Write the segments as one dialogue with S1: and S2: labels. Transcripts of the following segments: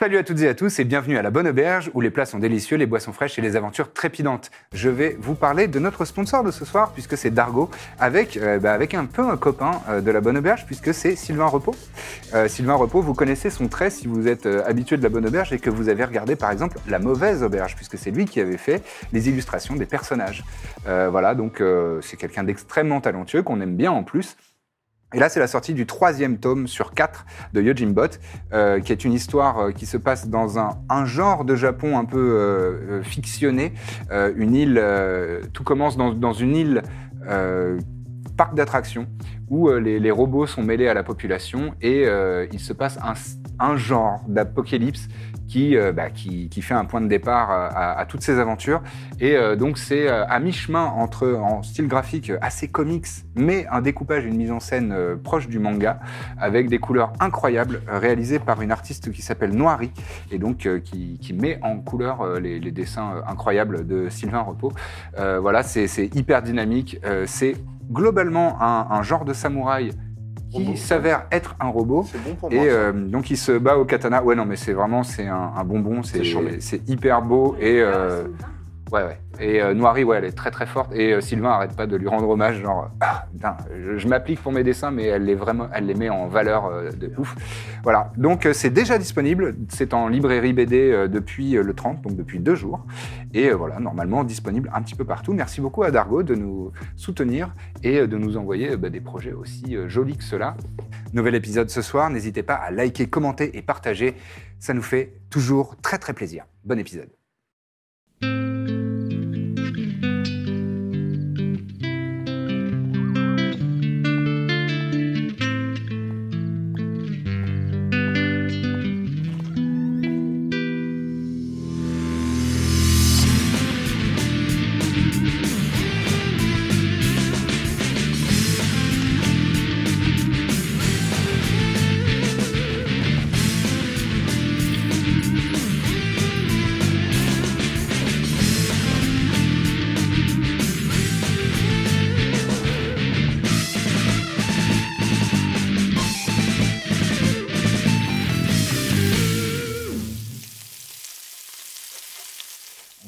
S1: Salut à toutes et à tous et bienvenue à la Bonne Auberge où les plats sont délicieux, les boissons fraîches et les aventures trépidantes. Je vais vous parler de notre sponsor de ce soir puisque c'est Dargo avec, euh, bah, avec un peu un copain euh, de la Bonne Auberge puisque c'est Sylvain Repos. Euh, Sylvain Repos, vous connaissez son trait si vous êtes euh, habitué de la Bonne Auberge et que vous avez regardé par exemple La Mauvaise Auberge puisque c'est lui qui avait fait les illustrations des personnages. Euh, voilà, donc euh, c'est quelqu'un d'extrêmement talentueux qu'on aime bien en plus. Et là, c'est la sortie du troisième tome sur quatre de Yojimbot, euh, qui est une histoire euh, qui se passe dans un, un genre de Japon un peu euh, euh, fictionné. Euh, une île, euh, tout commence dans, dans une île euh, parc d'attractions où euh, les, les robots sont mêlés à la population et euh, il se passe un, s- un genre d'apocalypse qui, euh, bah, qui, qui fait un point de départ euh, à, à toutes ces aventures. Et euh, donc c'est euh, à mi-chemin entre en style graphique assez comics, mais un découpage, une mise en scène euh, proche du manga, avec des couleurs incroyables, euh, réalisées par une artiste qui s'appelle Noiri, et donc euh, qui, qui met en couleur euh, les, les dessins euh, incroyables de Sylvain Repos. Euh, voilà, c'est c'est hyper dynamique, euh, c'est globalement un, un genre de samouraï
S2: Robot.
S1: qui s'avère être un robot.
S2: C'est bon pour moi.
S1: Et euh, donc il se bat au katana. Ouais non mais c'est vraiment c'est un, un bonbon, c'est
S2: C'est chambé.
S1: c'est hyper beau et euh, ouais ouais. Et euh, Noiri ouais elle est très très forte et euh, Sylvain arrête pas de lui rendre hommage genre ah putain je, je m'applique pour mes dessins mais elle les vraiment elle les met en valeur euh, de ouf. Voilà donc euh, c'est déjà disponible, c'est en librairie BD euh, depuis euh, le 30 donc depuis deux jours et euh, voilà normalement disponible un petit peu partout. Merci beaucoup à Dargo de nous soutenir et euh, de nous envoyer euh, bah, des projets aussi euh, jolis que cela. Nouvel épisode ce soir, n'hésitez pas à liker, commenter et partager, ça nous fait toujours très très plaisir. Bon épisode.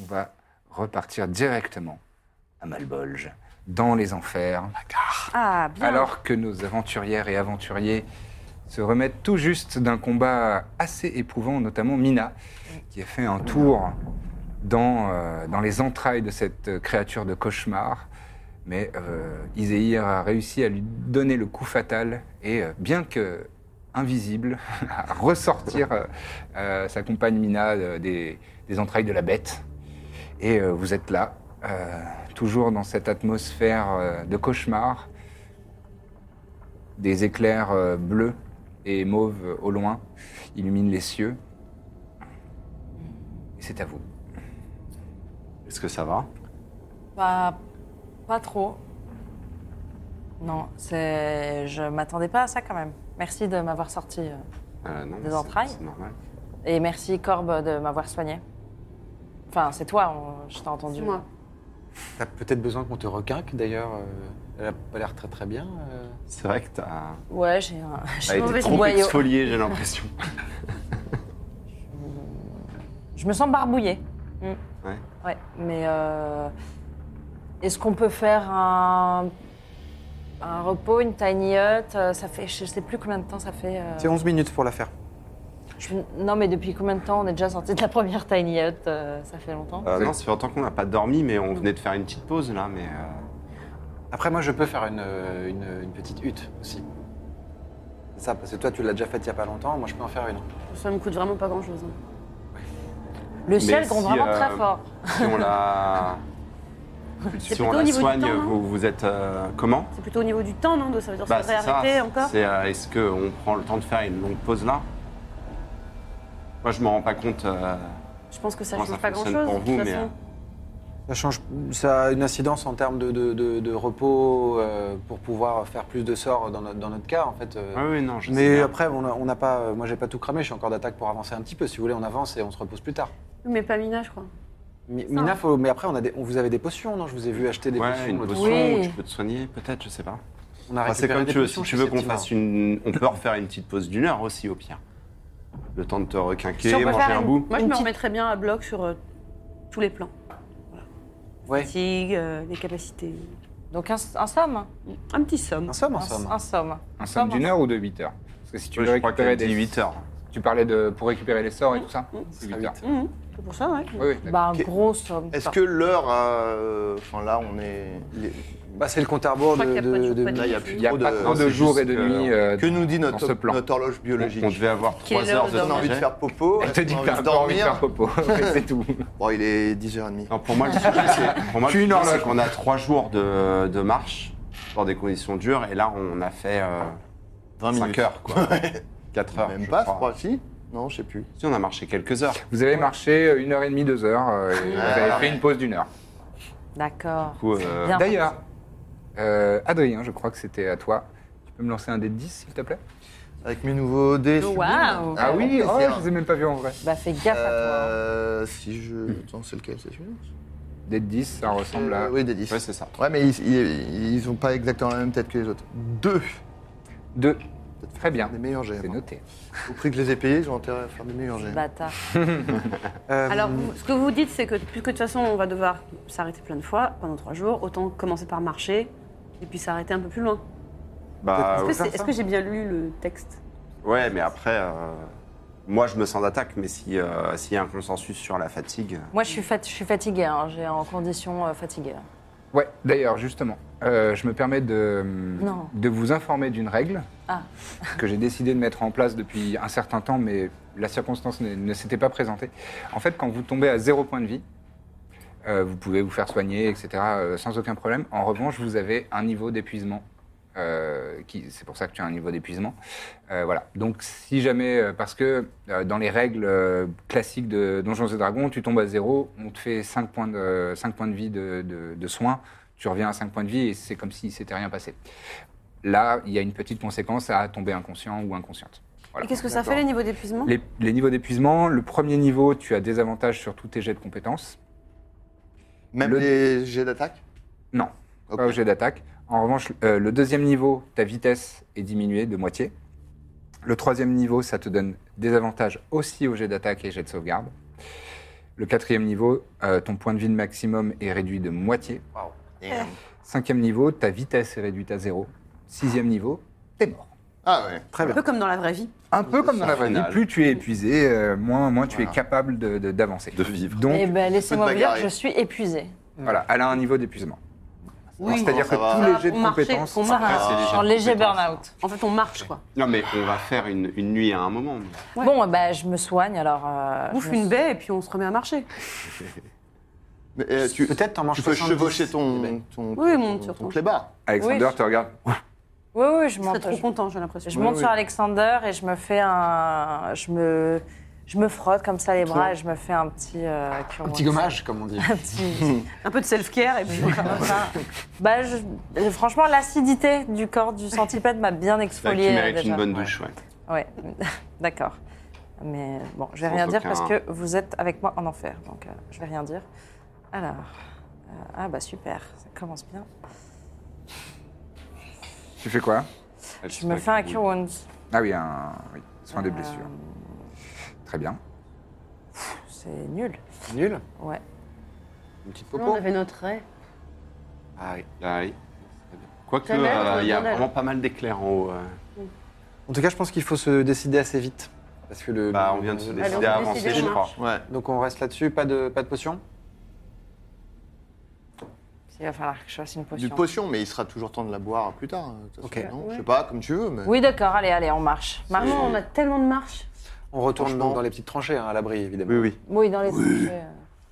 S1: On va repartir directement à Malbolge, dans les enfers,
S3: Ah, bien.
S1: alors que nos aventurières et aventuriers se remettent tout juste d'un combat assez éprouvant, notamment Mina, qui a fait un tour dans, euh, dans les entrailles de cette créature de cauchemar. Mais euh, Izehir a réussi à lui donner le coup fatal et, euh, bien que invisible, à ressortir euh, euh, sa compagne Mina euh, des, des entrailles de la bête. Et euh, vous êtes là, euh, toujours dans cette atmosphère euh, de cauchemar, des éclairs euh, bleus et mauves euh, au loin illuminent les cieux. Et c'est à vous.
S2: Est-ce que ça va
S3: Pas, Bah, pas trop. Non, c'est. Je m'attendais pas à ça quand même. Merci de m'avoir sorti euh,
S2: Euh, non,
S3: Des
S2: c'est-
S3: entrailles
S2: C'est normal.
S3: et merci Corbe de m'avoir soigné. Enfin, c'est toi, on- je t'ai entendu.
S4: C'est moi.
S5: T'as peut-être besoin qu'on te requinque d'ailleurs. euh, elle a pas l'air très très bien. euh.
S2: C'est vrai que t'as
S3: Ouais, j'ai un.
S2: t'as
S3: j'ai un
S2: été
S3: petit
S2: trop
S3: boyau.
S2: exfolié, j'ai l'impression.
S3: Je me sens barbouillée. Mm.
S2: Ouais.
S3: Ouais, mais euh, est-ce qu'on peut faire un, un repos, une tiny hut euh, Ça fait, je sais plus combien de temps ça fait. euh,
S5: C'est 11 minutes pour la faire.
S3: je- Non, mais depuis combien de temps on est déjà sorti de la première tiny hut euh, Ça fait longtemps.
S2: Euh, non, ça fait longtemps qu'on n'a pas dormi, mais on venait de faire une petite pause là, mais. euh,
S5: Après, moi, je peux faire une, euh, une- une petite hutte aussi. C'est ça, parce que toi, tu l'as déjà faite il y a pas longtemps. Moi, je peux en faire une.
S4: Ça me coûte vraiment pas hein. grand chose.
S3: Le ciel
S2: mais
S3: gronde
S2: si,
S3: vraiment
S2: euh,
S3: très fort.
S2: si on la.
S4: C'est
S2: Si on
S4: plutôt au
S2: la
S4: niveau du
S2: soigne,
S4: temps, non
S2: vous, vous êtes euh, comment
S4: C'est plutôt au niveau du temps, non de- Ça veut dire que
S2: Bah,
S4: ça devrait
S2: c'est ça.
S4: arrêter encore
S2: C'est, euh, Est-ce qu'on prend le temps de faire une longue pause là Moi, je m'en rends pas compte. euh,
S4: Je pense que ça
S2: Moi,
S4: change
S2: ça
S4: pas
S2: fonctionne
S4: grand-chose.
S2: pour
S4: de toute
S2: vous, mais,
S4: façon.
S5: Ça, change, ça a une incidence en termes de, de- de- de repos euh, pour pouvoir faire plus de sorts dans notre, dans notre cas, en fait. euh.
S2: Ah Oui, oui, non, je sais
S5: mais
S2: bien.
S5: après, on a- on n'a pas, euh, moi, j'ai pas tout cramé. Je suis encore d'attaque pour avancer un petit peu. Si vous voulez, on avance et on se repose plus tard.
S2: euh,
S4: Mais pas Mina, je crois.
S5: Mi- Mina, faut- mais après, on a des- on vous avez des potions, non Je vous ai vu acheter des potions.
S2: Ouais, une
S5: l'autre
S2: potion,
S5: fois.
S3: Oui.
S2: tu peux te soigner, peut-être, je sais pas.
S5: On a
S2: Enfin, c'est
S5: récupéré
S2: comme
S5: des
S2: tu veux. Si
S5: potions
S2: tu
S5: chez
S2: veux qu'on
S5: Septima.
S2: fasse une. On peut refaire une petite pause d'une heure aussi, au pire. Le temps de te requinquer,
S3: Si on peut
S2: manger
S3: faire
S2: un
S3: une-
S2: bout.
S4: Moi, je
S3: Une
S4: me
S3: petite-
S4: remettrais bien à bloc sur euh, tous les plans.
S5: Ouais.
S4: Fatigue, euh, les capacités.
S3: Donc un, un somme
S4: Un petit somme.
S5: Un somme,
S3: Un,
S5: un somme.
S3: un somme.
S1: En somme d'une heure ou de 8 heures Parce que si tu
S2: Ouais,
S1: veux
S2: je crois qu'elle
S1: récupérer
S2: dit
S1: des...
S2: 8 heures.
S1: Tu parlais de... pour récupérer les sorts et tout ça C'est 8 heures.
S4: Mhm. C'est pour ça, ouais.
S1: Oui, oui. d'accord.
S3: Bah, un
S6: Ok.
S3: gros somme.
S6: Est-ce que l'heure. a- euh, Enfin, là, on est. il est-
S5: Bah, c'est le compte à rebours
S4: Je crois
S5: de,
S4: qu'il y a pas de
S5: de,
S4: jour,
S5: de-
S4: pas de
S6: Oh Là, il n'y a plus
S1: Il n'y a
S6: trop
S1: pas
S6: de.
S1: trop de
S2: c'est
S1: jours
S2: juste
S1: et de
S2: que-
S1: nuits euh,
S6: Que nous dit
S1: dans ce
S6: notre,
S1: plan.
S6: notre horloge biologique
S2: On devait avoir
S4: Quelle
S2: 3
S4: est l'heure
S2: heures
S4: de
S2: de
S6: On a envie de
S2: trajet.
S6: faire popo.
S1: Elle te dit
S6: on a
S1: que
S6: envie
S1: t'as
S6: de
S1: pas envie de faire
S6: dormir.
S1: popo. c'est tout.
S6: Bon, il est 10h30.
S2: Non, pour moi, le sujet, c'est pour moi, le
S1: Qu'une
S2: sujet,
S1: horloge.
S2: c'est qu'on a trois jours de, de marche dans des conditions dures, et là, on a fait
S6: 20
S2: 5
S6: minutes.
S2: heures, quoi.
S6: Ouais.
S2: 4 heures.
S6: Même
S2: je
S6: pas, je
S2: crois.
S6: crois. Si Non, je sais plus.
S2: Si, on a marché quelques heures.
S1: Vous avez marché une heure et demie, deux heures, euh, et vous
S6: Ah.
S1: avez fait une pause d'une heure.
S3: D'accord.
S2: Du coup, euh,
S3: Bien.
S1: D'ailleurs, euh, Adrien, je crois que c'était à toi. Tu peux me lancer un dé de 10, s'il te plaît
S6: Avec mes nouveaux dés.
S4: Waouh.
S6: sublimes.
S1: Ah oui,
S6: en
S1: oh,
S6: plus,
S1: je vous ai même pas vu en vrai.
S3: Bah fais gaffe à toi.
S6: Euh, si je. Attends, c'est lequel C'est celui-là
S1: Dé de 10, Hmm. ça ressemble à...
S6: Euh, Oui, des 10.
S2: ouais, c'est ça.
S6: Ouais, mais ils, ils, ils ont pas exactement la même tête que les autres. Deux.
S1: 2. Très bien,
S6: Des meilleurs hein. jets.
S1: c'est noté.
S6: Au prix que je les ai payés, ils ont intérêt à faire des meilleurs jets.
S3: Bâtard.
S5: Euh,
S4: Alors, vous- ce que vous dites, c'est que puisque de toute façon, on va devoir s'arrêter plein de fois pendant trois jours, autant commencer par marcher et puis s'arrêter un peu plus loin.
S2: Bah,
S4: Est-ce que,
S2: ouais.
S4: c'est- est-ce que j'ai bien lu le texte
S2: ouais, mais après, euh, moi, je me sens d'attaque, mais si, euh, s'il y a un consensus sur la fatigue,
S3: Moi je suis, fat- je suis fatiguée, hein. j'ai en condition euh, fatiguée.
S1: Ouais, d'ailleurs, justement, euh, je me permets de,
S3: Non.
S1: de vous informer d'une règle
S3: Ah.
S1: que j'ai décidé de mettre en place depuis un certain temps, mais la circonstance ne, ne s'était pas présentée. En fait, quand vous tombez à zéro point de vie, euh, vous pouvez vous faire soigner, etc., euh, sans aucun problème. En revanche, vous avez un niveau d'épuisement. euh, qui- c'est pour ça que tu as un niveau d'épuisement. Euh, voilà. Donc, si jamais, euh, parce que euh, dans les règles euh, classiques de Donjons et Dragons, tu tombes à zéro, on te fait 5 points de, 5 points de vie de, de, de soins, tu reviens à 5 points de vie et c'est comme s'il s'était rien passé. Là, il y a une petite conséquence à tomber inconscient ou inconsciente. Voilà.
S4: Et qu'est-ce que ça fait, les niveaux d'épuisement
S1: Les, les niveaux d'épuisement, le premier niveau, tu as des avantages sur tous tes jets de compétences.
S6: Même
S1: Le-
S6: les jets d'attaque
S1: Non,
S6: Ok.
S1: pas au jet d'attaque. En revanche, euh, le deuxième niveau, ta vitesse est diminuée de moitié. Le troisième niveau, ça te donne des avantages aussi au jet d'attaque et jet de sauvegarde. Le quatrième niveau, euh, ton point de vie de maximum est réduit de moitié.
S6: Damn.
S1: Cinquième niveau, ta vitesse est réduite à zéro. Sixième niveau, t'es mort.
S6: Ah ouais.
S5: Très
S4: Un
S5: bien.
S4: peu comme dans la vraie vie.
S1: Un peu comme dans la vraie vie,
S2: Final.
S1: plus tu es épuisé, euh, moins, moins tu es capable de- de- d'avancer.
S2: de vivre.
S3: Eh
S1: Donc,
S3: ben laissez-moi
S6: Faut
S3: vous
S6: te
S3: dire que
S6: bagarrer.
S3: je suis épuisée.
S1: voilà, elle a un niveau d'épuisement.
S6: Oui,
S1: C'est-à-dire que
S6: ça va.
S1: tous
S4: Ça
S1: les
S4: va,
S1: jets de
S4: pour marcher,
S1: compétences...
S4: pour
S5: Ah,
S4: marcher.
S6: Après, c'est
S3: Je suis
S6: les jets
S3: Ah, en
S6: de
S3: léger
S6: compétences.
S3: burn-out.
S4: En fait, on marche, quoi.
S2: Non, mais on va faire une, une nuit à un moment. mais-
S4: Ouais.
S3: Bon, bah je me soigne alors. euh,
S4: Bouffe
S3: je me-
S4: une baie et puis on se remet à marcher.
S6: Mais, euh, tu,
S5: Peut-être t'en manges
S6: tu peux
S5: 70,
S6: chevaucher ton,
S5: eh
S6: ton,
S5: ben.
S6: ton,
S4: Oui, mon
S6: ton,
S4: surtout.
S6: clébard.
S1: Alexander
S3: Oui.
S1: te regarde.
S3: Oui, oui, je
S4: Je serais
S3: monte.
S4: trop
S3: je-
S4: content, j'ai l'impression.
S3: Je
S1: Oui,
S3: monte
S1: oui.
S3: sur Alexander et je me fais un. Je me, je me frotte comme ça les bras et je me fais un petit. euh,
S5: Un
S3: curewurst.
S5: petit gommage, comme on dit.
S3: Un petit-
S4: Un peu de self-care et puis
S3: Enfin, bah, je- euh, franchement, l'acidité du corps du centipède m'a bien
S5: Bah,
S2: C'est vrai que
S3: exfolié.
S2: tu mérites
S3: déjà.
S2: une bonne douche, ouais.
S3: Ouais, d'accord. Mais bon, je vais
S2: Sans
S3: rien dire
S2: aucun-
S3: parce que vous êtes avec moi en enfer. Donc, euh, je vais rien dire. Alors. euh, ah, bah super, ça commence bien.
S1: Tu fais quoi
S3: Je me fais un cure wounds.
S1: Ah oui, un oui, soin
S6: Euh.
S1: des blessures. Très bien.
S3: C'est nul.
S5: Nul.
S3: Ouais.
S5: Une petite
S4: on
S5: popo.
S4: avait notre raie.
S2: Ah oui, ah oui. Quoique,
S4: Ça a l'air,
S2: euh, il y a
S4: ça a l'air.
S2: vraiment pas mal d'éclairs en haut. euh.
S5: En tout cas, je pense qu'il faut se décider assez vite. Parce que le.
S2: Bah, on vient de se
S5: le-
S2: décider
S4: Allez,
S2: à
S4: on va
S2: avancer,
S4: décider,
S2: je
S4: on
S2: crois.
S6: Ouais.
S5: Donc on reste là-dessus, pas de, pas de potion
S3: Il va falloir que je fasse une potion.
S6: D'une potion, mais il sera toujours temps de la boire plus tard. hein, de toute
S5: Ok.
S6: façon, non
S4: Ouais.
S6: Je sais pas, comme tu veux, mais.
S3: Oui, d'accord, allez, allez, on marche. Marche.
S4: Vraiment, on a tellement de marches.
S5: On retourne
S6: Franchement.
S5: dans, dans les petites tranchées, hein, à l'abri évidemment.
S2: Oui, oui.
S3: Oui, dans les tranchées, euh.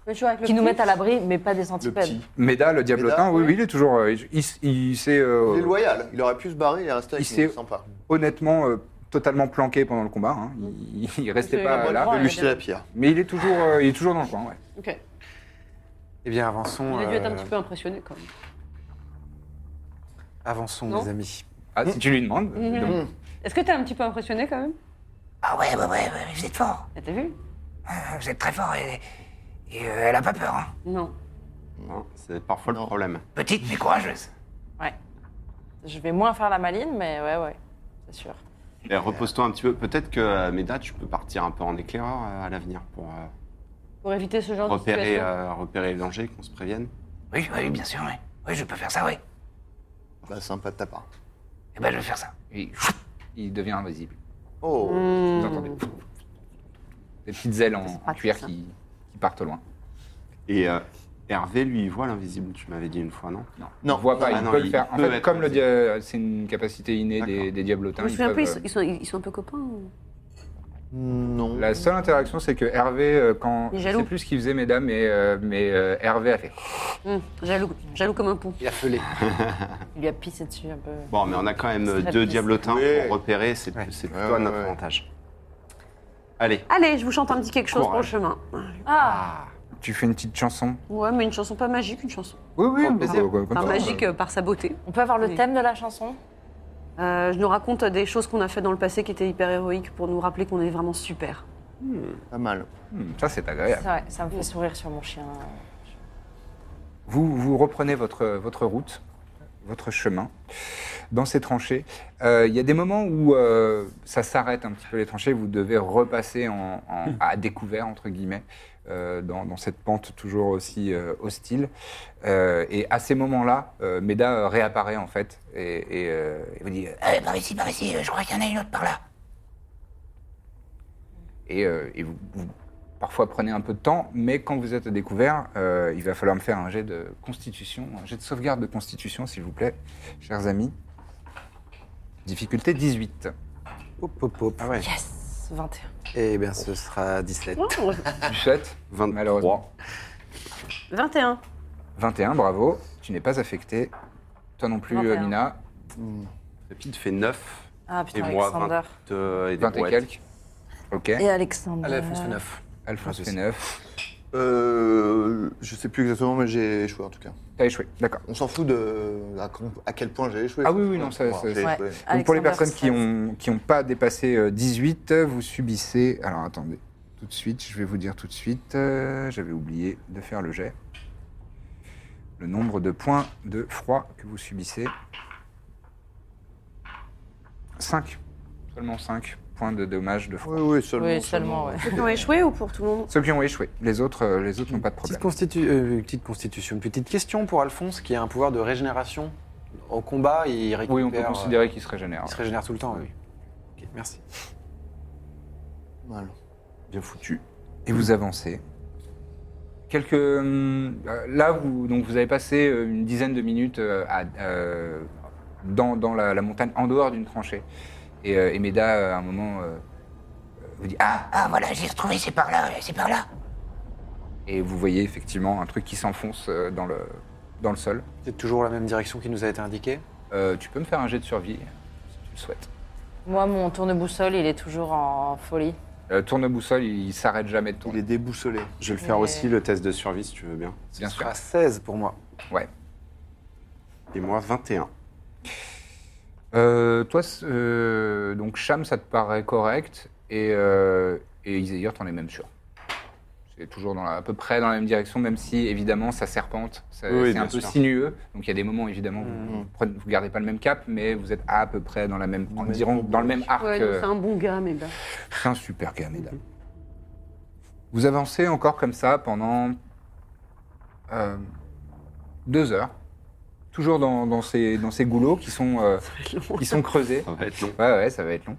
S4: Mais tu vois, avec le
S3: Qui nous
S4: petit-
S3: mettent à l'abri, mais pas des
S6: Le
S3: centipèdes.
S6: petit.
S1: Méda, le diablotin,
S6: Méda,
S1: oui,
S6: ouais.
S1: oui, il est toujours. euh, il il- il s'est euh,
S6: Il est loyal, il aurait pu se barrer, il est resté avec
S1: Il
S6: nous,
S1: s'est-
S6: c'est sympa.
S1: honnêtement euh, totalement planqué pendant le combat. hein. Il, il restait
S4: Il a
S1: pas
S4: pas le
S1: là.
S4: droit,
S6: De lui jeter la pierre.
S1: Mais il est toujours, euh, il est toujours dans le coin, ouais.
S4: Ok.
S5: Eh bien, avançons.
S4: Il a dû être un
S5: euh,
S4: petit peu impressionné quand même.
S5: Avançons,
S4: Non
S5: mes amis.
S1: Ah,
S6: Mm.
S1: si tu lui demandes.
S4: Mhm.
S1: donc.
S4: Est-ce que t'es un petit peu impressionné quand même
S7: Ah ouais, ouais, ouais, ouais, vous êtes fort.
S4: Ah, T'as vu
S7: Vous êtes très fort et, et, euh, elle a pas peur. hein.
S4: Non.
S2: Non, c'est parfois le problème.
S7: Petite mais courageuse.
S3: Je vais moins faire la maline, mais ouais, ouais, c'est sûr.
S2: Eh, Repose-toi un petit peu. Peut-être que euh, Meda, tu peux partir un peu en éclaireur euh, à l'avenir pour euh,
S4: Pour éviter ce genre de
S2: repérer,
S4: situation.
S2: euh, repérer le danger, qu'on se prévienne.
S7: Oui, oui, bien sûr, oui. Oui, je peux faire ça, oui.
S6: Bah, sympa de ta part.
S4: Mm.
S7: Eh ben, je vais faire ça.
S1: Il, il devient invisible.
S6: Oh,
S1: Vous entendez Des petites ailes en, en
S4: Mmh. pratique,
S1: cuir
S4: ça.
S1: qui, qui partent au loin.
S2: Et euh, Hervé, lui, il voit l'invisible, tu m'avais dit une fois, non
S1: On
S6: non.
S1: voit pas,
S2: Ah
S1: il
S2: non,
S1: peut le
S2: il
S1: faire. En
S2: peut
S1: fait,
S2: être
S1: comme le dia- euh, c'est une capacité innée des,
S2: D'accord.
S1: des diablotins.
S4: Je me
S1: ils
S4: souviens
S1: peuvent,
S4: plus, ils sont,
S1: euh,
S4: ils sont- ils sont un peu copains. ou-
S6: Non.
S1: La seule interaction, c'est que Hervé, euh, quand.
S4: Il est
S1: Je
S4: jaloux.
S1: sais plus ce qu'il faisait, mesdames, mais, euh, mais euh, Hervé a fait.
S4: Hum, Jaloux, jaloux comme un pou.
S5: Il a felé.
S3: Il lui a pissé dessus un peu.
S2: Bon, mais on a quand même
S3: C'est
S2: euh,
S3: la
S2: deux
S3: piste.
S2: diablotins
S6: Ouais.
S2: pour repérer, c'est
S5: Ouais.
S2: c'est
S6: Ouais,
S2: plutôt à
S6: ouais,
S2: notre
S6: ouais.
S2: avantage. Allez.
S4: Allez, je vous chante un petit quelque chose pour le
S2: Courage.
S4: chemin.
S3: Ah,
S2: Ah,
S1: Tu fais une petite chanson
S4: Ouais, mais une chanson oh, pas magique, une chanson.
S1: Oui, oui,
S6: Pour le plaisir.
S1: euh, comme
S4: Enfin,
S1: ça,
S4: magique euh, par sa beauté.
S3: on peut avoir le
S4: Oui.
S3: thème de la chanson
S4: Euh, je nous raconte des choses qu'on a fait dans le passé qui étaient hyper héroïques pour nous rappeler qu'on est vraiment super.
S6: Pas mal.
S1: Hmm, Ça, c'est
S3: C'est
S1: agréable.
S3: vrai, ça me fait sourire sur mon chien.
S1: Vous, vous reprenez votre, votre route, votre chemin, dans ces tranchées. Euh, Il y a des moments où euh, ça s'arrête un petit peu les tranchées, vous devez repasser en, en- à découvert, entre guillemets, euh, dans, dans cette pente toujours aussi euh, hostile. Euh, et à ces moments-là, euh, Meda euh, réapparaît en fait et, et, euh, et vous dit... euh,
S7: Euh, par ici, par ici, euh, je crois qu'il y en a une autre par là.
S1: et, euh, et vous, vous parfois prenez un peu de temps, mais quand vous êtes à découvert, euh, il va falloir me faire un jet de constitution, un jet de sauvegarde de constitution, s'il vous plaît, chers amis. Difficulté 18.
S5: Hop, hop, hop.
S3: Yes 21.
S5: Eh bien, ce sera 17.
S4: Oh,
S1: Tu souhaites
S2: 23.
S1: Malheureusement.
S4: 21.
S1: 21, bravo. Tu n'es pas affecté. Toi non plus,
S3: 21.
S1: Mina.
S2: Pete fait 9
S3: Ah
S2: et
S3: putain,
S2: moi
S3: Alexander.
S2: 20 euh, et des
S1: 20 et
S2: brouettes.
S1: quelques. Ok.
S3: Et Alexander.
S5: Allez, Alphonse fait 9.
S1: Alphonse
S5: Ah,
S1: fait 9.
S6: Euh, je sais plus exactement, mais j'ai échoué en tout cas.
S1: T'as échoué, d'accord.
S6: On s'en fout de à, com- à quel point j'ai échoué. hein.
S1: Ah oui, oui, non, ça- ça-
S6: j'ai
S3: Ouais.
S6: échoué.
S1: Donc pour les
S3: Alexander
S1: personnes qui
S3: Strauss.
S1: n'ont qui ont pas dépassé euh, 18, vous subissez... Alors attendez, tout de suite, je vais vous dire tout de suite, euh, j'avais oublié de faire le jet. Le nombre de points de froid que vous subissez. 5, seulement 5 points de dommages de froid.
S6: Oui, oui, seulement.
S3: Oui, seulement, ouais.
S4: Ils ont échoué ou pour tout le monde
S1: Ceux qui ont échoué, les autres, euh, les autres n'ont pas de problème.
S5: Petite, constitu- euh, petite constitution, une petite question pour Alphonse qui a un pouvoir de régénération. Au combat, il récupère.
S1: Oui, on peut
S5: euh,
S1: considérer qu'ils se régénèrent.
S5: Il se régénère tout le temps, oui. Ok, merci.
S6: Mal.
S2: Bien foutu.
S1: Et vous avancez. Quelques, hum, euh, là, vous, donc vous avez passé euh, une dizaine de minutes euh, à- euh, dans, dans la, la montagne, en dehors d'une tranchée. Et, euh, et Meda, euh, à un moment, euh, vous dit Ah
S7: Ah, ah, voilà, j'ai retrouvé, c'est par là, c'est par là.
S1: Et vous voyez effectivement un truc qui s'enfonce euh, dans, le, dans le sol.
S5: C'est toujours la même direction qui nous a été indiquée.
S1: Euh, tu peux me faire un jet de survie, si tu le souhaites.
S3: Moi, mon tourne-boussole, il est toujours en folie.
S1: Euh, tourne-boussole, il, il s'arrête jamais de
S6: Il
S1: tourner.
S6: est déboussolé.
S2: Je vais le faire
S3: Mais-
S2: aussi, le test de survie, si tu veux bien.
S1: Bien
S5: Ce
S1: sûr.
S5: sera 16 pour moi.
S2: Et moi, 21.
S1: Euh, toi, c- euh, donc Cham, ça te paraît correct, et, euh, et Iséir, t'en es même sûr. C'est toujours dans la- à peu près dans la même direction, même si évidemment ça serpente, ça-
S2: Oui,
S1: c'est
S2: bien
S1: un peu
S2: sûr.
S1: sinueux. Donc il y a des moments évidemment où vous, prenez- vous gardez pas le même cap, mais vous êtes à peu près dans la même, en-
S6: même
S1: dirons, dans le même arc.
S4: Ouais,
S1: euh,
S4: donc c'est un bon gars, mais bah.
S1: c'est un super gars, mesdames. Vous avancez encore comme ça pendant euh, deux heures, toujours dans, dans ces, dans ces goulots qui sont, euh, qui sont creusés.
S2: Ça va être long.
S1: Ouais, ouais, ça va être long.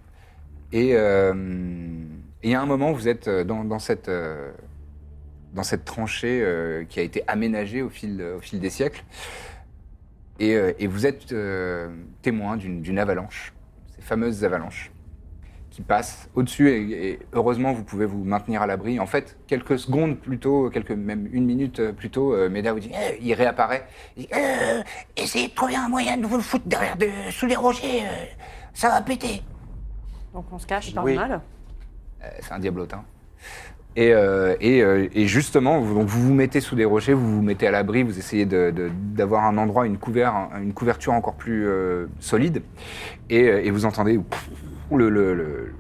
S1: Et euh, et il y a un moment, vous êtes euh, dans, dans cette, euh, dans cette tranchée euh, qui a été aménagée au fil, au fil des siècles. Et, euh, et vous êtes euh, témoin d'une d'une avalanche, ces fameuses avalanches, qui qui passe au-dessus et, et heureusement vous pouvez vous maintenir à l'abri. En fait, quelques secondes plus tôt, quelques, même une minute euh, plus tôt, euh, Meda vous dit, Eh il réapparaît. Il dit, Eh,
S7: Euh, essayez de trouver un moyen de vous le foutre derrière, de, sous les rochers. euh, ça va péter.
S3: Donc on se cache.
S4: Pas
S5: Oui.
S4: mal.
S1: Euh, c'est un diablotin. Et, euh, et, euh, et justement, vous, donc vous vous mettez sous des rochers, vous vous mettez à l'abri, vous essayez de- de- d'avoir un endroit, une, couvert- un- une couverture encore plus euh, solide, et, euh, et vous entendez pff, le, le- le-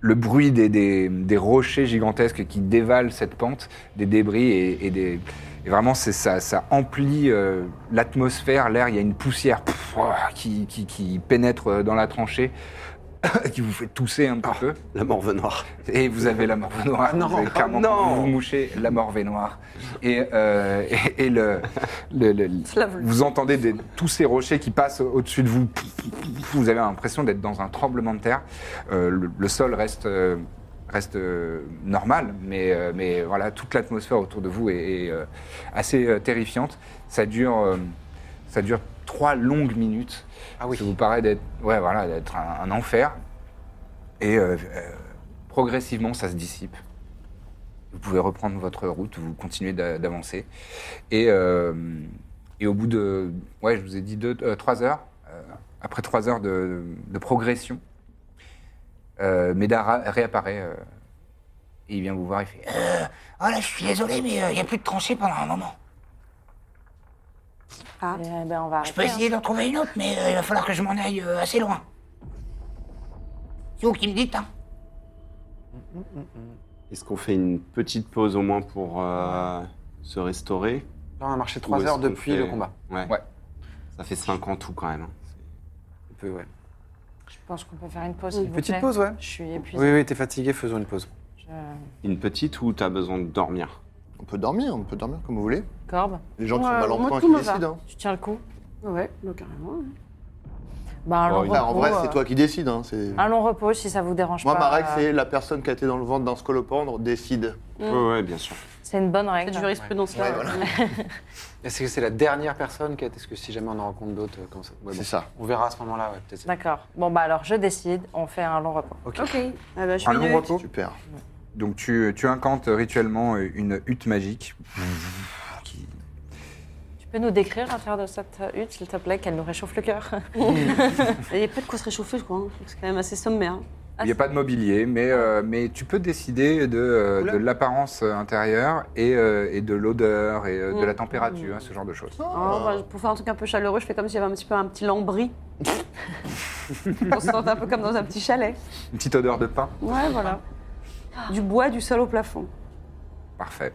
S1: le bruit des, des- des rochers gigantesques qui dévalent cette pente, des débris, et, et des, et vraiment c'est- ça, ça emplit euh, l'atmosphère, l'air, il y a une poussière pff, ouah, qui, qui- qui pénètre dans la tranchée, qui vous fait tousser un petit peu.
S2: La morve noire.
S1: Et vous avez la morve noire.
S5: non,
S1: vous avez clairement
S2: non.
S1: vous mouchez la morve noire. Et, euh, et, et le, le- le- vous entendez des- tous ces rochers qui passent au-dessus de vous. Vous avez l'impression d'être dans un tremblement de terre. Euh, le, le sol reste euh, reste euh, normal, mais euh, mais voilà toute l'atmosphère autour de vous est, est, euh, assez euh, terrifiante. Ça dure euh, ça dure trois longues minutes.
S5: Ah oui.
S1: Ça vous paraît d'être ouais voilà d'être un- un enfer. Et euh, euh, progressivement, ça se dissipe. Vous pouvez reprendre votre route, vous continuez d'a- d'avancer. Et, euh, et au bout de, ouais, je vous ai dit deux, euh, trois heures, euh, après trois heures de, de progression, euh, Médard ra- réapparaît. euh, et il vient vous voir, il fait
S7: Ah là, je suis désolé, mais il n'y a plus de tranchée pendant un moment.
S3: Et, eh ben, on va
S7: Je peux
S3: arrêter. hein.
S7: essayer d'en trouver une autre, mais euh, il va falloir que je m'en aille euh, assez loin. C'est vous qui me dites, hein
S2: Est-ce qu'on fait une petite pause au moins pour euh, se restaurer
S5: Là, on a marché
S2: Ou
S5: trois
S2: est-ce
S5: heures
S2: qu'on
S5: depuis
S2: fait-
S5: le combat.
S2: Ouais.
S1: Ouais.
S2: Ça fait 5 ans tout quand même. hein.
S5: Un peu, ouais.
S3: hein. Je pense qu'on peut faire une pause. s'il
S5: Une
S3: vous
S5: petite
S3: plaît.
S5: pause, ouais.
S3: Je suis épuisée.
S5: Oui, oui, t'es fatigué, faisons une pause.
S3: Je-
S2: Une petite ou t'as besoin de dormir
S6: On peut dormir, on peut dormir comme vous voulez.
S3: Corbe,
S6: Les gens qui sont
S4: Ouais,
S6: mal en
S4: moi,
S6: point
S4: tout
S6: qui
S4: me va.
S6: décident. hein.
S3: tu tiens le coup
S4: Ouais, bah, carrément. hein.
S3: Bah, un long
S6: Enfin, hein. en
S3: repos,
S6: vrai,
S3: euh,
S6: c'est toi qui décides. hein, c'est-
S4: Ah,
S3: Un long repos si ça vous dérange
S6: Moi,
S3: pas.
S6: ma règle,
S3: euh,
S6: c'est la personne qui a été dans le ventre d'un scolopendre décide.
S4: Mm.
S2: Ouais, ouais, bien sûr.
S3: C'est une bonne
S4: C'est
S3: règle.
S4: du jurisprudence
S6: Ouais,
S4: là.
S6: voilà.
S5: Est-ce que c'est la dernière personne qui a Est-ce que si jamais on en rencontre d'autres, euh, comment ça ouais, bon.
S6: C'est ça.
S5: On verra à ce moment-là, ouais, peut-être.
S3: D'accord. Bon, bah alors je décide, on fait un long repos.
S4: Ok. Ah bah, je suis
S1: un long
S4: nulle.
S1: repos.
S6: Super.
S1: Donc tu, tu incantes rituellement une hutte magique. qui-
S3: Tu peux nous décrire l'intérieur de cette euh, hutte, s'il te plaît, qu'elle nous réchauffe le cœur
S4: Il n'y a pas de quoi se réchauffer, je crois. hein. C'est quand même assez sommaire. hein.
S1: Il n'y a pas de mobilier, mais, euh, mais tu peux décider de, euh,
S5: Oula.
S1: de l'apparence euh, intérieure et, euh, et de l'odeur et euh, de
S4: Mm.
S1: la température, ce genre de choses.
S4: Oh, bah, pour faire un truc un peu chaleureux, je fais comme s'il y avait un petit peu un petit lambris. On se sent un peu comme dans un petit chalet.
S1: Une petite odeur de pain,
S4: Ouais, voilà. Du bois, du sol au plafond.
S1: parfait.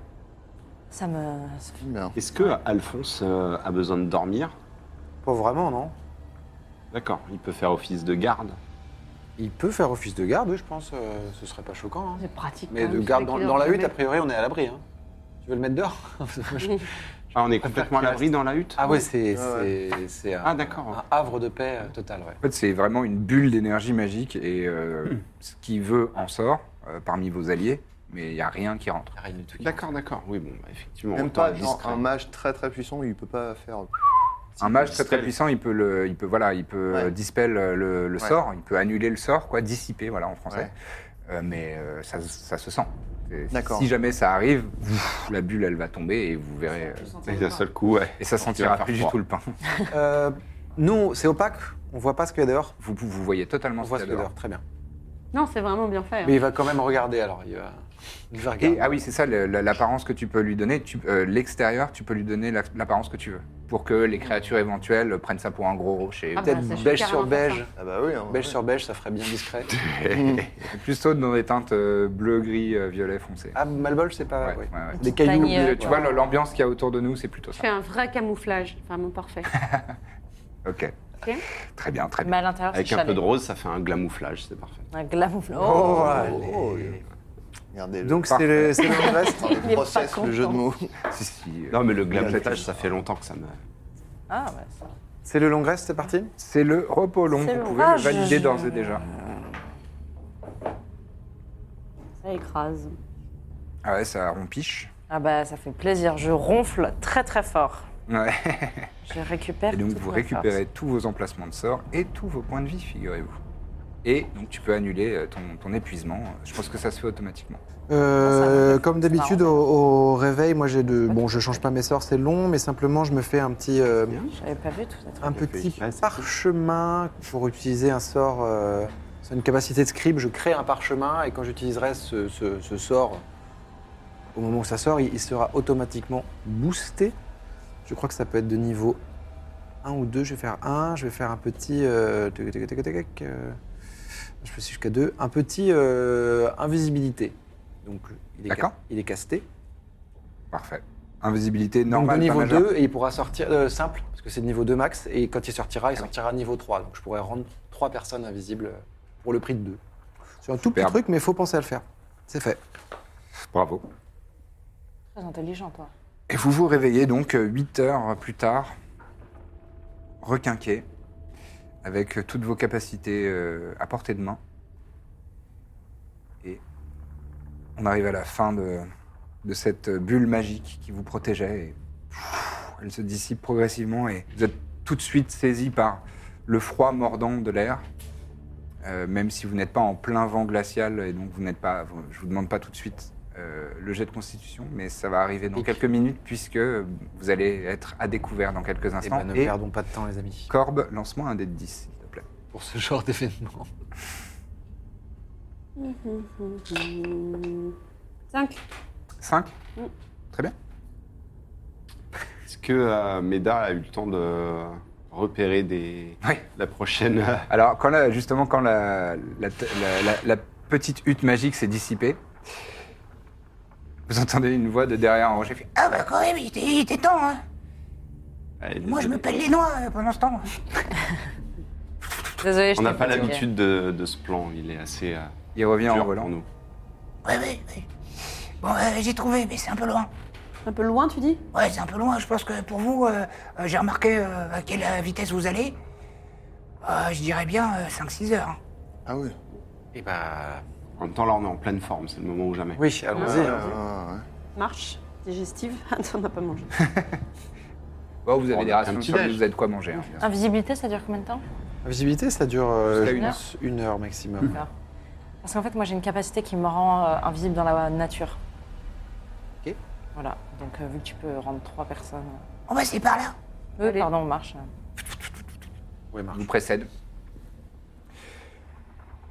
S3: Ça me.
S6: Bien.
S2: Est-ce que Alphonse euh, a besoin de dormir
S5: Pas vraiment, non
S2: D'accord, il peut faire office de garde.
S5: Il peut faire office de garde, oui, je pense. euh, ce serait pas choquant. hein.
S4: C'est pratique.
S5: Mais
S4: quand
S5: de
S4: même,
S5: garde
S4: Ah,
S5: dans,
S4: c'est vrai
S5: dans la
S4: qu'il
S5: hutte,
S4: est-
S5: a priori, on est à l'abri. hein. Tu veux le mettre dehors
S2: Ah, on est complètement à l'abri dans la hutte
S5: Ah ouais, c'est
S6: Ah ouais.
S5: c'est- c'est un,
S2: Ah, d'accord, ouais.
S5: un havre de paix euh, total, ouais.
S1: En fait, c'est vraiment une bulle d'énergie magique et euh, ce qui veut en sort euh, parmi vos alliés, mais il n'y a rien qui rentre.
S5: Y a Ah, Rien du tout. qui-
S2: D'accord, d'accord. Oui, bon, bah, effectivement.
S6: Même
S2: autant
S6: pas
S2: être
S6: genre,
S2: discret.
S6: un mage très très puissant, il peut pas faire.
S1: Un mage très très
S2: dispel.
S1: puissant, il peut le, il peut voilà, il peut
S6: Ouais.
S1: euh, dispel euh, le, le
S6: Ouais.
S1: sort, il peut annuler le sort, quoi, dissiper, voilà, en français.
S6: Ouais.
S1: Euh, mais euh, ça, ça se sent. Et
S6: D'accord.
S1: Si jamais ça arrive, ouf, la bulle, elle va tomber et vous verrez. euh,
S2: Et d'un seul coup, ouais.
S1: Et ça sentira
S2: faire
S1: plus du
S2: froid.
S1: tout le pain.
S5: Euh, nous, c'est opaque, on voit pas ce qu'il y a dehors.
S1: Vous, vous- vous voyez
S5: On
S1: totalement ce
S5: voit ce
S1: qu'il
S5: qu'il
S1: y a
S5: y a
S1: dehors.
S5: dehors, très bien.
S4: Non, c'est vraiment bien fait. hein.
S5: Mais il va quand même regarder alors. Il va, il va regarder.
S1: Et, ah oui, c'est ça, le- la- l'apparence que tu peux lui donner. Tu- euh, L'extérieur, tu peux lui donner la- l'apparence que tu veux. Pour que les créatures éventuelles prennent ça pour un gros rocher.
S4: Ah bah,
S5: Peut-être
S4: ça, je suis
S5: beige sur
S4: carrément pas
S5: beige.
S6: Ah bah oui. hein.
S5: Beige sur beige, ça ferait bien discret.
S1: Plutôt dans des teintes euh, bleu, gris, euh, violet, foncé.
S5: Ah, Malbol, c'est pas.
S1: Ouais,
S5: ouais.
S1: ouais, ouais.
S5: Des cailloux.
S3: Tiny, euh,
S1: Tu vois, le- l'ambiance qu'il y a autour de nous, c'est plutôt
S4: Je
S1: ça.
S4: fais un vrai camouflage, vraiment parfait.
S1: Ok.
S4: Ok.
S1: Très bien, très bien.
S3: Mais à l'intérieur, c'est
S2: Avec un peu
S3: chalet.
S2: de rose, ça fait un glamouflage, c'est parfait.
S3: Un glamouflage.
S5: Oh,
S3: Oh,
S5: allez.
S6: Oh, Regardez.
S5: Donc c'est
S1: Parfait.
S5: le, c'est le reste.
S6: le process, le jeu de mots.
S1: Si, si, euh,
S2: Non, mais le
S6: glamouflage,
S2: glamouflage, ça fait longtemps que ça me.
S3: Ah, ouais, ça.
S5: C'est le long reste, c'est parti
S1: C'est le repos long.
S3: C'est
S1: Vous
S3: long.
S1: pouvez
S3: Ah,
S1: le
S3: je-
S1: valider
S3: je-
S1: d'ores et déjà.
S4: Ça écrase.
S1: Ah ouais, ça rompiche.
S3: Ah, bah ça fait plaisir. Je ronfle très très fort.
S1: Ouais.
S3: Je récupère.
S1: Et donc
S3: toute
S1: vous
S3: ma
S1: récupérez tous vos emplacements de sort et tous vos points de vie, figurez-vous. Et donc tu peux annuler euh, ton, ton épuisement. Je pense que ça se fait automatiquement.
S3: Ça,
S5: Euh,
S3: ça
S5: comme d'habitude, au, au réveil, moi j'ai de. Bon, je change pas mes sorts, c'est long, mais simplement je me fais un petit, euh,
S3: J'avais pas vu tout ça.
S5: un petit
S2: feuilles. Ouais, c'est
S5: parchemin pour utiliser un sort. euh, c'est une capacité de scribe, je crée un parchemin et quand j'utiliserai ce, ce- ce sort, au moment où ça sort, il, il sera automatiquement boosté. Je crois que ça peut être de niveau 1 ou 2. Je vais faire 1, je vais faire un petit. euh, tic, tic, tic, tic, tic, euh, je peux jusqu'à 2. Un petit euh, invisibilité. Donc il est, ca-
S1: D'accord.
S5: il est casté.
S1: Parfait. Invisibilité
S5: Donc de
S1: normale. pas
S5: niveau
S1: majeure.
S5: 2 et il pourra sortir euh, simple, parce que c'est de niveau 2 max, et quand il sortira, il sortira niveau 3. Donc je pourrais rendre 3 personnes invisibles euh, pour le prix de 2. C'est un tout petit
S1: Superbe.
S5: truc, mais il faut penser à le faire. C'est fait.
S1: Bravo.
S3: Très intelligent, toi.
S1: Et vous vous réveillez donc 8 heures plus tard, requinqué, avec euh, toutes vos capacités euh, à portée de main. Et on arrive à la fin de, de cette euh, bulle magique qui vous protégeait. Et, pff, elle se dissipe progressivement et vous êtes tout de suite saisi par le froid mordant de l'air. Euh, même si vous n'êtes pas en plein vent glacial et donc vous n'êtes pas, vous- je vous demande pas tout de suite euh, le jet de constitution, mais ça va arriver dans quelques minutes puisque vous allez être à découvert dans quelques
S5: Et
S1: instants.
S5: Eh ben, ne
S1: Et,
S5: perdons pas de temps, les amis,
S1: Corbe, lance-moi un dé de 10, s'il te plaît.
S5: pour ce genre d'événement.
S4: 5.
S1: 5 Très bien.
S2: Est-ce que euh, Médard a eu le temps de repérer des...
S1: Oui.
S2: la prochaine euh,
S1: Alors, quand la- justement, quand la, la- la- la- la petite hutte magique s'est dissipée, vous entendez une voix de derrière un rocher. qui fait
S7: Ah bah quand même, il était, il était temps, hein.
S2: elle-
S7: Moi, je me pèle les noix euh, pendant ce temps.
S3: Désolée, je
S2: On n'a
S3: t'ai
S2: pas
S3: fatiguée.
S2: l'habitude de, de ce plan, il est assez euh,
S1: Il revient
S2: dur
S1: en
S2: pour
S1: volant.
S2: nous.
S7: Ouais, ouais, ouais. Bon, euh, j'ai trouvé, mais c'est un peu loin.
S4: Un peu loin, tu dis
S7: Ouais, c'est un peu loin. Je pense que pour vous, euh, euh, j'ai remarqué euh, à quelle euh, vitesse vous allez. Euh, je dirais bien euh, 5-6 heures. hein.
S6: Ah oui.
S2: Et bah... En même temps, là, on est en pleine forme, c'est le moment ou jamais.
S5: Oui, allons-y.
S6: Ah, ouais.
S4: Marche, digestive. Attends, on n'a pas mangé.
S1: Bon, vous
S2: On
S7: Oh,
S1: avez des
S2: a un
S1: rations
S2: petit
S1: sur lui,
S2: déj.
S1: vous avez de quoi manger. hein, bien sûr.
S3: Invisibilité, ça dure combien de temps
S5: Visibilité, ça dure euh,
S1: Jusqu'à
S5: je
S1: une
S5: pense, une heure maximum.
S3: Parce qu'en fait, moi, j'ai une capacité qui me rend euh, invisible dans la nature.
S5: Ok.
S3: Voilà. Donc, euh, vu que tu peux rendre trois personnes.
S7: Bon, bah, c'est par là.
S3: Ah, pardon, on marche.
S5: Ouais, Marc.
S1: vous précède.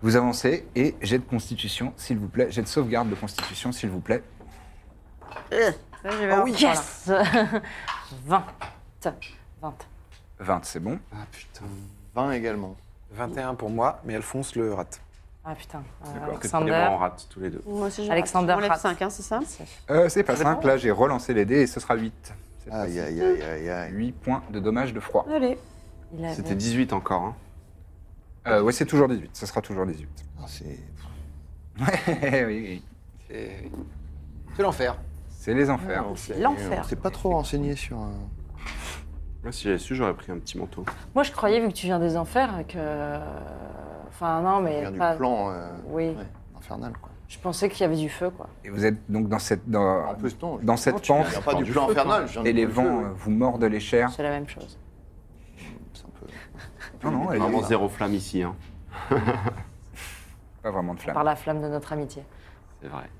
S1: Vous avancez et jet de constitution, s'il vous plaît. Jet de sauvegarde de constitution, s'il vous plaît.
S3: Ah oui, yes 20. 20.
S1: 20, c'est bon.
S6: Ah putain. 20 également.
S5: 21 pour moi, mais Alphonse le rate.
S3: Ah putain. Euh,
S2: D'accord, que tous les deux,
S3: Alexander.
S2: on rate tous les deux.
S4: Moi aussi, j'ai
S3: Alexander
S4: raté. On
S3: Pratt.
S4: lève 5, hein, c'est ça
S1: Euh, c'est pas 5, là j'ai relancé les dés et ce sera 8.
S6: Aïe, aïe, aïe, aïe, aï.
S1: 8 points de dommages de froid.
S4: Allez.
S3: Il avait-
S2: C'était 18 encore, hein.
S1: Euh, ouais, c'est toujours 18, ce sera toujours 18.
S6: Ah, c'est...
S1: Ouais, oui, oui.
S5: C'est c'est l'enfer.
S1: C'est les enfers.
S6: Oh.
S4: L'enfer.
S6: On s'est pas trop renseigné sur euh, un...
S2: Moi, si j'avais su, j'aurais pris un petit manteau.
S3: Moi, je croyais, vu que tu viens des enfers, que. Enfin, non, mais.
S6: Faire du
S3: pas-
S6: plan euh,
S3: Oui.
S6: ouais, infernal, quoi.
S3: Je pensais qu'il y avait du feu, quoi.
S1: Et vous êtes donc dans cette, dans,
S6: Ah, En plus, non.
S1: dans cette
S6: Il
S1: pente
S6: n'y a pas du plan infernal. je viens de
S1: et les
S6: dire le
S1: vents
S6: feu,
S1: euh,
S6: ouais.
S1: vous mordent les chairs.
S3: C'est la même chose.
S6: C'est un peu...
S1: Non, non, elle est-
S2: Vraiment zéro flamme ici, hein.
S1: pas vraiment de flamme.
S3: Par la flamme de notre amitié.
S2: C'est vrai.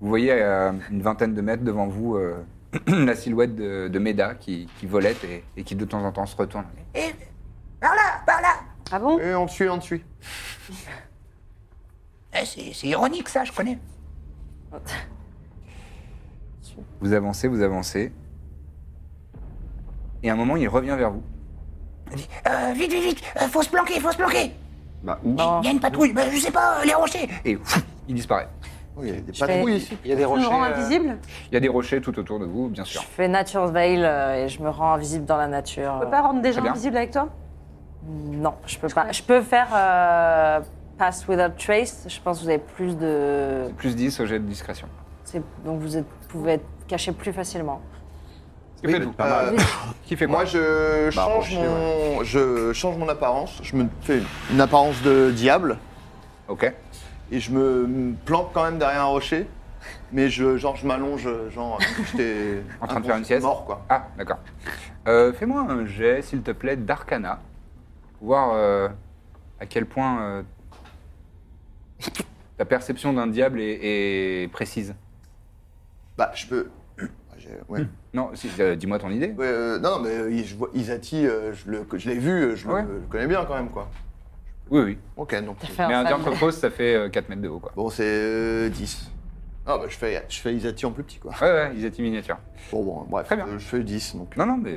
S1: Vous voyez euh, une vingtaine de mètres devant vous euh, la silhouette de, de Méda qui, qui volait et, et qui de temps en temps se retourne.
S7: Eh, Par là, par là.
S4: Ah bon
S6: Et on te suit, on te suit.
S7: Eh, c'est c'est ironique, ça, je connais.
S1: Vous avancez, vous avancez. Et à un moment, il revient vers vous.
S7: Euh, vite, vite, vite. euh, faut se planquer, faut se planquer.
S2: Bah, où
S7: Il y a une patrouille. Bah, je sais pas, euh, les rochers.
S1: Et pff, il disparaît.
S6: Oh, il y a des
S3: fais-
S6: patrouilles ici.
S5: Il y a des
S4: On
S5: rochers.
S4: le rend
S5: euh,
S4: invisible
S1: Il y a des rochers tout autour de vous, bien
S3: Je
S1: sûr.
S3: fais Nature Veil euh, et je me rends invisible dans la nature.
S4: On peut pas rendre des
S1: Très
S4: gens
S1: bien.
S4: invisibles avec toi
S3: Non, je peux pas. Je peux faire euh, Pass Without Trace. Je pense que vous avez plus de.
S1: Plus 10 au jet de discrétion.
S3: c'est- Donc vous êtes- pouvez être caché plus facilement.
S1: Que faites-vous
S6: Euh,
S1: Qui fait quoi
S6: Moi, je
S2: Bah,
S6: change,
S2: rocher,
S6: mon... je change mon apparence. Je me fais une apparence de diable
S1: Ok.
S6: et je me plante quand même derrière un rocher. Mais je, genre, je m'allonge, genre, comme si j'étais
S1: En train de faire une sieste
S6: mort, quoi.
S1: Ah, d'accord. Euh, Fais-moi un jet, s'il te plaît, d'arcana. Voir euh, à à quel point euh, ta perception d'un diable est, est précise.
S6: Bah, je peux. Ah, j'ai- Ouais.
S1: Non, si- euh, dis-moi ton idée.
S6: Ouais, euh, non, mais euh, je vois, Isati, euh, je le- je l'ai vu, euh, je le,
S1: Ouais.
S6: le connais bien quand même, quoi.
S1: Oui, oui.
S6: Ok, donc.
S3: T'as fait un
S1: Mais un
S3: fan.
S1: diable repose, ça fait euh, 4 mètres de haut, quoi.
S6: Bon, c'est euh, 10. Ah, bah, je fais, je fais Isati en plus petit, quoi.
S1: Ouais, ouais, ils étaient miniatures.
S6: Bon, bon, bref.
S1: Très bien.
S6: euh, je fais 10, donc.
S1: Non, non, mais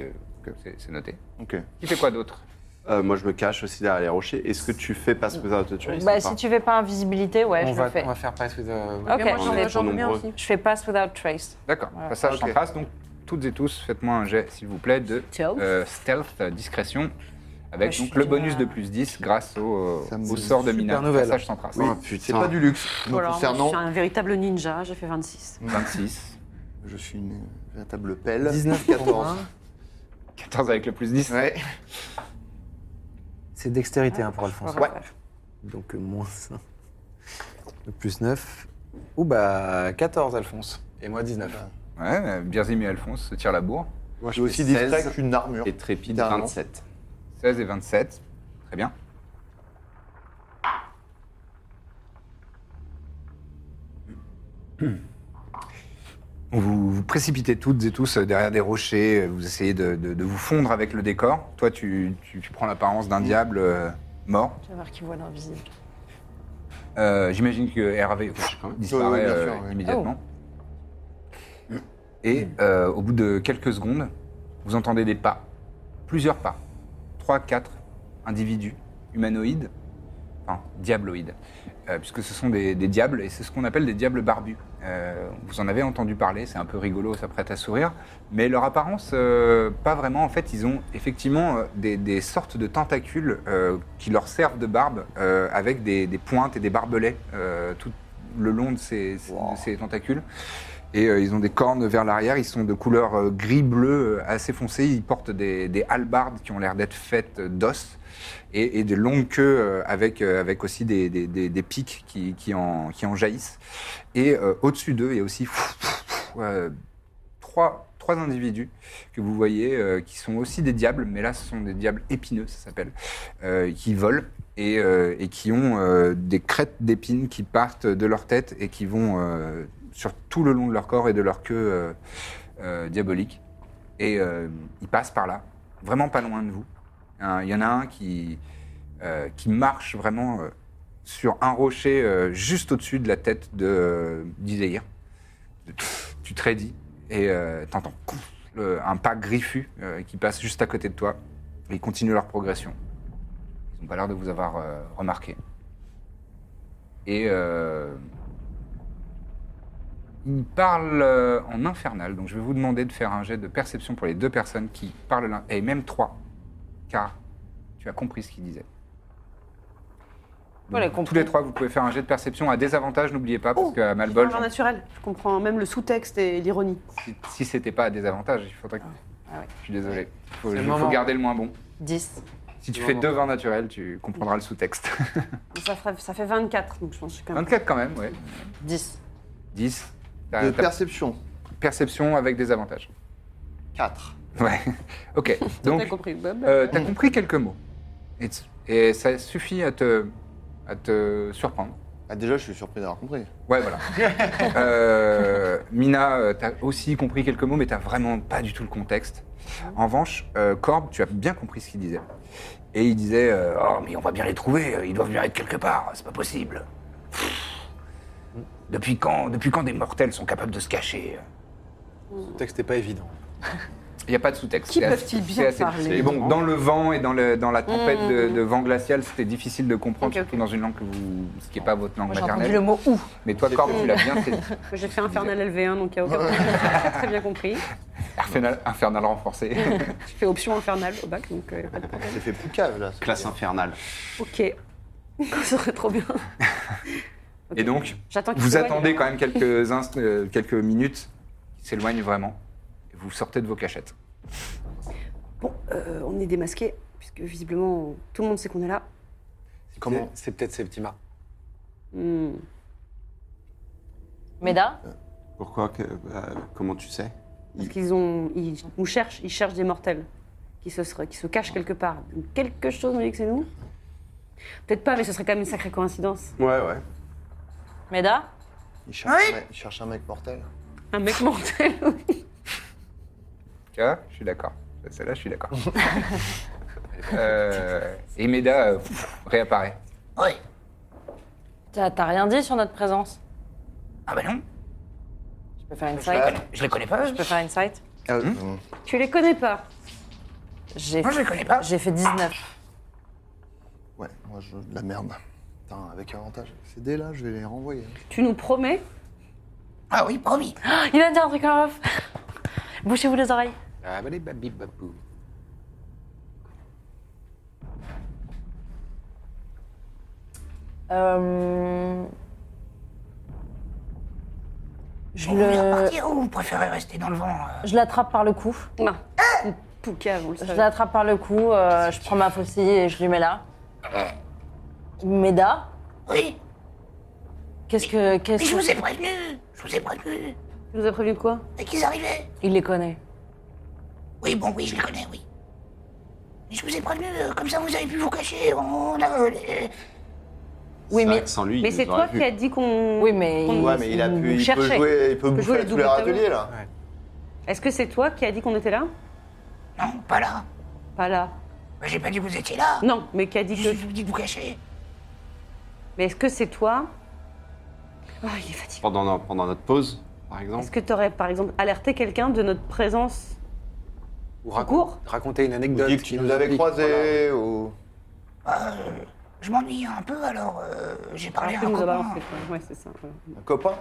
S1: euh, c'est- c'est noté.
S6: Ok.
S1: Qui fait quoi d'autre
S2: Euh, moi, je me cache aussi derrière les rochers. Est-ce que tu fais pas ce que ça va te tuer
S3: Bah, si tu fais pas invisibilité, ouais,
S5: on,
S3: je
S5: va,
S3: le fais.
S5: on va faire Pass with euh,
S3: Ok,
S4: Mais moi,
S3: je
S4: j'en-
S3: vais-
S4: j'en veux bien
S2: nombreux.
S4: aussi.
S3: Je fais pass without trace.
S1: D'accord,
S3: Voilà.
S1: passage sans
S6: Ok.
S1: trace. Donc, toutes et tous, faites-moi un jet, s'il vous plaît, de
S4: Stealth.
S1: euh, stealth, euh, discrétion,
S3: Moi,
S1: avec
S3: Ah, je
S1: donc
S3: suis
S1: le
S3: déjà-
S1: bonus de plus 10 grâce au,
S6: Ça me
S1: au sort de
S5: super
S1: Mina.
S5: nouvelle.
S1: Passage sans trace.
S6: Oui,
S2: Oh, putain.
S6: c'est pas du luxe. Me
S4: Voilà, moi, je
S6: concernant,
S4: suis un véritable ninja, j'ai fait 26.
S1: 26.
S6: je suis une véritable pelle.
S5: 19 pour
S6: 14.
S5: moi.
S1: 14 avec le plus 10.
S6: Ouais.
S5: C'est dextérité hein, pour Alphonse.
S3: Ouais.
S5: Donc euh, moins 5. Le plus 9. Ou bah 14 Alphonse. Et moi 19.
S1: Ouais, euh, Birzim et Alphonse se tirent la bourre.
S2: Moi,
S6: J'ai aussi
S2: fais
S6: distrait
S2: 16
S6: qu'une armure.
S2: Et trépide
S6: Carrément.
S2: 27.
S1: 16 et 27. Très bien. Vous vous précipitez toutes et tous euh, derrière des rochers, euh, vous essayez de, de- de vous fondre avec le décor. Toi, tu, tu- tu prends l'apparence d'un diable euh, mort.
S3: Je vais voir qui voit l'invisible.
S1: Euh, J'imagine que Hervé pff, disparaît
S6: Ouais, ouais, bien
S1: euh,
S6: sûr, Oh. ouais.
S1: immédiatement. Et euh, au bout de quelques secondes, vous entendez des pas, plusieurs pas, trois, quatre individus humanoïdes, enfin diabloïdes, euh, puisque ce sont des, des diables et c'est ce qu'on appelle des diables barbus. Euh, vous en avez entendu parler, c'est un peu rigolo, ça prête à sourire, mais leur apparence, euh, pas vraiment. En fait, ils ont effectivement euh, des, des sortes de tentacules euh, qui leur servent de barbe, euh, avec des, des pointes et des barbelets euh, tout le long de ces,
S6: Wow.
S1: de ces tentacules. Et euh, ils ont des cornes vers l'arrière, ils sont de couleur euh, gris-bleu euh, assez foncée, ils portent des, des halbardes qui ont l'air d'être faites euh, d'os et, et des longues queues euh, avec, euh, avec aussi des, des, des- des pics qui, qui, en, qui en jaillissent. Et euh, au-dessus d'eux, il y a aussi euh, trois, trois individus que vous voyez euh, qui sont aussi des diables, mais là ce sont des diables épineux, ça s'appelle, euh, qui volent et, euh, et qui ont euh, des crêtes d'épines qui partent de leur tête et qui vont euh, sur tout le long de leur corps et de leur queue euh, euh, diabolique. Et euh, ils passent par là, vraiment pas loin de vous. Hein, Il y en a un qui, euh, qui marche vraiment euh, sur un rocher euh, juste au-dessus de la tête de euh, d'Iséir. Tu te raidis et euh, t'entends le- un pas griffu euh, qui passe juste à côté de toi. Et ils continuent leur progression. Ils n'ont pas l'air de vous avoir euh, remarqué. Et euh, ils parlent euh, en infernal, donc je vais vous demander de faire un jet de perception pour les deux personnes qui parlent l'un, et même trois, car tu as compris ce qu'ils disaient.
S3: Ouais, elle a
S1: Donc, tous
S3: compris.
S1: les trois, vous pouvez faire un jet de perception à désavantage, n'oubliez pas, parce
S4: Oh,
S1: qu'à
S4: J'ai
S1: Malbol,
S4: fait un
S1: j'en-
S4: naturel, je comprends même le sous-texte et l'ironie.
S1: si, si c'était pas à désavantage, il faudrait que.
S3: Ah ouais.
S1: Je suis désolé. Faut-
S5: C'est le
S1: Il faut
S5: moment.
S1: garder le moins bon.
S3: 10.
S1: Si tu
S5: le
S1: fais
S5: moment.
S1: deux vins naturels, tu comprendras le sous-texte.
S3: Ah
S4: Ça, ferait- ça fait 24, donc je pense que je suis quand même.
S1: 24 quand même, ouais.
S3: 10.
S1: 10.
S6: De
S1: T'as- t'as
S6: perception,
S1: perception avec des avantages.
S6: 4.
S1: Ouais. Ok.
S4: T'as
S1: Donc,
S4: compris, Bah, Bob
S1: euh, t'as compris quelques mots. Et, et ça suffit à te, à te surprendre.
S6: Ah, déjà, je suis surpris d'avoir compris.
S1: Ouais, voilà. Euh, Mina, euh, t'as aussi compris quelques mots, mais t'as vraiment pas du tout le contexte. En revanche, euh, Corbe, tu as bien compris ce qu'il disait. Et il disait euh, Oh, mais on va bien les trouver, euh, ils doivent bien être quelque part, c'est pas possible. Pfff. Depuis quand, depuis quand des mortels sont capables de se cacher euh
S5: Le texte n'est pas évident.
S1: Il n'y a pas de sous-texte.
S4: Qui
S1: C'est
S4: peuvent-ils
S1: assez-
S4: bien
S1: c'est assez-
S4: parler Mmh.
S1: Mais bon, dans le vent et dans, le- dans la tempête de, de vent glacial, c'était difficile de comprendre,
S4: Ok, ok.
S1: surtout dans une langue que vous, ce qui n'est pas votre langue
S3: Moi, j'ai entendu
S1: maternelle.
S3: le mot ou.
S1: Mais toi, Corbe, tu l'as bien saisi.
S4: J'ai fait Infernal LV1, donc il n'y a aucun problème. J'ai très bien compris.
S1: Infernal, infernal renforcé.
S4: Je fais option Infernal au bac, donc euh, y a pas de problème.
S6: J'ai fait poucave, là.
S2: Classe infernale.
S4: Ok. Ça serait trop bien.
S1: Et donc,
S4: J'attends qu'il
S1: vous
S4: s'éloigne,
S1: attendez
S4: alors.
S1: quand même quelques, inst- euh, quelques minutes, il s'éloigne vraiment, et vous sortez de vos cachettes.
S4: Bon, euh, on est démasqué, puisque visiblement tout le monde sait qu'on est là.
S6: Comment
S5: C'est c'est peut-être Septima.
S4: Hmm.
S3: Méda
S2: Pourquoi que- euh, Comment tu sais
S4: Parce qu'ils ont, ils nous cherchent, ils cherchent des mortels qui se seraient, qui se cachent quelque part. Donc, quelque chose nous dit que c'est nous. Peut-être pas, mais ce serait quand même une sacrée coïncidence.
S2: Ouais, ouais.
S3: Meda
S6: Il cherche, un mec, il cherche un mec mortel.
S4: Un mec mortel.
S8: Tu vois, je suis d'accord.
S1: Bah,
S8: Celle-là, je suis d'accord. Euh, et Meda euh, pff, réapparaît.
S1: Ouais.
S3: T'as t'as rien dit sur notre présence
S1: Ah bah non,
S3: Je peux faire une sight
S1: je les connais pas. Hmm
S3: Je peux faire une sight
S5: Ah,
S4: tu les connais pas.
S3: J'ai
S1: Moi, je les connais pas.
S3: j'ai fait 19.
S6: Ouais, moi je de la merde. Putain, avec avantage. Ces dés là, je vais les renvoyer.
S4: Tu nous promets
S1: Ah oui, promis.
S3: Il a dit un truc en off. Bouchez-vous les oreilles.
S5: Ah, bah, les babi babou.
S3: Euh, Je,
S1: Vous voulez
S3: le...
S1: repartir ou vous préférez rester dans le vent euh
S3: je l'attrape par le cou.
S4: Non. Une Poucave, vous le
S3: Je
S4: savez.
S3: l'attrape par le cou, euh, je prends ma faucille et je lui mets là. Méda
S1: Oui,
S3: Qu'est-ce que.
S1: mais
S3: Qu'est-ce
S1: je
S3: que-
S1: vous ai prévenu. Je vous ai prévenu.
S4: Tu nous as prévenu de quoi
S1: Et qu'ils arrivaient.
S3: Il les connaît.
S1: Oui, bon, oui, je les connais, oui. Mais je vous ai prévenu, euh, comme ça vous avez pu vous cacher. On a. euh, les-
S3: Oui, mais.
S2: Sans lui,
S4: Mais
S2: il
S4: c'est
S2: nous aurait
S4: toi
S2: vu.
S4: qui as dit qu'on.
S3: Oui, mais.
S4: qu'on
S6: Ouais, mais il a
S4: nous
S6: pu, il peut
S4: cherchait.
S6: jouer, il peut
S4: Il peut
S6: bouffer
S4: jouer
S6: à
S4: le
S6: tous les
S4: double tableau.
S6: râteliers là.
S4: Est-ce que c'est toi qui as dit qu'on était là
S1: Non, pas là.
S4: Pas là.
S1: Bah, j'ai pas dit que vous étiez là.
S4: Non, mais qui a dit
S1: Je
S4: que.
S1: vous dis de vous cacher.
S4: Mais est-ce que c'est toi Ah, il est fatigué.
S2: Pendant, no- pendant notre pause, par exemple.
S4: Est-ce que tu aurais, par exemple, alerté quelqu'un de notre présence
S5: Ou
S4: en cours
S5: raconter une
S6: Vous
S5: anecdote.
S6: dites que tu
S5: qui
S6: nous avais
S5: explique,
S6: croisés ou.
S1: Je m'ennuie un peu, alors euh, j'ai parlé
S4: Alors
S1: à
S4: que
S1: un
S4: Ah, nous a
S1: copain.
S4: balancé, quoi. Ouais, c'est ça. voilà.
S6: Un copain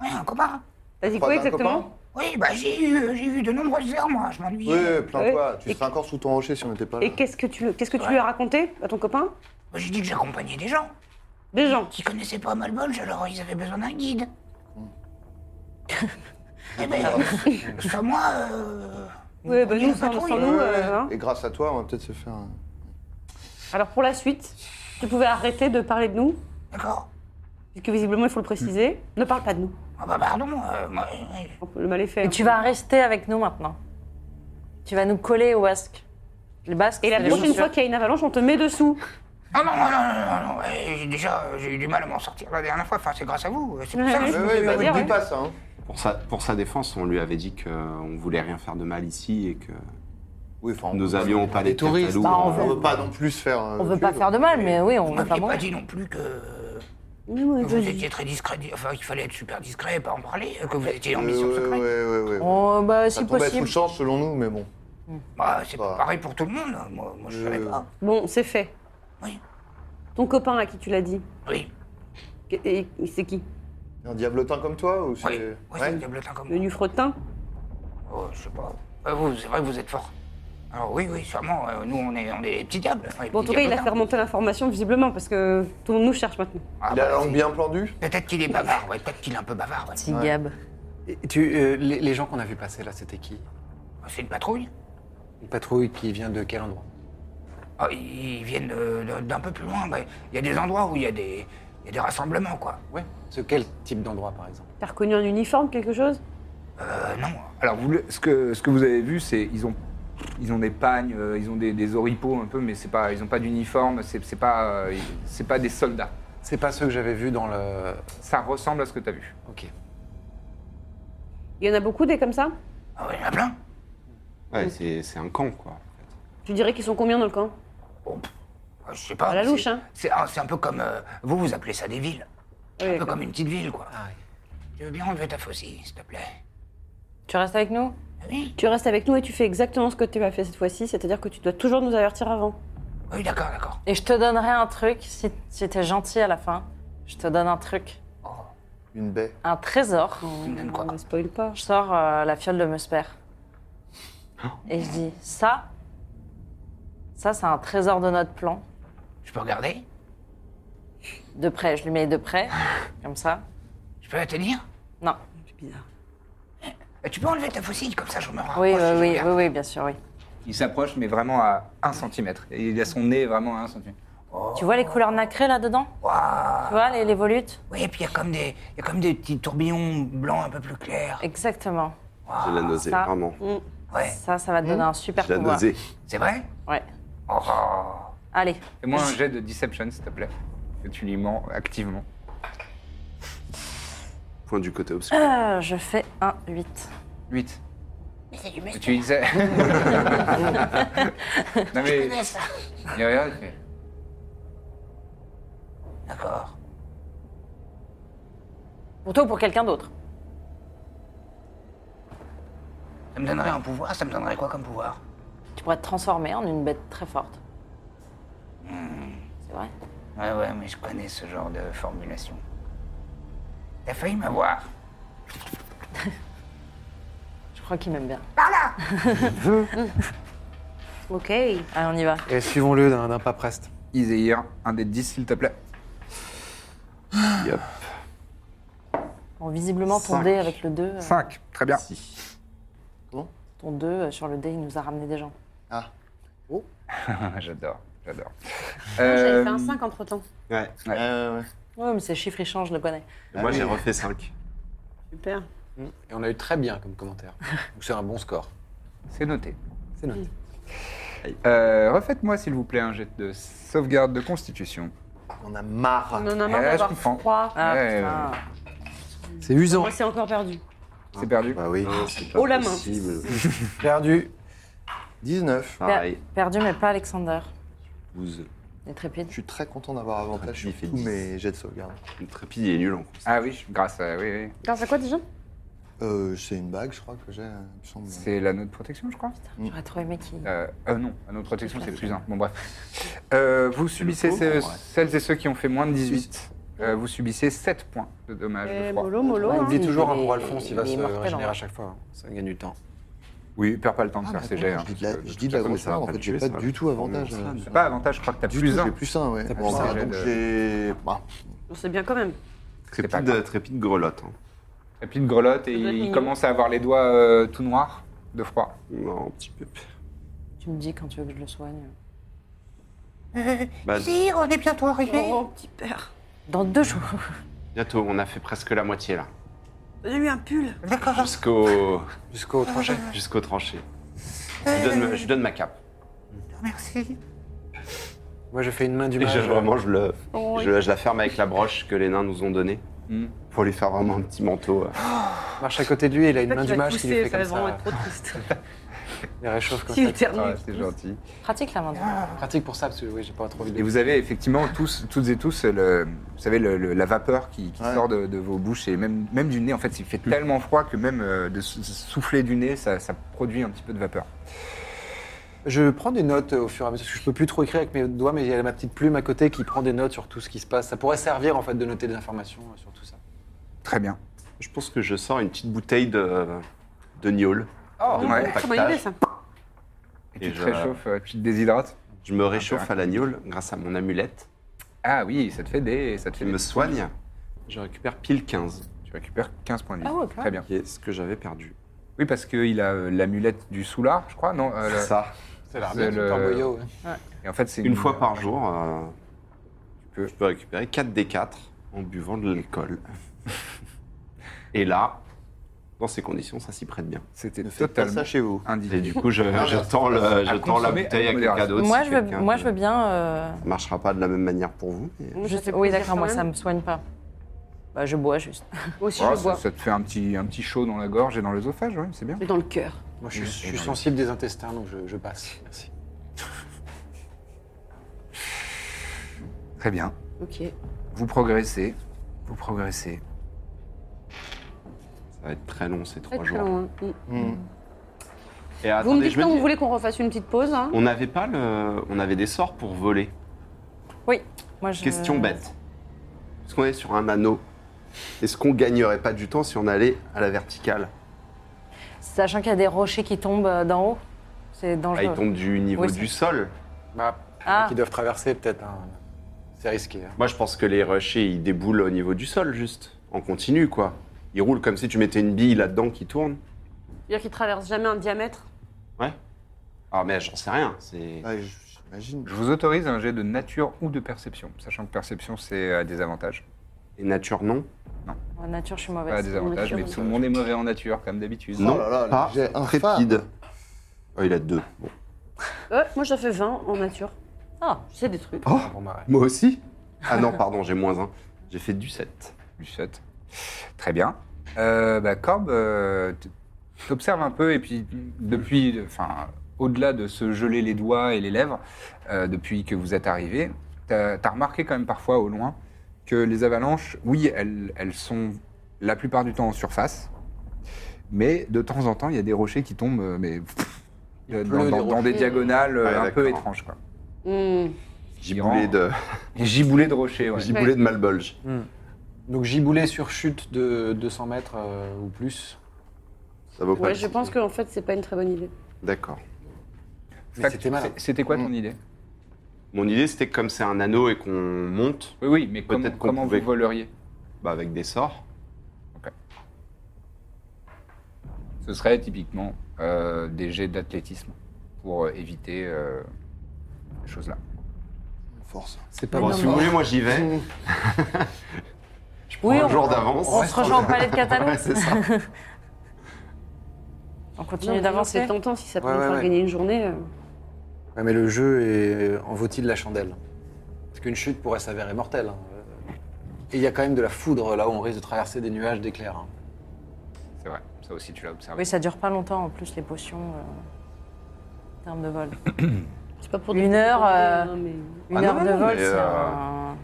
S1: Ouais, un copain.
S4: T'as
S6: Croisé
S4: dit quoi
S6: un
S4: exactement
S6: copain
S1: Oui, bah j'ai eu, j'ai eu de nombreuses heures, moi, je m'ennuie.
S6: Oui, oui, plein de
S4: Oui.
S6: fois. Tu
S4: Et-
S6: serais encore sous ton rocher si on n'était pas là.
S4: Et qu'est-ce que tu, qu'est-ce que tu lui as raconté à ton copain
S1: Bah, j'ai dit que j'accompagnais des gens
S4: Des gens.
S1: qui connaissaient pas Malbolge, alors ils avaient besoin d'un guide.
S4: Hmm.
S1: Eh ben, euh, sans moi, euh,
S4: Oui, bah nous,
S1: a pas
S4: sans,
S1: trop,
S4: sans
S1: il-
S4: nous.
S6: Ouais,
S4: euh, hein.
S6: Et grâce à toi, on va peut-être se faire. un-
S4: Alors pour la suite, tu pouvais arrêter de parler de nous,
S1: d'accord.
S4: puisque visiblement, il faut le préciser. Ne parle pas de nous.
S1: Ah bah pardon, euh, moi, euh,
S4: Le mal est fait. hein.
S3: Et tu vas rester avec nous maintenant. Tu vas nous coller au basque. Le basque.
S4: Et la
S3: c'est les
S4: prochaine
S3: chaussures.
S4: fois qu'il y a une avalanche, on te met dessous.
S1: Non, Ah non, non, non, non, non, euh, j'ai déjà euh, j'ai eu du mal à m'en sortir la dernière fois, enfin c'est grâce à vous, euh, c'est pour ça que
S4: Ouais,
S1: je
S6: Ouais,
S4: ouais,
S1: vous
S6: ouais,
S1: ai pas
S6: mais
S4: ouais,
S6: ne
S1: dit.
S4: dire,
S6: dis bah, pas ça. hein.
S2: Pour sa, pour sa défense, on lui avait dit qu'on voulait rien faire de mal ici et que
S6: Oui, enfin, on
S2: nous
S6: veut-
S2: allions au palais de
S5: touristes.
S2: Catalou.
S3: Bah, on
S6: On veut pas non plus se faire. euh,
S3: On veut
S6: tuer,
S3: pas
S6: donc.
S3: faire de mal, mais oui, on
S1: Vous
S3: veut pas
S1: m'aviez pas
S3: mourir.
S1: dit non plus que euh, vous
S4: Bah, Vas-y.
S1: étiez très discret, enfin qu'il fallait être super discret et pas en parler, euh, que vous étiez en
S6: Ouais,
S1: mission
S6: ouais,
S1: secrète.
S6: ouais, ouais, ouais.
S3: Oh, bah,
S6: Ça
S3: si
S6: tombait sous le
S3: possible.
S6: champ selon nous, mais bon.
S1: Bah, c'est
S6: Bah.
S1: pareil pour tout le monde, hein. moi, moi je savais
S6: Euh.
S1: pas.
S4: Bon, c'est fait.
S1: Oui.
S4: Ton copain à qui tu l'as dit,
S1: Oui,
S4: que- et- et c'est qui
S6: Un diablotin comme toi ou
S1: oui,
S6: c'est.
S1: oui,
S6: Ouais.
S1: c'est le bleutin comme
S4: Le
S1: moi.
S4: Nufretin
S1: Oh, je sais pas. Euh, vous, c'est vrai que vous êtes fort. Alors oui, oui, sûrement, euh, nous on est, on est des petits diables. enfin, des
S4: Bon, en tout
S1: petits
S4: cas, il a fait
S1: diablotins.
S4: remonter l'information visiblement parce que tout le monde nous cherche maintenant.
S1: Ah,
S6: Il a
S1: bah,
S6: la langue bien pendue
S1: c'est- Peut-être qu'il est bavard, ouais, peut-être qu'il est un peu bavard. ouais.
S3: Petit Gab.
S5: Et tu, euh, les, les gens qu'on a vu passer là, c'était qui
S1: C'est une patrouille.
S5: Une patrouille qui vient de quel endroit
S1: Ah, ils viennent de- de- d'un peu plus loin. ouais. Il y a des endroits où il y, a des- il y a des rassemblements, quoi.
S5: Ouais. Ce quel type d'endroit, par exemple
S4: T'as reconnu un uniforme, quelque chose
S1: Euh, non.
S8: Alors, vous, le- ce, que, ce que vous avez vu, c'est ils ont, ils ont des pagnes, euh, ils ont des, des oripeaux un peu, mais c'est pas, ils n'ont pas d'uniforme, c'est c'est pas, euh, ils- c'est pas des soldats.
S5: C'est pas ceux que j'avais vus dans le.
S8: Ça ressemble à ce que tu as vu.
S5: Ok.
S4: Il y en a beaucoup des comme ça
S1: Ah, ouais, il y en a plein.
S3: Mm.
S2: Ouais, c'est c'est un camp, quoi. en fait.
S4: Tu dirais qu'ils sont combien dans le camp
S1: Bon, pff, ah, je sais pas.
S4: À la
S1: mais
S4: louche,
S1: c'est-
S4: hein.
S1: C'est ah, c'est un peu comme. euh, vous, vous appelez ça des villes.
S3: Ah,
S4: Oui,
S1: Un peu
S4: d'accord.
S1: comme une petite ville, quoi.
S5: Ah,
S1: Tu veux bien enlever ta faucille, s'il te plaît Ah
S3: Tu restes avec nous
S1: Oui,
S4: Tu restes avec nous et tu fais exactement ce que tu as fait cette fois-ci, c'est-à-dire que tu dois toujours nous avertir avant.
S1: Ah oui, d'accord, d'accord.
S3: Et je te donnerai un truc, si, si t'es gentil à la fin, je te donne un truc.
S6: Une baie.
S3: Un trésor.
S1: Tu me donnes quoi
S4: On ne spoil pas.
S3: Je sors euh, la fiole de Musper. Et je dis, ça, ça c'est un trésor de notre plan.
S1: Je peux regarder
S3: De près, je lui mets de près, comme ça.
S1: Je peux la tenir
S3: Non.
S4: C'est bizarre.
S1: Euh, Tu peux enlever ta faucille, comme ça je me rapproche.
S3: Oui, oui,
S1: et Oh, je
S3: oui,
S1: regarde.
S3: oui, oui, bien sûr, oui.
S8: Il s'approche, mais vraiment à 1 cm. Il a son nez vraiment à 1 cm.
S3: Tu vois les couleurs nacrées là-dedans
S1: Ouah.
S3: Tu vois les, les volutes
S1: Oui, et puis il y a comme des, il y a comme des petits tourbillons blancs un peu plus clairs.
S3: Exactement.
S2: J'ai la nausée,
S3: Ah, ça.
S2: vraiment.
S1: Ouais,
S4: Hmm.
S3: Ça, ça va te donner un super
S2: J'ai la
S3: pouvoir.
S2: nausée.
S1: c'est vrai
S3: Ouais.
S1: Oh,
S3: Allez.
S1: Fais-moi un jet de deception, s'il te plaît. Que tu lui mens activement.
S2: Point du côté obscur.
S3: Ah, je fais un 8.
S1: 8.
S7: Mais c'est du
S1: Et
S7: mec.
S1: tu lui disais. non mais.
S7: connais ça.
S1: Il regarde, il fait.
S7: D'accord.
S3: Pour toi ou pour quelqu'un d'autre
S7: Ça me donnerait un pouvoir, ça me donnerait quoi comme pouvoir
S3: Tu pourrais te transformer en une bête très forte. C'est vrai
S7: Ouais, ouais, mais je connais ce genre de formulation. T'as failli m'avoir.
S3: Je crois qu'il m'aime bien.
S4: Ok.
S3: Allez, on y va.
S5: Et suivons-le d'un d'un pas preste.
S1: Iséir, un des 10, s'il te plaît.
S3: Bon, visiblement, ton
S2: Cinq.
S3: dé avec le 2, euh,
S1: 5. Très bien.
S3: ton 2 euh, sur le dé, il nous a ramené des gens.
S7: Ah,
S1: j'adore, j'adore.
S4: J'avais
S1: Euh,
S4: fait un 5 entre temps.
S2: Ouais.
S1: Ouais.
S6: Euh, ouais.
S3: Oui, mais ces chiffres, ils changent, je le connais.
S2: Et moi, j'ai refait 5.
S4: Super.
S5: Hmm. Et on a eu très bien comme commentaire. Donc c'est un bon score.
S1: C'est noté.
S5: C'est
S7: Mm.
S5: noté.
S1: Euh, Refaites-moi, s'il vous plaît, un jet de sauvegarde de constitution.
S6: On a marre.
S4: On en a
S1: Eh,
S4: marre
S1: je
S4: d'avoir
S1: comprends.
S4: froid.
S3: Ah,
S1: Ouais,
S3: putain.
S5: C'est usant.
S4: Moi, c'est encore perdu.
S7: Ah,
S1: C'est perdu.
S2: Bah oui.
S4: Oh, la main.
S5: Perdu.
S6: 19.
S3: Bah.
S2: Pareil,
S3: Perdu, mais pas Alexander.
S2: 12.
S3: Les trépieds.
S6: Je suis très content d'avoir avantage
S2: Il
S6: sur
S2: fait
S6: tous
S2: 10.
S6: mes jets de sauvegarde.
S2: Le trépide il est nul en plus.
S1: Ah oui, grâce à. Oui, oui.
S7: Mm.
S4: Grâce à quoi déjà
S6: Euh, c'est une bague, je crois que j'ai, euh, il me semble.
S1: C'est l'anneau de protection, je crois.
S3: J'aurais trop aimé qu'il.
S1: Euh, euh, non, anneau de protection, c'est le plus 1. Bon, bref. Euh, vous subissez,
S2: pauvre,
S1: ce-
S2: ouais.
S1: celles et ceux qui ont fait moins de 18, euh, vous subissez 7 points de dommages de
S4: Eh,
S1: froid.
S4: Mollo, mollo.
S5: On
S4: hein.
S5: oublie toujours un
S3: il est-
S5: pour Alphonse, il va
S3: il est
S5: se
S3: mortel, en
S5: régénérer
S3: vrai.
S5: à chaque fois. hein. Ça gagne du temps.
S1: Oui, perds pas le temps de
S6: Ah,
S1: faire
S6: mais
S1: ces
S6: attends,
S1: jets. hein,
S6: Je dis de la,
S1: parce que
S6: je
S1: de
S6: dis de
S1: toute
S6: la
S1: façon,
S6: grosse
S1: ça va
S6: arme, en
S1: pas
S6: fait,
S1: te
S6: j'ai
S1: tuer,
S6: pas
S1: ça va
S6: du
S1: te
S6: tout
S1: faire
S6: avantage.
S1: mal.
S6: euh,
S1: C'est pas avantage, je crois que t'as
S6: du
S1: plus
S6: tout,
S1: 1.
S6: J'ai plus un, ouais.
S5: T'as plus
S6: Bon,
S5: un,
S6: bah,
S1: donc
S6: donc j'ai- bah,
S4: On sait bien quand même.
S1: C'est pas
S2: Trépide,
S1: grave.
S2: euh, trépide grelotte. hein.
S1: Et puis une grelotte et
S4: Ça doit être
S1: il
S4: mignon.
S1: commence à avoir les doigts euh, tout noirs de froid.
S2: Non, un petit peu.
S3: Tu me dis quand tu veux que je le soigne.
S7: Euh,
S2: Bah,
S7: si, on est bientôt arrivé.
S4: Oh, petit père.
S3: Dans deux jours.
S2: bientôt, on a fait presque la moitié là.
S4: Donnez-lui un pull.
S7: D'accord.
S2: Jusqu'au
S5: Jusqu'au tranché.
S2: jusqu'au tranché.
S7: Euh,
S2: Je donne, je donne ma cape.
S7: Merci.
S5: Moi, j'ai fait une main du
S2: Et
S5: mage.
S2: je, vraiment, je, le,
S4: Oh,
S2: je, je la ferme avec la broche que les nains nous ont donnée
S1: Hmm.
S2: pour lui faire vraiment un petit manteau. euh.
S5: Marche à côté de lui, il a une
S4: J'espère
S5: main
S4: qu'il
S5: du
S4: va te
S5: mage qui lui
S4: pousser,
S5: fait
S4: ça va
S5: comme
S4: vraiment
S5: ça.
S4: être trop triste.
S5: Il réchauffe comme
S4: S'il
S1: Ah,
S5: ça.
S4: éternue.
S1: c'est gentil.
S3: Pratique la main droite.
S5: Pratique pour ça, parce que oui, j'ai pas trop envie de.
S1: Et vous avez effectivement tous, toutes et tous, le, vous savez, le- le- la vapeur qui, qui
S6: Ouais.
S1: sort de, de vos bouches et même, même du nez. En fait, il fait tellement froid que même euh, de sou- souffler du nez, ça, ça produit un petit peu de vapeur.
S5: Je prends des notes euh, au fur et à mesure, parce que je peux plus trop écrire avec mes doigts, mais il y a ma petite plume à côté qui prend des notes sur tout ce qui se passe. Ça pourrait servir en fait de noter des informations euh, sur tout ça.
S1: Très bien.
S2: Je pense que je sors une petite bouteille de, de gnôle.
S4: Oh,
S1: Ouais.
S4: c'est bonne idée ça.
S1: Et
S2: Et
S1: tu te
S2: je-
S1: réchauffes, euh, tu te déshydrates.
S2: Je me réchauffe à la gnôle grâce à mon amulette
S1: Ah oui, ça te fait des... Ça te fait
S2: qui me
S1: des-
S2: soigne. Je récupère pile 15,
S1: Tu récupères 15 points de vie.
S3: Ah ouais, quand
S1: Très bien.
S2: qui est ce que j'avais perdu.
S1: Oui, parce qu'il a euh, l'amulette du soulard, je crois, non euh, le-
S2: Ça,
S5: C'est
S1: l'arbre.
S5: le...
S1: Le-
S5: boyau, ouais.
S1: Et en fait, c'est
S2: une fois par jour, euh, tu peux- je peux récupérer 4 des 4 en buvant de l'alcool. Et là, dans ces conditions, ça s'y prête bien.
S1: C'était
S6: ne faites pas
S1: totalement Ah,
S6: ça chez vous.
S2: Et
S1: indiqué.
S2: du coup, je, je tends, le- je
S1: À
S2: tends la
S1: consommer
S2: bouteille à
S1: avec
S2: quelqu'un
S1: modération.
S2: d'autre.
S3: moi,
S2: si
S3: je veux,
S2: quelqu'un
S3: moi,
S2: peut-
S3: je veux bien. euh,
S2: Ça marchera pas de la même manière pour vous. mais-
S4: Je sais
S3: Oui,
S4: pas
S3: d'accord,
S4: dire
S3: moi,
S4: quand
S3: ça
S4: même.
S3: me soigne pas. Bah, je bois juste.
S4: Moi aussi,
S1: Voilà,
S4: je
S1: Oh, ça,
S4: bois.
S1: ça te fait un petit, un petit chaud dans la gorge et dans l'œsophage, ouais, c'est bien.
S4: Mais dans le cœur.
S5: Moi, je suis, je suis sensible des intestins, donc je, je passe. Merci.
S1: Très bien.
S4: Ok.
S1: Vous progressez, vous progressez.
S2: Ça va être très long ces
S4: Très
S2: trois
S4: très
S2: jours.
S4: loin. Mm.
S2: Et
S4: Vous me
S2: attendez,
S4: dites
S2: je me
S4: quand vous
S2: dis-
S4: voulez qu'on refasse une petite pause. hein
S2: on n'avait pas le, on avait des sorts pour voler.
S3: Oui. Moi, je...
S2: Question bête. Parce qu'on est sur un anneau. Est-ce qu'on gagnerait pas du temps si on allait à la verticale
S3: Sachant qu'il y a des rochers qui tombent euh, d'en haut, c'est
S2: Ah,
S3: dangereux.
S2: il tombe du niveau
S3: Oui,
S2: du sol.
S5: Bah,
S3: Ah.
S5: qui doivent traverser peut-être. hein. C'est risqué. hein.
S2: Moi, je pense que les rochers, ils déboulent au niveau du sol, juste. En continu, quoi. Ils roulent comme si tu mettais une bille là-dedans qui tourne.
S4: C'est-à-dire qu'il traverse jamais un diamètre.
S2: Ouais. Ah, mais j'en sais rien. C'est.
S6: Ouais, j- J'imagine.
S1: Je vous autorise un jet de nature ou de perception, sachant que perception c'est à des avantages.
S2: Et nature, non.
S3: En nature, je suis
S1: Pas à
S3: mauvaise.
S1: des avantages,
S4: nature,
S1: mais
S4: oui.
S1: tout le monde est mauvais en nature, comme d'habitude.
S2: non,
S6: Oh là là,
S2: pas
S6: j'ai un
S2: trépide. Oh, il a deux. Bon.
S4: Euh, moi, j'en fais 20 en nature. Ah, je sais des trucs.
S2: Oh,
S5: pour ma-
S2: moi aussi Ah non, pardon, j'ai moins 1. J'ai fait du 7.
S1: Du 7. Très bien. Euh, bah, Corbe, euh, t- t'observes un peu, et puis depuis, enfin, au-delà de se geler les doigts et les lèvres, euh, depuis que vous êtes arrivé, t'as as remarqué quand même parfois au loin que les avalanches, oui, elles, elles sont la plupart du temps en surface, mais de temps en temps, il y a des rochers qui tombent, euh, mais pff,
S5: Il
S1: dans,
S5: pleut
S1: dans-
S5: des
S1: dans des
S3: rochers.
S1: diagonales euh,
S2: Ouais,
S1: un peu
S2: d'accord.
S1: étranges, quoi.
S4: Hmm.
S2: Giboulé de,
S1: Giboulé de rochers, ouais.
S2: giboulé de malbolge.
S5: Donc giboulé sur chute de 200 mètres euh, ou plus.
S2: Ça vaut pas
S4: Ouais,
S2: le
S4: je
S2: coup.
S4: pense qu'en fait, c'est pas une très bonne idée.
S2: D'accord.
S5: Mais
S1: Fact-
S5: c'était malin.
S1: c'est- C'était quoi
S2: Mm.
S1: ton idée
S2: Mon idée, c'était que comme c'est un anneau et qu'on monte
S1: Oui, oui, mais comment,
S2: Peut-être qu'on
S1: comment
S2: pouvait-
S1: vous voleriez
S2: bah, avec des sorts,
S1: Ce serait typiquement euh, des jets d'athlétisme pour euh, éviter euh, ces choses-là.
S6: Force.
S5: C'est pas
S2: Bon,
S5: bon.
S2: si vous voulez, moi j'y vais. je prends
S3: Oui,
S2: un
S3: on-
S2: jour d'avance.
S3: On se rejoint au palais de Catalan.
S2: Ouais, c'est ça.
S3: On
S4: Non,
S3: continue
S4: mais
S3: d'avancer.
S4: C'est tentant si ça peut
S5: Ouais,
S4: nous
S5: ouais,
S4: faire
S5: ouais.
S4: gagner une journée. euh.
S5: Ouais, mais le jeu est... euh, en vaut-il la chandelle Parce qu'une chute pourrait s'avérer mortelle. hein. Et il y a quand même de la foudre là où on risque de traverser des nuages d'éclairs. hein.
S1: C'est vrai, ça aussi tu l'as observé.
S3: Oui, ça dure pas longtemps en plus les potions. euh, en termes de vol.
S4: C'est pas pour
S3: Une
S4: des-
S3: heure, euh,
S4: Non, mais-
S3: Une
S2: Ah non,
S3: heure
S2: non,
S3: de
S2: non,
S3: vol,
S2: mais,
S3: c'est
S2: euh,
S3: un-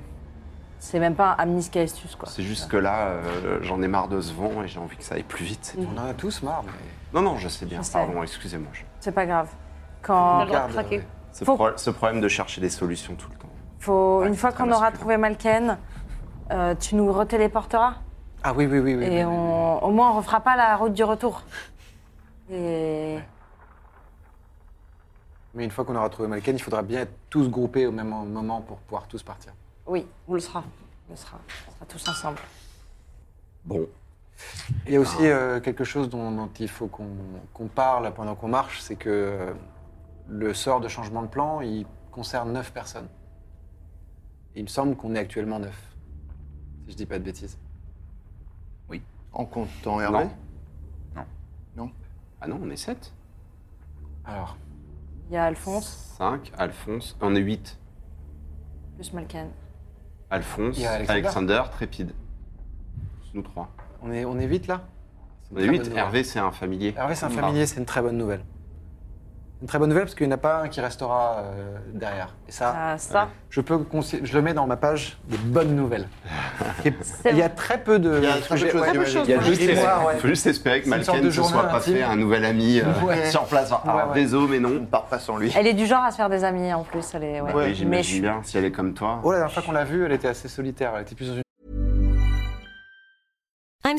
S3: C'est même pas un amnistie astuce quoi.
S2: C'est juste que là, euh, j'en ai marre de ce vent et j'ai envie que ça aille plus vite.
S5: On en a tous marre, mais
S2: Non, non, je sais bien.
S3: Je sais.
S2: Pardon, excusez-moi. je-
S3: C'est pas grave.
S4: On a
S3: Quand
S4: le droit de
S5: Regarde, euh,
S4: craquer.
S5: ouais.
S2: Ce,
S3: Faut-
S2: pro- ce problème de chercher des solutions tout le temps.
S3: faut,
S2: Ouais,
S3: une fois
S2: c'est
S3: qu'on
S2: très
S3: aura
S2: masculin.
S3: trouvé Malken, euh, tu nous retéléporteras
S5: ah oui oui oui oui. oui,
S3: et ben- on, au moins on refera pas la route du retour. Et
S5: Mais une fois qu'on aura trouvé Malken, il faudra bien être tous groupés au même moment pour pouvoir tous partir.
S3: oui, on le sera, on le sera, on sera tous ensemble.
S2: Bon,
S5: Il y a aussi
S2: Ah.
S5: euh, quelque chose dont, dont il faut qu'on qu'on parle pendant qu'on marche, c'est que euh, le sort de changement de plan, il concerne 9 personnes. Et il me semble qu'on est actuellement 9, si je dis pas de bêtises.
S6: En comptant Hervé
S2: ah non, on est 7.
S5: Alors,
S3: Il y a Alphonse
S2: 5, Alphonse. On est 8.
S3: plus Malken.
S2: Alphonse,
S5: Il y a
S2: Alexander.
S5: Alexander.
S2: Trépide. Nous trois.
S5: on est, on est vite là C'est une
S2: On est 8.
S5: très bonne nouvelle.
S2: Hervé, c'est un familier.
S5: Hervé, c'est un
S2: Ah.
S5: familier, c'est une très bonne nouvelle. Une très bonne nouvelle parce qu'il n'y en a pas un qui restera euh, derrière. Et ça,
S3: Ah, ça.
S5: je, peux consi- je le mets dans ma page des bonnes nouvelles. Et il y a très peu de
S6: Il y a très peu de
S5: sujets-
S6: choses,
S5: ouais.
S6: j'imagine.
S2: Il y a juste
S5: Et moi, ouais.
S2: faut juste espérer que
S5: C'est une sorte
S2: Malken
S5: de
S2: ne soit
S5: journal
S2: pas
S5: intime.
S2: fait un nouvel ami euh,
S5: Ouais.
S2: sur place. Ah,
S5: Ouais, ouais.
S2: Désolé, mais
S6: On
S2: non.
S6: ne part pas sans lui.
S3: Elle est du genre à se faire des amis en plus, elle est. ouais.
S2: Bah
S6: Ouais.
S2: oui,
S3: Mais je-
S2: j'imagine bien, si elle est comme toi.
S5: Oh, la dernière fois qu'on l'a vue, elle était assez solitaire. Elle était plus dans une
S9: I'm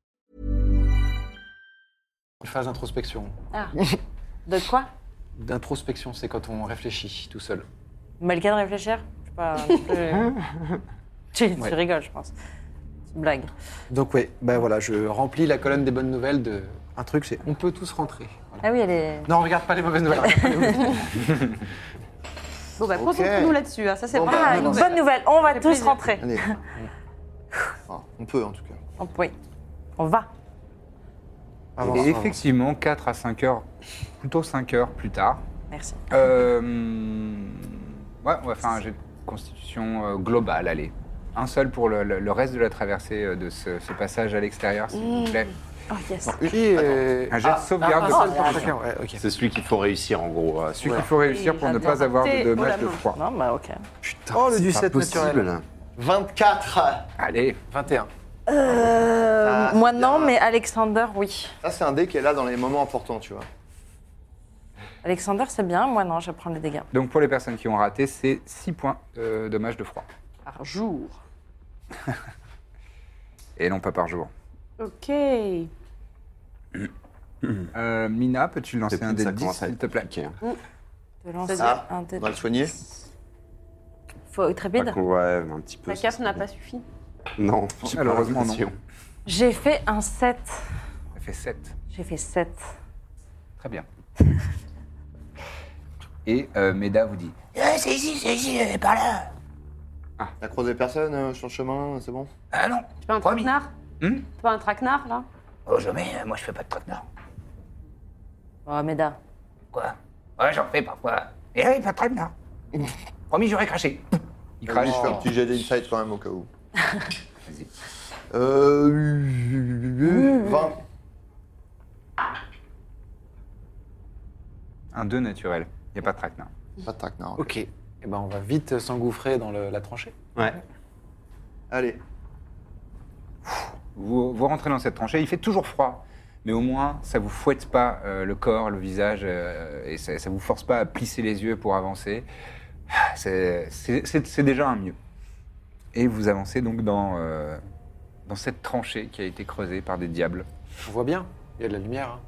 S5: phase d'introspection.
S3: Ah. De quoi
S5: D'introspection, c'est quand on réfléchit tout seul.
S3: Malken réfléchir Je sais pas. non plus. tu, tu
S5: Ouais.
S3: rigoles, je pense. C'est une blague.
S5: Donc oui, ben voilà, je remplis la colonne des bonnes nouvelles de un truc, c'est on peut tous rentrer. Voilà.
S3: Ah oui, elle est.
S5: Non, regarde pas les mauvaises nouvelles. regarde pas les mauvaises nouvelles.
S4: Bon, bah, concentrons-nous là-dessus. hein. Ça, c'est
S6: Bon,
S4: vraiment
S6: bah,
S3: Ah,
S4: une
S6: non,
S3: une
S6: non.
S4: bonne-
S3: bonne nouvelle, on va
S4: fait
S3: tous
S4: plaisir.
S3: rentrer.
S6: Allez. Enfin, on peut en tout cas.
S3: On- oui, on va.
S5: Avance,
S1: Et
S5: avance.
S1: effectivement, 4 à 5 heures, plutôt 5 heures plus tard,
S3: Merci.
S1: euh, ouais, on va faire un jet de constitution euh, globale, allez. Un seul pour le, le- le reste de la traversée euh, de ce, ce passage à l'extérieur, s'il vous plaît.
S3: Oh yes.
S5: Qui est...
S1: Un jet de sauvegarde
S3: Oh,
S1: de
S5: Mmh. Ah, c'est pour
S1: constitution.
S5: chacun, ouais, ok.
S2: C'est celui qu'il faut réussir en gros. euh,
S1: Celui qu'il faut réussir pour ne pas avoir de
S4: T'es
S1: dommages
S4: haut la
S1: de
S4: main.
S1: froid.
S3: Non, bah ok.
S2: Putain,
S5: Oh, le
S2: c'est
S5: du
S2: pas
S5: sept
S2: possible.
S5: naturel.
S6: 24
S1: Allez,
S5: 21.
S6: Ah,
S3: Euh, moi
S6: c'est
S3: non,
S6: bien.
S3: mais Alexander, oui.
S6: Ça, c'est un dé qui est là dans les moments importants, tu vois.
S3: Alexander, c'est bien, moi non, je prends les dégâts.
S1: donc pour les personnes qui ont raté, c'est 6 points de dommages de froid.
S4: Par jour.
S1: Et non pas par jour.
S4: Ok.
S1: Euh, Mina, peux-tu lancer
S2: C'est
S1: un
S2: plus
S1: dé
S2: ça
S1: de 10,
S2: commence à
S1: s'il
S2: être
S1: te plaît
S2: compliqué, hein.
S3: De lancer
S6: Ah,
S3: un
S6: on
S3: dé-
S6: va le soigner.
S4: Faut être rapide.
S2: Pas qu'on- ouais, mais un petit peu.
S4: La casse n'a pas suffi.
S2: Non, j'ai pas
S1: Malheureusement, non.
S2: l'impression.
S3: J'ai fait un 7.
S1: Ça fait 7.
S3: J'ai fait 7.
S1: Très bien. Et euh, Meda vous dit
S7: Euh, c'est ici, c'est ici, euh, par là.
S6: T'as croisé personne euh, sur le chemin, c'est bon
S7: Ah non
S4: T'es pas un traquenard
S1: Hmm
S4: T'es pas un traquenard, là
S7: Oh, jamais, euh, moi je fais pas de traquenard.
S3: Oh, Meda.
S7: Quoi Ouais, j'en fais parfois. Mais là, il est pas de traquenard. Promis, j'aurais craché.
S2: Euh,
S6: Il
S7: crache.
S6: Je fais un petit jet d'insight quand même au cas où.
S1: Vas-y.
S6: Euh. 20.
S1: un 2 naturel. Il n'y a pas de traquenard.
S6: Pas de traquenard.
S5: Ok. Eh ben, on va vite s'engouffrer dans le- la tranchée.
S2: Ouais.
S6: Allez.
S1: Vous, vous rentrez dans cette tranchée, il fait toujours froid, mais au moins ça vous fouette pas euh, le corps, le visage, euh, et ça, ça vous force pas à plisser les yeux pour avancer. Ah, C'est c'est- c'est- c'est déjà un mieux. Et vous avancez donc dans, euh, dans cette tranchée qui a été creusée par des diables.
S5: On voit bien, il y a de la lumière. hein.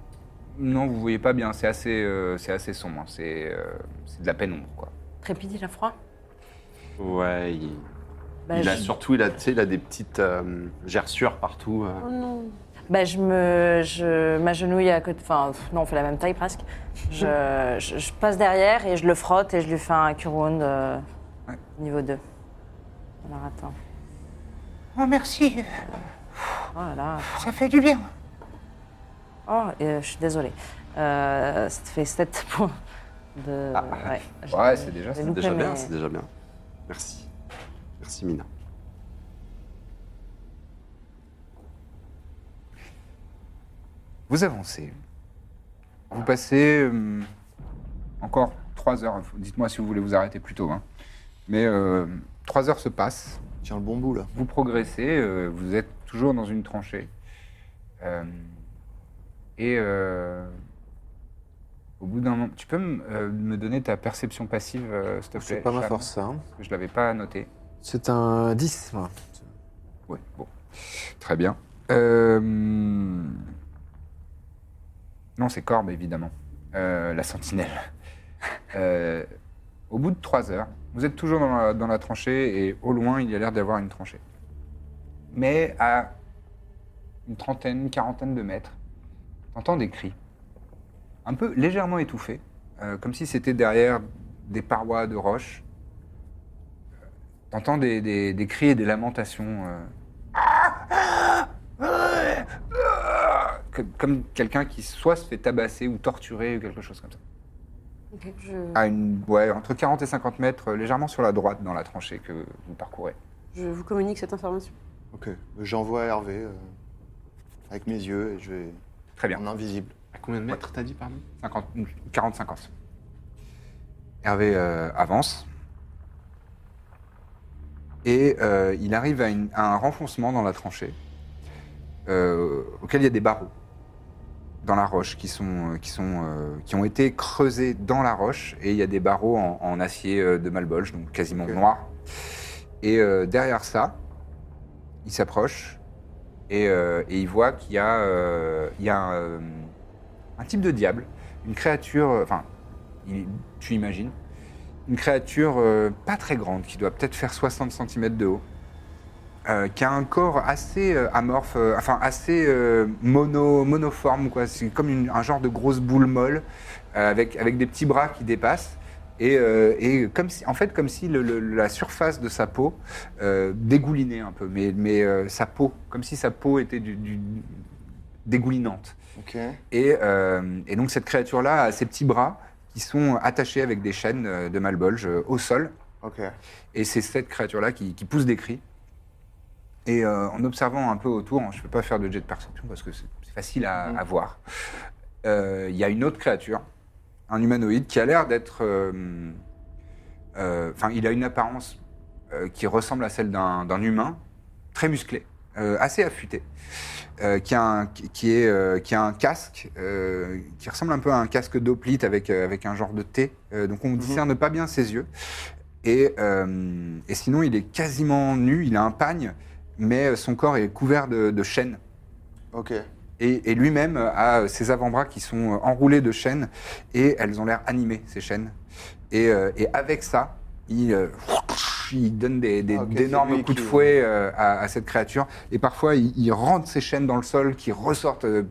S1: Non, vous voyez pas bien, c'est assez, euh, c'est assez sombre, hein, c'est euh, c'est de la pénombre quoi.
S3: Trépide, il a froid
S2: Ouais, il,
S3: Bah,
S2: il a
S3: je-
S2: surtout, il a, tu sais, il a des petites euh, gerçures partout. euh.
S3: Oh non. Bah, je me, je m'agenouille à côté. Enfin, pff, non, on fait la même taille presque. Je, je- je passe derrière et je le frotte et je lui fais un cure wound euh, niveau 2. Alors attends.
S7: Oh, merci, euh,
S3: Oh là là.
S7: ça fait du bien.
S3: Oh, euh, je suis désolée. Euh, ça te fait 7 points de. ouais, j'ai-
S1: Ouais, c'est déjà,
S3: j'ai
S1: c'est
S3: loupé
S2: Déjà bien,
S3: mes-
S2: c'est déjà bien. Merci. Merci Mina.
S1: Vous avancez. Vous passez euh, encore trois heures. Dites-moi si vous voulez vous arrêter plus tôt. hein. Mais euh, trois heures se passent.
S6: Tiens le bon bout là.
S1: Vous progressez. euh, vous êtes toujours dans une tranchée. Euh, et euh, au bout d'un moment, tu peux me, euh, me donner ta perception passive, euh, s'il te plaît.
S5: C'est pas ma
S1: Cham,
S5: force, ça. hein.
S1: parce que Je l'avais pas noté.
S5: C'est un 10, moi.
S1: Oui, bon. Très bien. Euh, Non, c'est Corbe, évidemment. Euh, la sentinelle. Euh, au bout de trois heures, vous êtes toujours dans la, dans la tranchée et au loin, il y a l'air d'avoir une tranchée. Mais à une trentaine, une quarantaine de mètres, t'entends des cris. Un peu légèrement étouffés, euh, comme si c'était derrière des parois de roches. T'entends des, des- des cris et des lamentations. euh, comme, comme quelqu'un qui soit se fait tabasser ou torturer ou quelque chose comme ça.
S3: Ok, je,
S1: À une, ouais, entre 40 et 50 mètres, euh, légèrement sur la droite dans la tranchée que vous parcourez.
S4: Je vous communique cette information.
S6: Ok. J'envoie à Hervé euh, avec mes yeux et je vais.
S1: Très bien.
S6: En invisible.
S2: À combien de mètres t'as dit, pardon
S1: 50, 40-50. Hervé euh, avance. Et euh, il arrive à, une- à un renfoncement dans la tranchée, euh, auquel il y a des barreaux dans la roche qui, sont, euh, qui, sont, euh, qui ont été creusés dans la roche. Et il y a des barreaux en, en acier euh, de malbolge, donc quasiment noir. Et euh, derrière ça, il s'approche et, euh, et il voit qu'il y a, euh, il y a un, euh, un type de diable, une créature, euh, enfin, il- tu imagines, une créature euh, pas très grande, qui doit peut-être faire 60 cm de haut, euh, qui a un corps assez euh, amorphe, euh, enfin assez euh, mono, monoforme, quoi. C'est comme une- un genre de grosse boule molle, euh, avec, avec des petits bras qui dépassent. Et, euh, et comme si, en fait, comme si le- le- la surface de sa peau euh, dégoulinait un peu, mais, mais euh, sa peau, comme si sa peau était du, du- dégoulinante.
S6: Ok.
S1: Et, euh, et donc cette créature-là a ses petits bras qui sont attachés avec des chaînes euh, de malbolge euh, au sol.
S6: Ok.
S1: Et c'est cette créature-là qui, qui pousse des cris. Et euh, en observant un peu autour, hein, je ne peux pas faire de jet de perception parce que c'est c'est facile à, à voir, Euh, il y a une autre créature, un humanoïde, qui a l'air d'être... euh, euh, Enfin, il a une apparence euh, qui ressemble à celle d'un d'un humain, très musclé, euh, assez affûté, euh, qui, a un, qui, qui est, euh, qui a un casque euh, qui ressemble un peu à un casque d'oplite avec, euh, avec un genre de thé. Euh, donc on ne discerne pas bien ses yeux. Et, euh, et sinon, il est quasiment nu, il a un pagne, mais euh, son corps est couvert de, de chaînes.
S6: Ok.
S1: Et, et lui-même a euh, ses avant-bras qui sont enroulés de chaînes, et elles ont l'air animées, ces chaînes. Et, euh, et avec ça, il, euh, il donne des- des-
S5: Ah, ok, c'est
S1: d'énormes
S5: lui
S1: coups de
S5: qui-
S1: fouet euh, à, à cette créature. Et parfois, il, il rentre ses chaînes dans le sol qui ressortent euh,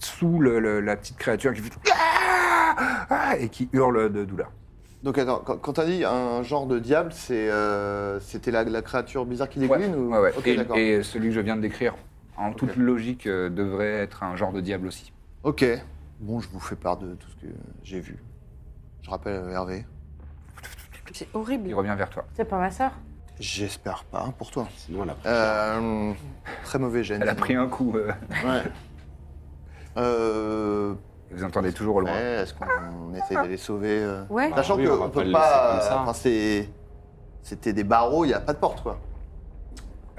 S1: sous le- le- la petite créature qui fait Ah Ah et qui hurle de douleur.
S6: Donc attends, quand, quand t'as dit un genre de diable, c'est euh, c'était la, la créature bizarre qui dégouline ou...
S1: Ouais, ouais.
S6: Ok,
S1: Et-
S6: d'accord.
S1: et, celui que je viens de décrire, en toute logique, euh, devrait être un genre de diable aussi.
S6: Ok. Bon, je vous fais part de tout ce que j'ai vu. Je rappelle euh, Hervé.
S3: C'est horrible.
S1: Il revient vers toi.
S3: C'est pas ma sœur
S6: J'espère pas, pour toi.
S2: Sinon, elle a
S6: Euh, très mauvais gène.
S1: Elle a pris un coup. euh.
S6: Ouais. Euh...
S1: Vous entendez toujours au loin.
S6: Est-ce qu'on essaye de les sauver euh,
S3: Ouais.
S6: Sachant
S2: Bah oui, on va
S6: qu'on
S2: pas
S6: peut
S2: le
S6: pas.
S2: laisser comme ça.
S6: enfin, c'est- C'était des barreaux, il n'y a pas de porte, quoi.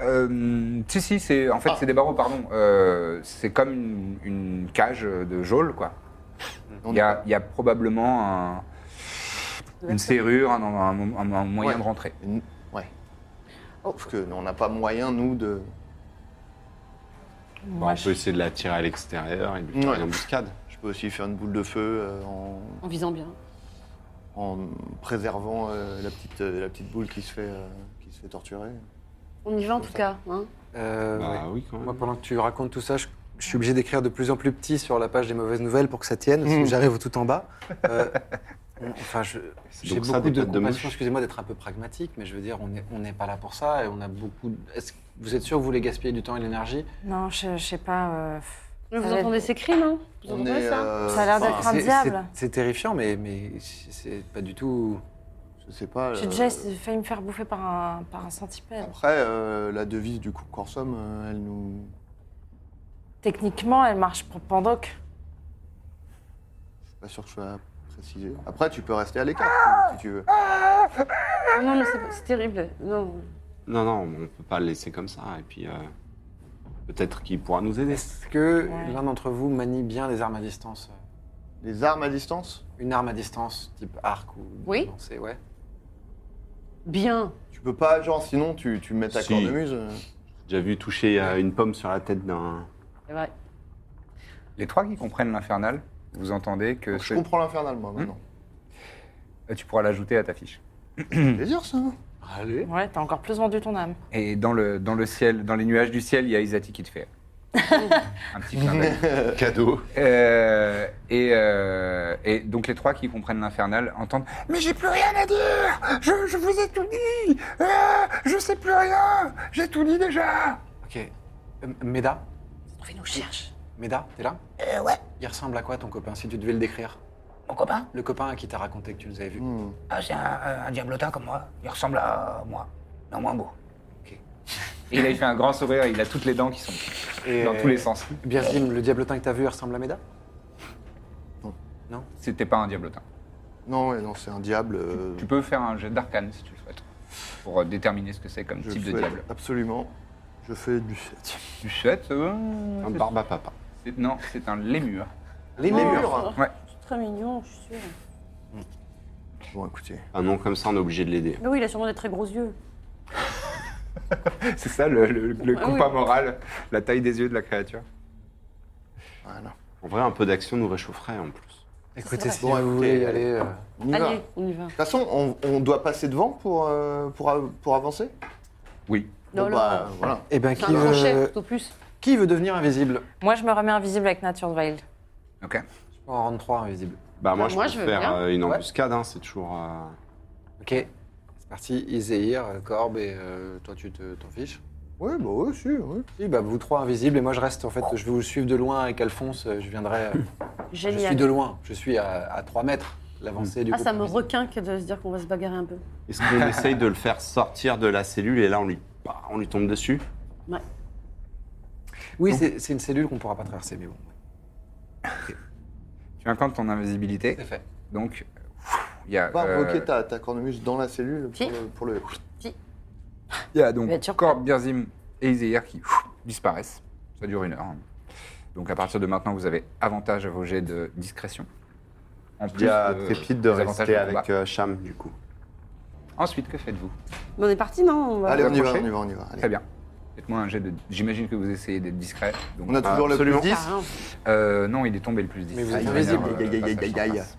S1: Euh, si, si, c'est, en fait,
S6: Ah.
S1: c'est des barreaux, pardon. Euh, c'est comme une, une cage de geôle, quoi. Il y a, il y a probablement un- une serrure, un, un- un- un moyen
S6: Ouais.
S1: de rentrer.
S6: Une- Ouais. Parce que on n'a pas moyen, nous, de.
S2: Bah, on peut essayer de la tirer à l'extérieur et de lui faire
S6: Ouais.
S2: une embuscade.
S6: Je peux aussi faire une boule de feu euh, en,
S4: En visant bien.
S6: en préservant euh, la, petite, euh, la petite boule qui se fait, euh, qui se fait torturer.
S4: On y va en tout cas. Hein.
S5: Euh,
S2: Bah
S5: ouais.
S2: oui, quand même.
S5: Moi, pendant que tu racontes tout ça, je, je suis obligé d'écrire de plus en plus petit sur la page des mauvaises nouvelles pour que ça tienne, parce que
S3: Hmm.
S6: Mhm.
S5: j'arrive tout en bas. Euh, on- enfin, je- j'ai
S2: donc ça,
S5: beaucoup
S2: des
S5: de
S2: pattes de mouche.
S5: compassion, excusez-moi d'être un peu pragmatique, mais je veux dire, on n'est on n'est pas là pour ça et on a beaucoup. de- Est-ce que vous êtes sûr que vous voulez gaspiller du temps et de l'énergie
S3: Non, je, je sais pas. euh, ça
S4: Mais Vous
S3: va être-
S4: entendez ces cris, non Vous
S6: On
S4: entendez
S6: est,
S4: ça
S6: euh,
S3: Ça a l'air d'être
S6: enfin,
S3: un
S5: C'est-
S3: Ah, diable.
S5: c'est- C'est terrifiant, mais, mais c'est pas du tout.
S6: Je sais pas.
S3: J'ai
S6: euh,
S3: déjà failli me faire bouffer par un, par un centipède.
S6: Après, euh, la devise du coup Corsum, euh, elle nous.
S3: Techniquement, elle marche pour Pandoc.
S6: Je suis pas sûr que je sois précisé. Après, tu peux rester à l'écart si tu veux.
S4: Ah Non, mais c'est- c'est terrible. Non.
S2: Non, non, on peut pas le laisser comme ça. Et puis, euh, peut-être qu'il pourra nous aider.
S5: Est-ce que
S3: Ouais.
S5: l'un d'entre vous manie bien les armes à distance euh,
S6: Les armes à distance,
S5: Une arme à distance, type arc ou.
S4: Oui.
S5: lancer, ouais.
S4: Bien.
S6: tu peux pas, genre, sinon tu, tu mets ta
S2: Si.
S6: cornemuse. euh.
S2: J'ai déjà vu toucher euh, une pomme sur la tête d'un.
S4: C'est vrai.
S1: Les trois qui comprennent l'infernal, vous entendez que
S6: Je
S1: ce-
S6: comprends l'infernal,
S1: Hmm.
S6: moi, maintenant.
S1: euh, tu pourras l'ajouter à ta fiche.
S6: C'est plaisir, ça.
S5: Allez.
S3: Ouais, t'as encore plus vendu ton âme.
S1: Et dans le, dans le ciel, dans les nuages du ciel, il y a Isati qui te fait un petit clin d'œil.
S2: Cadeau.
S1: Euh, et, euh, et donc les trois qui comprennent l'infernal entendent Mais j'ai plus rien à dire Je, je vous ai tout dit Ah, Je sais plus rien J'ai tout dit déjà
S5: Ok. Euh, Meda
S3: Il nous cherche.
S5: Meda, t'es là
S7: Euh, ouais,
S5: Il ressemble à quoi ton copain, si tu devais le décrire
S7: mon copain.
S5: Le copain à qui t'as raconté que tu nous avais vus.
S6: Hmm.
S7: Ah, c'est un, un- un diablotin comme moi. Il ressemble à moi, mais moins beau.
S1: Et il a fait un grand sourire, il a toutes les dents qui sont
S5: Et
S1: dans tous les sens.
S5: Birzim, le diablotin que t'as vu il ressemble à Meda
S1: C'était pas un diablotin.
S6: Non, ouais, non, c'est un diable. euh,
S1: Tu peux faire un jet d'arcane si tu le souhaites, pour euh, déterminer ce que c'est comme
S6: je
S1: type de
S6: fais-
S1: diable.
S6: Absolument. Je fais du 7.
S1: Tu souhaites euh,
S2: Un
S1: c'est-
S2: barbe à papa.
S1: c'est- Non, c'est un lémur.
S5: Les
S6: Les
S5: murs
S6: murs
S4: C'est très mignon, je suis sûre.
S6: Bon, écoutez.
S2: Un nom comme ça, on est obligé de l'aider.
S4: Mais oui, il a sûrement des très gros yeux.
S1: C'est ça le, le- le
S4: Ah
S1: compas
S4: oui.
S1: moral, la taille des yeux de la créature.
S6: Voilà.
S2: En vrai, un peu d'action nous réchaufferait en plus.
S5: Écoutez, si
S6: Bon,
S5: vous
S6: écoutez,
S5: voulez y
S6: euh,
S5: aller. euh,
S6: On y va.
S4: Allez,
S6: De
S4: on y va.
S6: toute façon, on, on doit passer devant pour, euh, pour, av- pour avancer
S1: Oui.
S4: Non,
S6: Bon,
S4: non.
S6: bah, voilà.
S5: Eh ben,
S4: C'est
S5: qui
S4: un crochet,
S5: veut...
S4: tout au plus.
S5: qui veut devenir invisible
S3: Moi, je me remets invisible avec Nature Veil.
S1: Ok.
S5: Je peux en rendre Oh, trois invisibles.
S2: Bah, moi,
S4: Bah,
S2: je
S4: moi,
S2: peux
S4: je veux
S2: faire
S4: bien.
S2: euh, une embuscade, hein, c'est toujours. euh,
S5: Ok. C'est parti, Iséir, euh, Corbe et euh, toi, tu te- t'en fiches
S6: Oui, bah oui, si, oui.
S5: Oui, bah vous trois invisibles et moi je reste en fait, je vais vous suivre de loin avec Alphonse, euh, je viendrai. euh, je suis
S4: Génial.
S5: de loin, je suis à, à 3 mètres l'avancée du
S4: Ah, ça
S5: groupe
S4: me
S5: invisible.
S4: requinque de se dire qu'on va se bagarrer un peu.
S2: Est-ce qu'on essaye de le faire sortir de la cellule et là, on lui, bah, on lui tombe dessus
S5: Oui, c'est c'est une cellule qu'on pourra pas traverser, mais bon.
S1: Tu incantes ton invisibilité.
S5: C'est fait.
S1: Donc, il y a.
S6: Va
S1: euh,
S6: bloquer ta, ta cornemuse dans la cellule pour
S4: Si.
S6: le. Pour le...
S1: Il y a
S4: Il va
S1: donc
S4: être surpris.
S1: Corbe, Birzim et Izehir qui pff, disparaissent. Ça dure une heure. hein. Donc, à partir de maintenant, vous avez avantage à vos jets de discrétion. En
S2: Il y a
S1: de-
S2: Trépide de
S1: des avantages
S2: rester
S1: de combat.
S2: avec euh, Cham, du coup.
S1: Ensuite, que faites-vous
S4: Mais on est parti, non On va-
S6: Allez, on y va,
S1: approcher
S6: on y va, on y va. allez.
S1: Très bien. Faites-moi un jet de. J'imagine que vous essayez d'être discret. Donc,
S6: On a toujours le plus
S2: Absolument.
S6: 10
S4: Ah, hein.
S1: Euh, non, il est tombé le plus 10.
S5: Mais vous
S1: Ah,
S5: êtes
S1: il est
S5: invisible.
S1: meilleur, euh,
S6: Aïe, aïe, aïe,
S1: passage
S6: aïe,
S1: en
S6: aïe.
S1: face.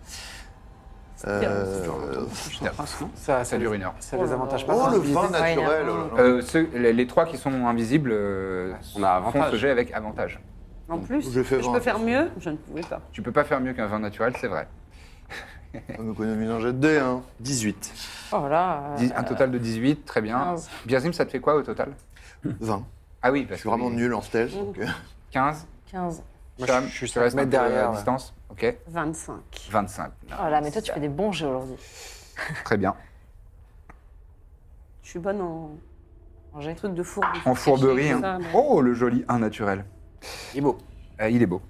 S4: Ah,
S6: Euh, hein.
S1: Ça, ça dure une heure.
S5: Ça les avantage pas.
S6: Oh, le vin
S5: Ouais,
S6: naturel.
S5: non.
S6: oh là là.
S1: Euh, ceux- les, les trois qui sont invisibles euh,
S2: On a
S1: font ce
S2: avantage.
S1: jet avec avantage.
S4: En plus,
S6: Je fais
S4: je
S6: vingt.
S4: peux faire mieux Je ne pouvais pas.
S1: Tu peux pas faire mieux qu'un vin naturel, c'est vrai.
S6: On économise un jet de dés, hein.
S2: 18.
S3: Oh là.
S1: Dix- Un total de 18, très bien.
S3: quinze.
S1: Biazim, ça te fait quoi au total
S6: 20.
S1: Ah oui, parce
S6: Je suis vraiment
S1: que-
S6: nul en stealth. donc, euh,
S1: 15.
S3: 15.
S5: Moi,
S1: Cham,
S5: je suis
S1: tu restes
S5: 5
S1: un
S5: mètres
S1: peu
S5: derrière,
S1: à
S5: ouais.
S1: distance. Ok,
S4: 25.
S1: 25.
S3: Oh là, mais toi, tu fais des bons jeux aujourd'hui.
S1: Très bien.
S4: Je suis bonne en
S3: Manger.
S4: truc de fourbe.
S1: En fourberie.
S4: caché,
S1: hein.
S4: ça, mais-
S1: Oh, le joli un naturel.
S5: Il est beau.
S1: Euh, il est beau.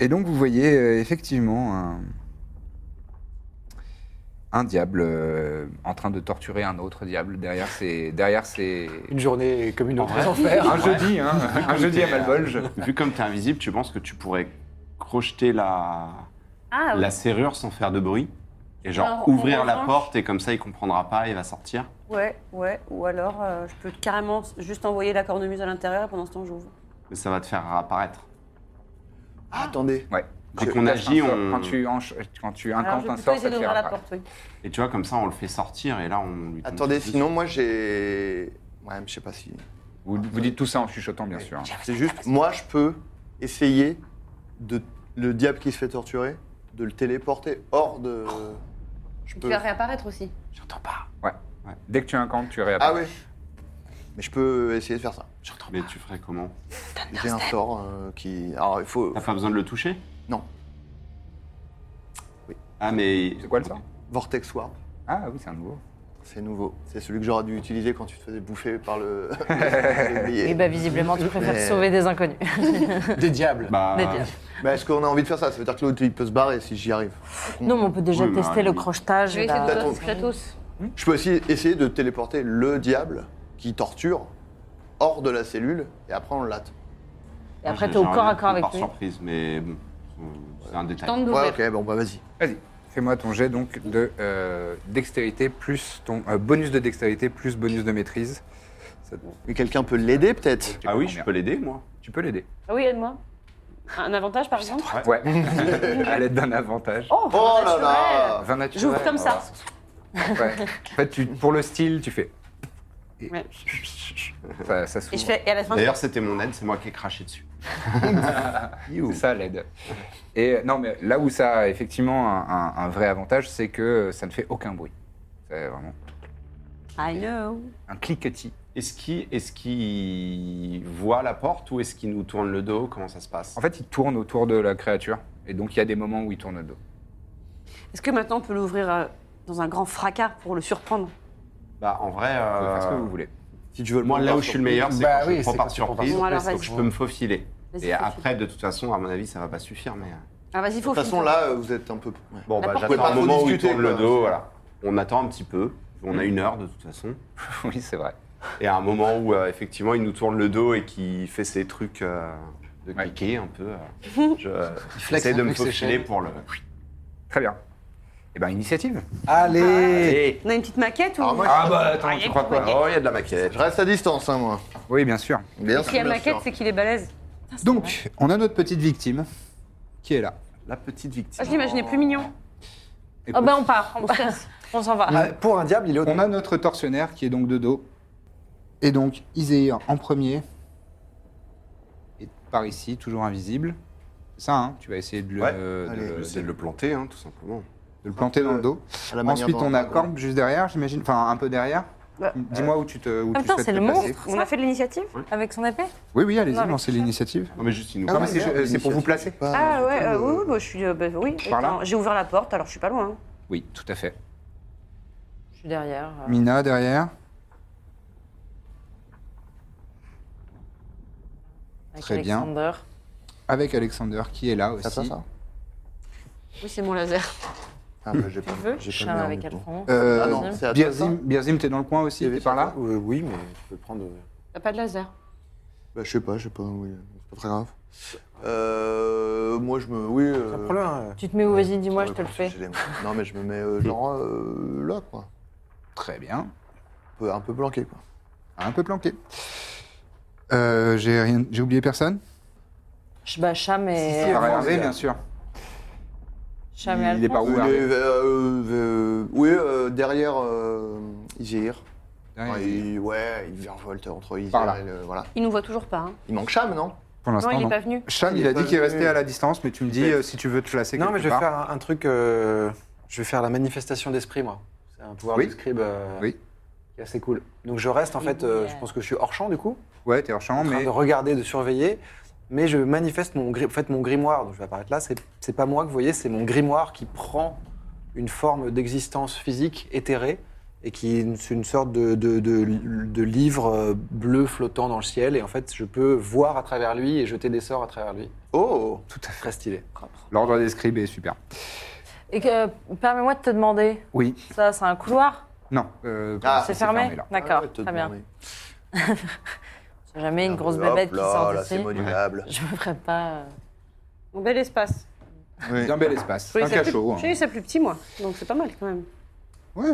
S1: Et donc, vous voyez euh, effectivement un, un diable euh, en train de torturer un autre diable derrière ses. Derrière ses...
S5: Une journée comme une autre.
S2: vrai.
S5: en enfer.
S1: Un jeudi, hein, un jeudi à Malbolge.
S2: Vu comme t'es invisible, tu penses que tu pourrais crocheter la,
S4: Ah,
S2: la serrure sans faire de bruit et genre
S4: Alors, en
S2: ouvrir la
S4: revanche-
S2: porte et comme ça il comprendra pas, il va sortir.
S4: ouais, ouais. Ou alors, euh, je peux carrément juste envoyer la cornemuse à l'intérieur et pendant ce temps, j'ouvre.
S2: Mais ça va te faire apparaître.
S6: ah, Attendez.
S1: Ouais.
S2: Quand
S1: Tu
S2: on
S1: places
S2: agit,
S1: un sort-
S2: on-
S1: Quand tu, enche- quand tu
S4: Alors,
S1: incantes
S4: je
S1: un
S4: peux plutôt
S1: sort, ça
S4: essayer
S1: te fait
S4: d'ouvrir la
S1: apparaître.
S4: porte, oui.
S2: Et tu vois comme ça on le fait sortir et là on lui tombe
S6: Attendez,
S2: dessus.
S6: sinon moi j'ai. Ouais, mais je sais pas si.
S1: Vous, vous dites tout ça en chuchotant, bien sûr. hein.
S6: C'est juste, moi je peux essayer de le diable qui se fait torturer, de le téléporter hors de. Je
S4: Tu
S6: peux. Oh,
S4: vas réapparaître aussi.
S2: J'entends pas.
S1: Dès que tu incantes, tu réapparais.
S6: Ah oui. Mais je peux essayer de faire ça.
S2: J'entends Mais tu ferais comment
S6: J'ai un sort euh, qui. Alors il faut.
S2: T'as pas besoin de le toucher
S6: Non.
S2: Ah mais
S1: C'est quoi le sort
S6: Vortex Warp.
S1: Ah oui, c'est un nouveau.
S6: C'est nouveau. C'est celui que j'aurais dû utiliser quand tu te faisais bouffer par le. le bélier.
S3: Oui, bah, visiblement, tu préfères
S6: Mais-
S3: sauver des inconnus.
S6: euh,
S5: Des diables.
S2: Bah,
S3: Des diables.
S6: Mais est-ce qu'on a envie de faire ça Ça veut dire que l'autre il peut se barrer si j'y arrive.
S3: Non, mais on peut déjà
S2: Oui, mais
S3: tester
S2: à la
S3: le
S2: limite.
S3: crochetage.
S4: Je vais
S3: et la-
S4: essayer
S6: Bah,
S4: de
S6: ton-
S4: Kratos.
S6: Je peux aussi essayer de téléporter le diable qui torture hors de la cellule et après on le latte.
S3: Et après,
S2: j'ai-
S3: t'es au
S2: j'ai
S3: corps
S2: envie
S3: à corps
S2: de prendre
S3: avec
S2: par
S3: lui.
S2: surprise, mais bon, c'est un détail.
S4: Tente
S6: Ouais,
S4: d'ouvrir.
S6: ok, bon bah vas-y.
S1: Vas-y, fais-moi ton jet donc de euh, dextérité plus ton euh, bonus de dextérité plus bonus de maîtrise. Ça te-
S6: Mais quelqu'un peut l'aider peut-être
S2: Ah oui, je peux l'aider moi.
S1: Tu peux l'aider.
S4: Ah oui, aide-moi. Un avantage, par exemple
S1: Ouais. à l'aide d'un avantage.
S4: Oh,
S6: Oh là
S4: naturel.
S6: là
S1: Vin naturel,
S4: J'ouvre comme ça.
S1: voilà. Ouais. En fait, tu- pour le style, tu fais. Et
S4: Ouais.
S1: ça, ça
S4: Et, je
S1: s'ouvre.
S4: fais, et à la
S3: Ah.
S4: fin,
S2: D'ailleurs, c'était mon aide, c'est moi qui ai craché dessus.
S1: C'est ça l'aide. Et euh, non, mais là où ça a effectivement un, un- un vrai avantage, c'est que ça ne fait aucun bruit. C'est vraiment
S4: I know.
S1: un cliquetis.
S2: Est-ce qu'il est qu'il voit la porte ou est-ce qu'il nous tourne le dos Comment ça se passe
S1: En fait, il tourne autour de la créature. Et donc, il y a des moments où il tourne le dos.
S4: Est-ce que maintenant on peut l'ouvrir euh, dans un grand fracas pour le surprendre
S2: Bah, en vrai,
S1: Vous pouvez
S2: euh,
S1: faire ce que vous voulez.
S6: Si tu veux le
S2: moi, là
S6: prendre
S2: où je suis le
S6: par
S2: meilleur, c'est
S5: Bah
S2: quand je
S5: oui,
S2: le prends
S5: c'est
S2: par
S5: quand tu le prends par
S2: surprise,
S4: surprise. Bon, alors,
S2: donc
S4: vas-y.
S2: je peux me faufiler.
S4: Vas-y,
S2: Et
S4: faufile.
S2: après, de toute façon, à mon avis, ça va pas suffire, mais... euh,
S4: Ah, vas-y, faut
S6: surprise. De toute façon là euh, vous êtes un peu. ouais.
S2: Bon, bah,
S6: Vous
S4: porte-
S6: pouvez
S2: j'attends
S6: pas
S2: un
S6: trop
S2: moment où il
S6: discuter,
S2: tourne le
S6: quoi.
S2: dos, voilà. On attend un petit peu, on a une heure de toute façon.
S1: oui, c'est vrai.
S2: Et à un moment où, euh, effectivement, il nous tourne le dos et qu'il fait ses trucs euh, de
S1: Ouais.
S2: cliquer un peu, euh, je-
S5: flexe
S2: j'essaie
S5: un
S2: de me
S5: peu ses
S2: faufiler
S5: chaînes.
S2: pour le...
S1: Très bien. Eh ben, initiative.
S5: Allez
S4: On a une petite maquette ou
S6: Alors, moi,
S1: Ah bah attends,
S4: Ah,
S1: tu crois quoi
S2: Oh, il y a de la maquette.
S6: Je reste à distance hein moi.
S1: Oui, bien sûr.
S6: Bien
S4: Si la
S6: bien
S4: maquette, Ah, c'est qu'il est balèze.
S1: Donc, on a notre petite victime qui est là.
S2: La petite victime.
S4: Ah, je l'imaginais plus mignon. Ah,
S3: Oh, bah, on part. On, on s'en va.
S1: Euh,
S5: Ah, Pour un diable, il est au
S1: On a notre tortionnaire qui est donc de dos. Et donc, Iséir en premier. Et par ici, toujours invisible. C'est ça, hein Tu vas essayer de le,
S2: Ouais,
S1: de
S6: allez.
S1: le-
S2: Je vais essayer de le planter, hein, tout simplement.
S1: de le planter dans le dos.
S6: à la manière
S1: Ensuite,
S6: dont-
S1: on a Corbe juste derrière, j'imagine. Enfin, un peu derrière.
S4: Bah,
S1: Dis-moi où tu te où
S3: En
S1: tu
S3: même temps,
S1: souhaites
S3: c'est
S1: te
S3: le
S1: placer.
S3: monstre. On a fait de l'initiative avec son épée
S1: Oui, oui, allez-y,
S3: Non, mais-
S1: lancez l'initiative.
S2: Non, mais juste, il nous
S6: Ah
S1: Non, mais c'est euh, c'est pour vous placer.
S4: Ah ouais, euh, oui, oui, bah, je suis. euh, bah, oui,
S1: Par là
S4: attends, j'ai ouvert la porte, alors je suis pas loin. hein.
S1: Oui, tout à fait.
S3: Je suis derrière. euh.
S1: Mina derrière.
S3: Avec
S1: Très bien.
S3: Alexander.
S1: Avec Alexander qui est là aussi.
S6: Ça, ça, ça
S4: Oui, c'est mon laser.
S6: Ah bah j'ai pas.
S3: Tu veux
S6: j'ai pas
S3: Chien
S6: mis en
S3: avec
S6: du tout.
S3: Alphonse.
S1: Euh,
S6: Ah non, c'est à toi, ça
S1: Birzim, Birzim, t'es dans le coin aussi, t'es par là
S5: Euh, Oui, mais tu peux prendre.
S4: T'as pas de laser.
S6: euh, Bah je sais pas, je sais pas, oui. C'est pas très grave. Euh. Moi je me. Oui. euh,
S5: Prends-le. hein.
S3: Tu te mets où Vas-y, dis-moi, je
S6: ouais,
S3: te le
S6: parce
S3: fais.
S6: que j'ai les mains. Non mais je me mets euh, genre euh, là quoi.
S1: Très bien.
S6: Un peu- Un peu planqué quoi.
S1: Un peu planqué. Euh, j'ai rien, j'ai oublié personne.
S3: Je bats Cham et.
S1: Par Hervé, bien sûr.
S3: Jamais
S6: Il est
S1: Ah,
S6: par où
S3: Alphonse.
S6: Oui, euh, derrière euh, Izir. Ouais, il- ouais, il virevolte entre Izir
S1: Par là.
S6: et le- voilà.
S4: Il nous voit toujours pas. hein.
S6: Il manque Cham, non
S1: Pour l'instant,
S4: Non, il est pas venu.
S1: Cham,
S6: Il
S1: il,
S6: est
S1: a
S6: pas
S1: dit qu'il
S6: venu.
S1: restait à la distance, mais tu me dis
S5: Mais-
S1: euh, si tu veux te placer
S5: Non,
S1: quelque
S5: mais je vais
S1: part.
S5: faire un, un truc. euh, je vais faire la manifestation d'esprit, moi. C'est un pouvoir
S1: Oui.
S5: de scribe euh,
S1: Oui.
S5: qui est assez cool. Donc je reste, en fait, euh, je pense que je suis hors champ, du coup.
S1: Ouais, t'es hors champ,
S5: en train
S1: mais
S5: de regarder, de surveiller. Mais je manifeste mon, gri- en fait, mon grimoire, donc je vais apparaître là. C'est c'est pas moi que vous voyez, c'est mon grimoire qui prend une forme d'existence physique éthérée et qui est une, c'est une sorte de, de- de- de livre euh, bleu flottant dans le ciel. Et en fait, je peux voir à travers lui et jeter des sorts à travers lui.
S6: Oh
S5: Tout à fait. Très stylé.
S1: l'ordre des scribes est super.
S3: Et que, permets-moi de te demander,
S1: Oui.
S3: ça, c'est un couloir
S1: Non. euh,
S6: Ah,
S3: C'est fermé,
S1: là.
S3: D'accord,
S6: Ah ouais, te
S3: très bien.
S6: demander.
S3: C'est jamais une grosse
S6: Ah, Hop
S3: babette qui
S6: là,
S3: sort
S6: là, c'est
S3: d'ici.
S6: monable.
S3: Je me ferais pas... euh,
S4: Mon bel espace.
S1: Bien bel espace.
S4: J'ai eu
S1: un
S4: ça
S1: cachot.
S4: plus- J'ai eu ça plus petit, moi. Donc c'est pas mal quand même.
S1: hein. Ouais.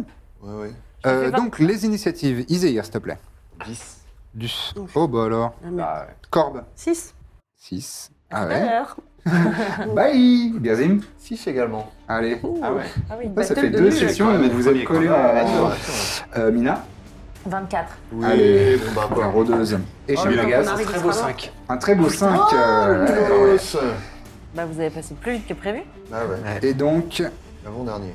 S6: Ouais, ouais.
S1: Euh, donc, les initiatives. Iséir, s'il te plaît.
S6: 10.
S1: Du... Oh, bah alors.
S3: Ah,
S6: Bah, ouais.
S1: Corbe,
S4: 6.
S1: 6. Ah
S4: Alors.
S1: ouais.
S3: Ah.
S1: Bye Birzim.
S6: 6 également.
S1: Allez.
S6: Ah ouais.
S3: Ah oui, une
S1: Ouais, ça
S3: battle
S1: fait
S3: de
S1: deux
S3: nuls.
S1: sessions
S6: Ouais,
S1: où
S6: mais
S1: vous
S6: premier
S1: êtes collés
S6: quand même.
S1: en.
S6: Ouais.
S1: Euh, Mina
S3: 24.
S6: Oui,
S1: Allez,
S6: bon, bah,
S1: on fait un rodeuse. Et chez Magaz,
S4: arrive
S5: Très
S4: extra
S5: beau
S4: loin.
S5: 5.
S1: un très beau euh, 5.
S4: Oh,
S6: Yes.
S3: Bah, vous avez passé plus vite que prévu.
S6: Ah ouais,
S1: Et donc,
S6: l'avant-dernier.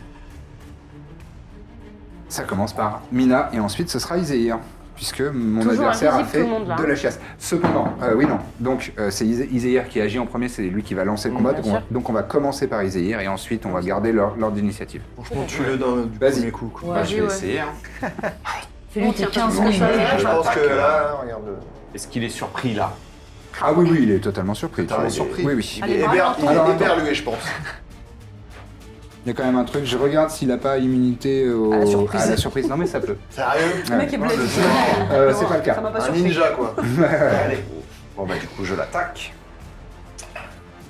S1: ça commence par Mina et ensuite ce sera Iséir. Puisque mon
S4: Toujours
S1: adversaire a
S4: invisible,
S1: fait
S4: tout le monde, là.
S1: de la chasse. Cependant, euh, oui, non. Donc, euh, c'est Isé- Iséir qui agit en premier, c'est lui qui va
S6: Mm,
S1: lancer le combat.
S3: bien
S1: Donc on, va,
S3: sûr.
S1: donc on va commencer par Iséir et ensuite on va garder leur- l'ordre d'initiative.
S6: Franchement, tu le d'un du
S1: Vas-y.
S6: premier coup. quoi.
S1: Bah, je vais
S4: ouais.
S1: essayer. hein.
S3: Celui qui est 15
S1: minutes.
S6: Je pense que là, regarde.
S2: Est-ce qu'il est surpris là
S1: Ah oui, oui, il est totalement surpris.
S6: Totalement
S1: Il est-
S6: surpris.
S1: Oui, oui.
S6: Il est héber- il
S1: Alors,
S6: est
S1: attends.
S6: héberlué, je pense.
S1: Il y a quand même un truc, je regarde s'il n'a pas immunité au-
S3: À la surprise.
S1: à la surprise. Non mais ça peut.
S6: Sérieux
S1: Ouais.
S4: mec est bleu.
S1: Euh, c'est pas le
S4: Ça
S1: cas.
S4: m'a pas
S6: Un
S4: surpris.
S6: ninja, quoi.
S2: Allez. Bon bah du coup je l'attaque.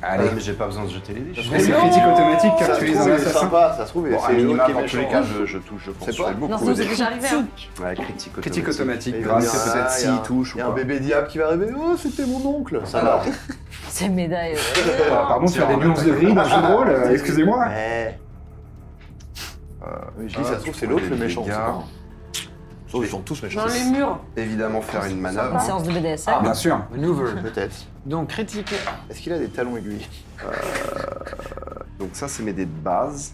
S1: Allez.
S2: Ah, mais j'ai pas besoin de jeter les dés. je
S1: Mais
S2: suis-
S1: c'est critique automatique car
S2: hein,
S6: Ça se
S1: tu es
S6: trouve,
S1: un
S6: il est
S1: assassin.
S6: sympa, ça se trouve, et
S2: Bon, à
S6: c'est le
S2: minima,
S6: qui est
S2: dans tous les
S6: méchant.
S2: cas, je, je touche, je pense.
S6: C'est
S2: Je
S6: pas-
S2: fais beaucoup.
S4: Non,
S2: aux
S4: c'est
S2: dés.
S4: déjà arrivé. hein.
S2: Ouais, critique automatique.
S1: Critique
S6: Et
S1: automatique,
S6: il
S1: grâce
S6: va dire,
S1: Euh, c'est peut-être
S6: ah, y a
S1: s'il
S6: un-
S1: touche ou
S6: y a un
S1: pas.
S6: bébé diable qui va arriver. Oh, c'était mon oncle. Ça va.
S3: C'est médaille.
S1: Ah, Pardon, faire des nuances de gris dans le jeu de rôle, euh, excusez-moi.
S6: Mais. Eh. Euh, Je dis, ça se trouve, c'est
S2: Ah,
S6: l'autre le
S2: les
S6: méchant. c'est
S2: gars.
S6: pas-
S2: Oh, ils sont tous méchants.
S4: Dans les murs.
S2: Évidemment faire une
S3: Une
S2: manœuvre.
S3: séance de BDSM.
S1: Bien sûr.
S5: Maneuver.
S6: Peut-être.
S5: Donc critique.
S6: Est-ce qu'il a des talons aiguilles
S2: Donc ça c'est mes dés de base.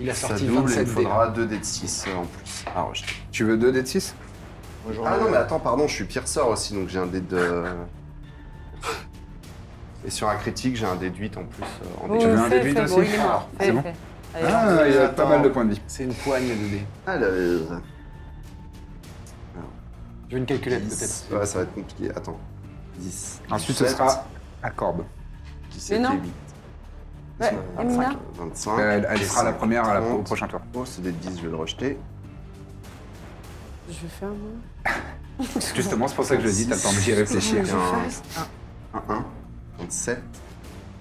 S5: Il a
S2: Ça
S5: sorti
S2: double et il me
S5: 27 dés.
S2: faudra 2 dés de 6 en plus. Ah, ouais, je-
S1: Tu veux 2 d 6
S6: Moi, j'en
S2: Ah
S6: ai-
S2: non mais attends pardon je suis pire sort aussi donc j'ai un dé de... Et sur un critique j'ai un dé de 8 en plus. euh, en
S3: Oh,
S2: dé-
S1: veux un
S3: fais,
S1: début
S3: fais,
S1: aussi
S3: gros, il est mort.
S1: C'est
S3: Fais,
S1: bon
S3: fais. Allez,
S1: Ah, il a pas
S6: attends.
S1: mal de points de vie.
S5: C'est une poigne de dés.
S2: Alors...
S5: Je veux une calculette peut-être.
S2: 10. Ouais ça va être compliqué. Attends. 10.
S1: Ensuite, ce
S2: 17,
S1: sera à Corbe.
S2: 17
S4: Mais non.
S2: et 8.
S4: Ouais, Ah, bah, et Mina
S2: 25.
S1: Euh, Elle, elle sera la
S2: 5,
S1: première à la- au
S2: 30.
S1: prochain tour.
S2: Oh ce dé de 10 je vais le rejeter.
S4: Je vais faire moi.
S1: Justement, c'est pour ça que je dis, t'as le temps d'y réfléchir.
S2: 1, 1, 37,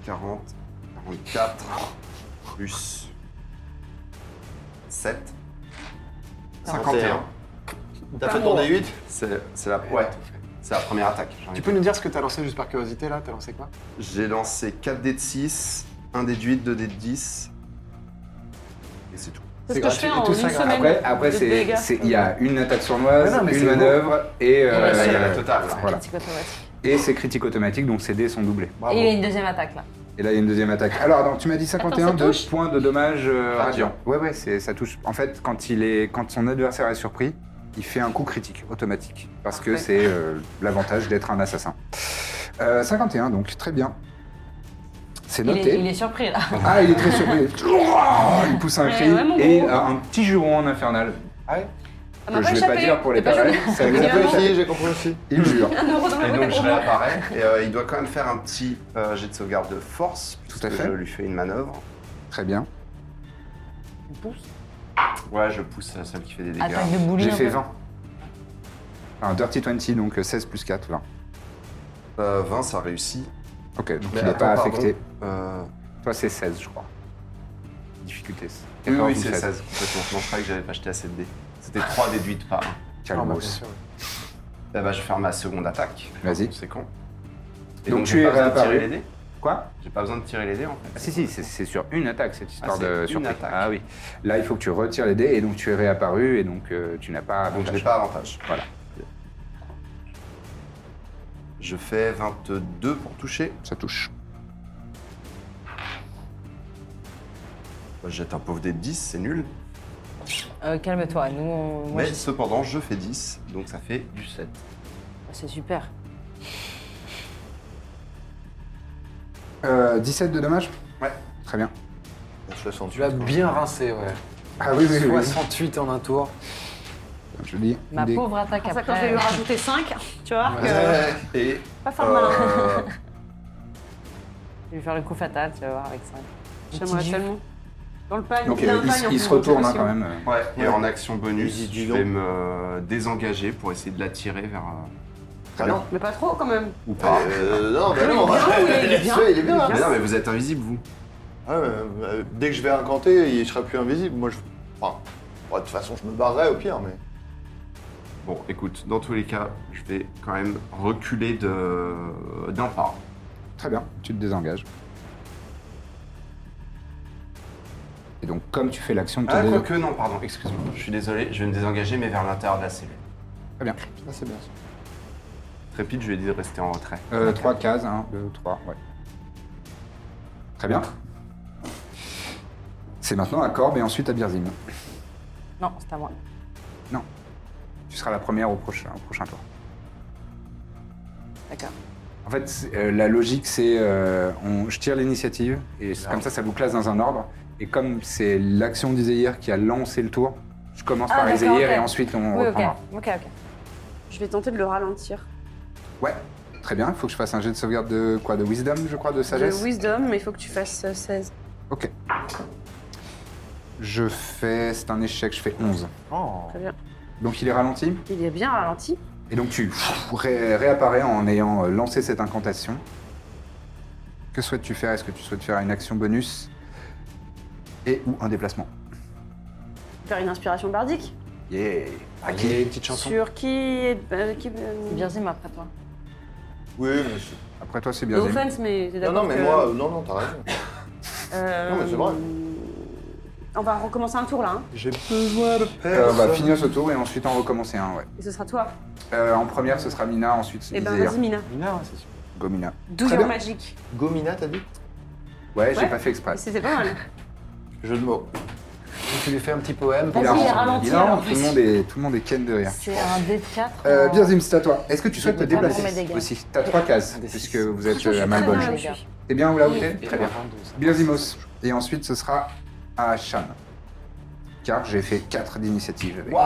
S2: 40, 44, plus 7, 51.
S6: T'as fait ton D8
S2: C'est c'est la, ouais, c'est la première attaque. j'en ai
S5: Tu peux nous dire ce que t'as lancé juste par curiosité là T'as lancé quoi
S2: pas. J'ai lancé 4 dés de 6, 1 dé de 8, 2 dés de 10, et c'est tout.
S4: C'est ce que je
S5: gratuit,
S4: fais
S5: et
S4: en
S5: tout
S4: une
S5: ça,
S4: semaine.
S1: Après, après
S4: de
S1: c'est,
S4: dégâts.
S1: c'est- il y a une attaque sournoise,
S5: Non, non, mais
S1: une
S5: c'est beau.
S1: manœuvre et euh,
S2: Là, il y a la totale.
S1: voilà.
S3: C'est quoi ton match
S1: Et c'est critique automatique, donc ces dés sont doublés.
S3: Et il a une deuxième attaque là.
S1: Et là, il y a une deuxième attaque. Alors, attends, tu m'as dit 51
S4: Attends, ça
S1: de
S4: touche
S1: points de dommage euh,
S2: Radiant.
S1: radiant. Ouais, ouais, c'est, ça touche. En fait, quand, il est, quand son adversaire est surpris, il fait un coup critique automatique. Parce que
S4: Parfait.
S1: c'est euh, l'avantage d'être un assassin. Euh, 51, donc, très bien. C'est
S3: Il
S1: noté.
S3: est, il est surpris là.
S1: Ah, il est très surpris. Ouah il pousse un
S4: Ouais,
S1: cri
S4: ouais, mon
S1: et
S4: gros.
S1: euh, un petit juron en infernal.
S4: Ça
S1: Que je
S4: m'a
S1: vais
S4: pas échappé.
S1: pas dire pour les
S4: C'est pas
S1: parents.
S4: joli.
S1: Ça
S6: J'ai
S1: les a
S6: compris
S1: pas
S6: aussi,
S1: échappés.
S6: j'ai compris aussi.
S1: Il jure.
S4: Un euro dans la
S2: Et donc
S4: boîte à
S2: je
S4: confiance.
S2: réapparais et euh, il doit quand même faire un petit euh, jet de sauvegarde de force. puisque
S1: à fait.
S2: Je lui fais une manœuvre.
S1: Très bien.
S2: Ouais, je pousse euh, celle qui fait des dégâts.
S3: Attaque de boulier.
S1: J'ai
S3: un
S1: fait
S3: peu.
S1: 20. Un dirty 20, donc euh, 16 plus 4, 20.
S2: Euh, 20, ça réussit.
S1: Ok, donc
S2: Mais
S1: il n'est pas
S2: attends,
S1: affecté.
S2: pardon. Euh,
S1: Toi, c'est 16, je crois. Difficulté.
S2: Oui,
S1: 14
S2: oui,
S1: ou
S2: c'est 16, complètement. Non, je croyais que j'avais pas acheté assez de dés. C'était 3 déduites par Eh ben, 1.
S5: Ah,
S1: Calmos.
S2: Là, bah, je vais faire ma seconde attaque.
S1: Vas-y.
S2: C'est con.
S1: Donc, tu es réapparu.
S2: dés
S1: Quoi
S2: J'ai pas besoin de tirer les dés en fait.
S1: Ah, si, si, c'est- c'est sur Ah, une attaque cette histoire
S2: c'est
S1: de
S2: une
S1: surprise.
S2: attaque.
S1: Ah oui. Là, il faut que tu retires les dés et donc tu es réapparu et donc euh, tu n'as pas.
S2: Donc je n'ai pas avantage.
S1: Voilà.
S2: Je fais 22 pour toucher.
S1: Ça touche.
S2: Bah, je jette un pauvre dé de 10, c'est nul.
S3: Euh, Calme-toi, nous. on- moi,
S2: Mais
S3: je-
S2: cependant, je fais 10, donc ça fait du 7.
S3: C'est super.
S1: Euh, 17 de dommage
S2: Ouais.
S1: Très bien.
S5: Tu l'as bien rincé, ouais.
S1: Ah oui, oui, oui.
S5: 68 en un tour.
S1: Je dis.
S3: Ma
S1: des-
S3: pauvre attaque
S4: Ah, ça,
S3: après. euh,
S4: quand je vais lui rajouter 5, tu vois
S6: Ah,
S4: que-
S2: Et. euh,
S4: Pas faire le malin.
S3: Je vais lui faire le coup fatal, tu vas voir avec ça.
S4: J'aimerais tellement. Dans le pagne,
S1: Donc
S4: il a
S1: euh,
S4: un
S1: il,
S4: pagne
S1: se-
S4: en
S1: il se
S4: plus,
S1: retourne hein,
S4: attention.
S1: quand même. euh.
S2: Ouais, et en action
S5: Vas-y,
S2: bonus,
S5: dis
S2: je
S5: donc.
S2: vais me désengager pour essayer de l'attirer vers. euh,
S1: Très bien.
S4: Mais pas trop quand même.
S2: Ou pas.
S6: Euh, non, bah non,
S4: il est bien,
S6: Ouais, il est bien.
S2: Mais non, mais vous êtes invisible, vous.
S6: Ouais, ouais, euh, dès que je vais incanter, il sera plus invisible. Moi, je. Enfin, ouais, de toute façon, je me barrerai au pire, mais.
S2: Bon, écoute, dans tous les cas, je vais quand même reculer de d'un pas.
S1: Très bien, tu te désengages. Et donc, comme tu fais l'action de te
S2: Ah,
S1: dés-
S2: quoique, non, pardon, excuse-moi. Je suis désolé, je vais me désengager, mais vers l'intérieur de la cellule.
S1: Très bien.
S6: Ah, c'est bien ça.
S2: Trépide, je vais dire de rester en retrait.
S1: Euh, trois cases, 1, 2, 3, ouais. Très bien. C'est maintenant à Corbe et ensuite à Birzim.
S3: Non, c'est à moi.
S1: Non. Tu seras la première au prochain, au prochain tour.
S3: D'accord.
S1: En fait, c'est- euh, la logique, c'est euh, on- je tire l'initiative et c'est- comme ça, ça vous classe dans un ordre. Et comme c'est l'action d'Iséir qui a lancé le tour, je commence
S3: Ah,
S1: par
S3: d'accord,
S1: Iséir
S3: ok.
S1: et ensuite on
S3: Oui, ok.
S1: reprendra.
S3: Ok, ok.
S4: Je vais tenter de le ralentir.
S1: Ouais, très bien. Il faut que je fasse un jet de sauvegarde de quoi De wisdom, je crois, de
S4: J'ai
S1: sagesse
S4: wisdom, mais il faut que tu fasses euh, 16.
S1: Ok. Je fais. C'est un échec, je fais 11.
S4: Très bien.
S1: Donc il est ralenti.
S4: Il est bien ralenti.
S1: Et donc tu pff, ré- réapparais en ayant euh, lancé cette incantation. Que souhaites-tu faire Est-ce que tu souhaites faire une action bonus Et ou un déplacement
S4: Faire une inspiration bardique.
S1: Yeah
S5: Ok, petite chanson.
S4: Sur qui est. euh, qui, euh,
S3: Birzim après toi.
S6: Oui, mais. c'est-
S1: Après toi, c'est
S4: no
S1: bien. Zim.
S4: offense, mais t'es
S6: Non,
S4: d'accord
S6: non, mais
S4: que-
S6: moi, euh, non, non, t'as raison.
S4: Euh,
S6: non, mais c'est vrai.
S4: On va recommencer un tour là. hein.
S6: J'ai besoin de
S1: Euh,
S5: bah,
S6: personne.
S1: on va finir ce tour et ensuite en recommencer un, ouais.
S4: Et ce sera toi.
S1: Euh, en première, ce sera Mina, ensuite
S4: Et ben
S1: Izir.
S4: vas-y, Mina.
S5: Mina, hein, c'est sûr.
S1: Gomina.
S4: Do
S1: Très
S4: your
S1: bien.
S4: magic.
S6: Gomina, t'as dit
S1: Ouais, j'ai
S4: Ouais.
S1: pas fait exprès.
S4: Et C'était pas mal.
S6: Jeu de mots.
S5: Tu lui fais un petit poème.
S3: Vas-y,
S1: Il a
S3: il
S1: honte.
S3: est ralenti,
S1: Il a honte,
S3: alors,
S1: tout,
S3: vas-y.
S1: le monde est, tout le monde est ken de rire.
S3: C'est un dé de 4.
S1: Euh, Birzim, c'est à toi. Est-ce que tu souhaites te
S3: Je vais pas
S1: déplacer
S3: prendre Ah, mes dégâts.
S1: aussi T'as trois cases,
S5: Des six.
S1: puisque vous êtes euh, à
S4: Très
S1: Malbon.
S4: bien, je
S3: Malbon.
S4: suis.
S1: T'es bien où là où t'es
S5: Et
S1: Très bien.
S5: avant de-
S1: Birzimos. Et ensuite, ce sera à Shan. Car j'ai fait 4 d'initiative avec euh,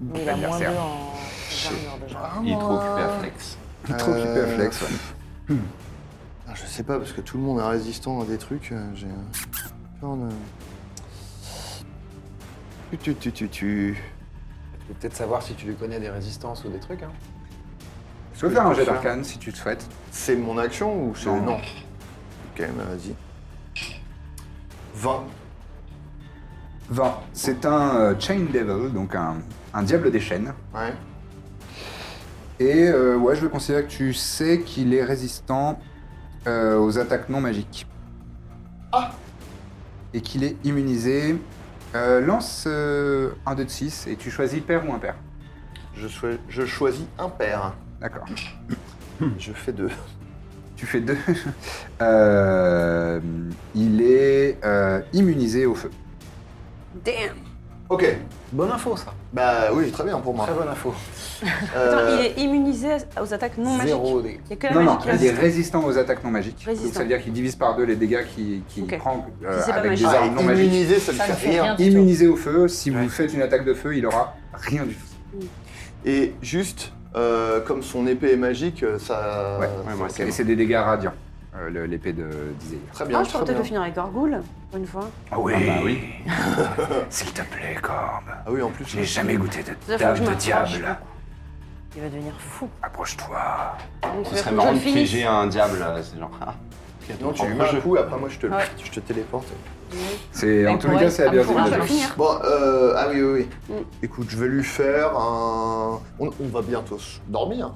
S3: Mais il a moins 2
S1: l'adversaire.
S3: en armure déjà.
S2: Il est trop occupé à flex.
S1: Trop occupé
S3: Euh,
S1: à flex, ouais.
S6: euh, Ah, Je sais pas, parce que tout le monde est résistant à des trucs. euh, J'ai. Putain, euh, Tu, tu, tu, tu.
S5: Tu peux peut-être savoir si tu lui connais des résistances ou des trucs. Hein.
S1: Je peux faire un jet d'arcane si tu le souhaites.
S6: C'est mon action ou c'est.
S1: Non.
S6: Ok, mais vas-y. 20.
S1: 20. C'est un euh, Chain Devil, donc un, un diable des chaînes.
S6: Ouais.
S1: Et euh, ouais, je vais considérer que tu sais qu'il est résistant euh, aux attaques non magiques. Ah Et qu'il est immunisé. Euh, lance euh, un 2 de 6 et tu choisis pair ou impair.
S6: Je, choi- je choisis un père.
S1: D'accord. Hmm.
S6: Je fais deux.
S1: Tu fais deux. Euh, il est euh, immunisé au feu.
S4: Damn.
S6: Ok.
S5: Bonne info, ça.
S6: Bah oui, très bien pour moi.
S5: Très bonne info.
S4: Attends,
S6: Euh,
S4: il est immunisé aux attaques non magiques.
S5: Zéro dé.
S4: Il y a que la
S1: Non, non,
S4: magie qui
S1: il est
S4: reste. Ah,
S1: résistant aux attaques non magiques. Donc
S4: Résistant.
S1: ça veut dire qu'il divise par deux les dégâts qu'il qu'il
S4: Ok.
S1: prend euh,
S4: Si c'est pas
S1: avec des
S4: magique.
S1: armes non magiques.
S6: ah, immunisé, ça ne
S3: Ça
S6: fait
S3: ne fait rien
S6: rien.
S3: du tout.
S1: Immunisé au feu, si vous faites une attaque de feu, il aura rien du tout.
S6: Et juste, euh, comme son épée est magique, euh, ça.
S1: Ouais,
S6: ça-
S2: Ouais, moi, c'est
S1: Et
S2: bon.
S1: c'est des dégâts radiants, euh, le- l'épée de d'Iséir. bah
S6: Très bien.
S4: Ah, je pourrais
S6: très
S4: peut-être le
S6: bien.
S4: finir avec Gorgoule, pour une fois.
S7: Ah oui,
S2: Ah oui.
S7: s'il te plaît, Corbe.
S6: Ah oui, en plus.
S7: Je n'ai jamais goûté de
S4: que
S7: dame
S4: je
S7: de
S4: m'approche.
S7: diable.
S3: Il va devenir fou.
S7: Approche-toi.
S4: Donc,
S2: Ce
S4: il va
S2: serait
S4: falloir
S2: marrant de
S4: que je le finisse.
S2: piéger un diable, euh, c'est genre. Ah.
S6: Non, tu lui
S2: Après,
S6: mets
S2: je-
S6: un coup, après moi je te,
S4: Ouais.
S6: je te téléporte.
S1: C'est en
S3: Et
S1: tous les
S3: pour
S1: cas,
S3: elle,
S1: c'est à
S3: ah,
S1: Birzim.
S3: pour elle,
S1: de
S3: je
S1: jouer.
S3: vais finir.
S6: Bon, euh, ah oui, oui, oui.
S4: Mm.
S6: Écoute, je vais lui faire un. On, on va bientôt s- dormir.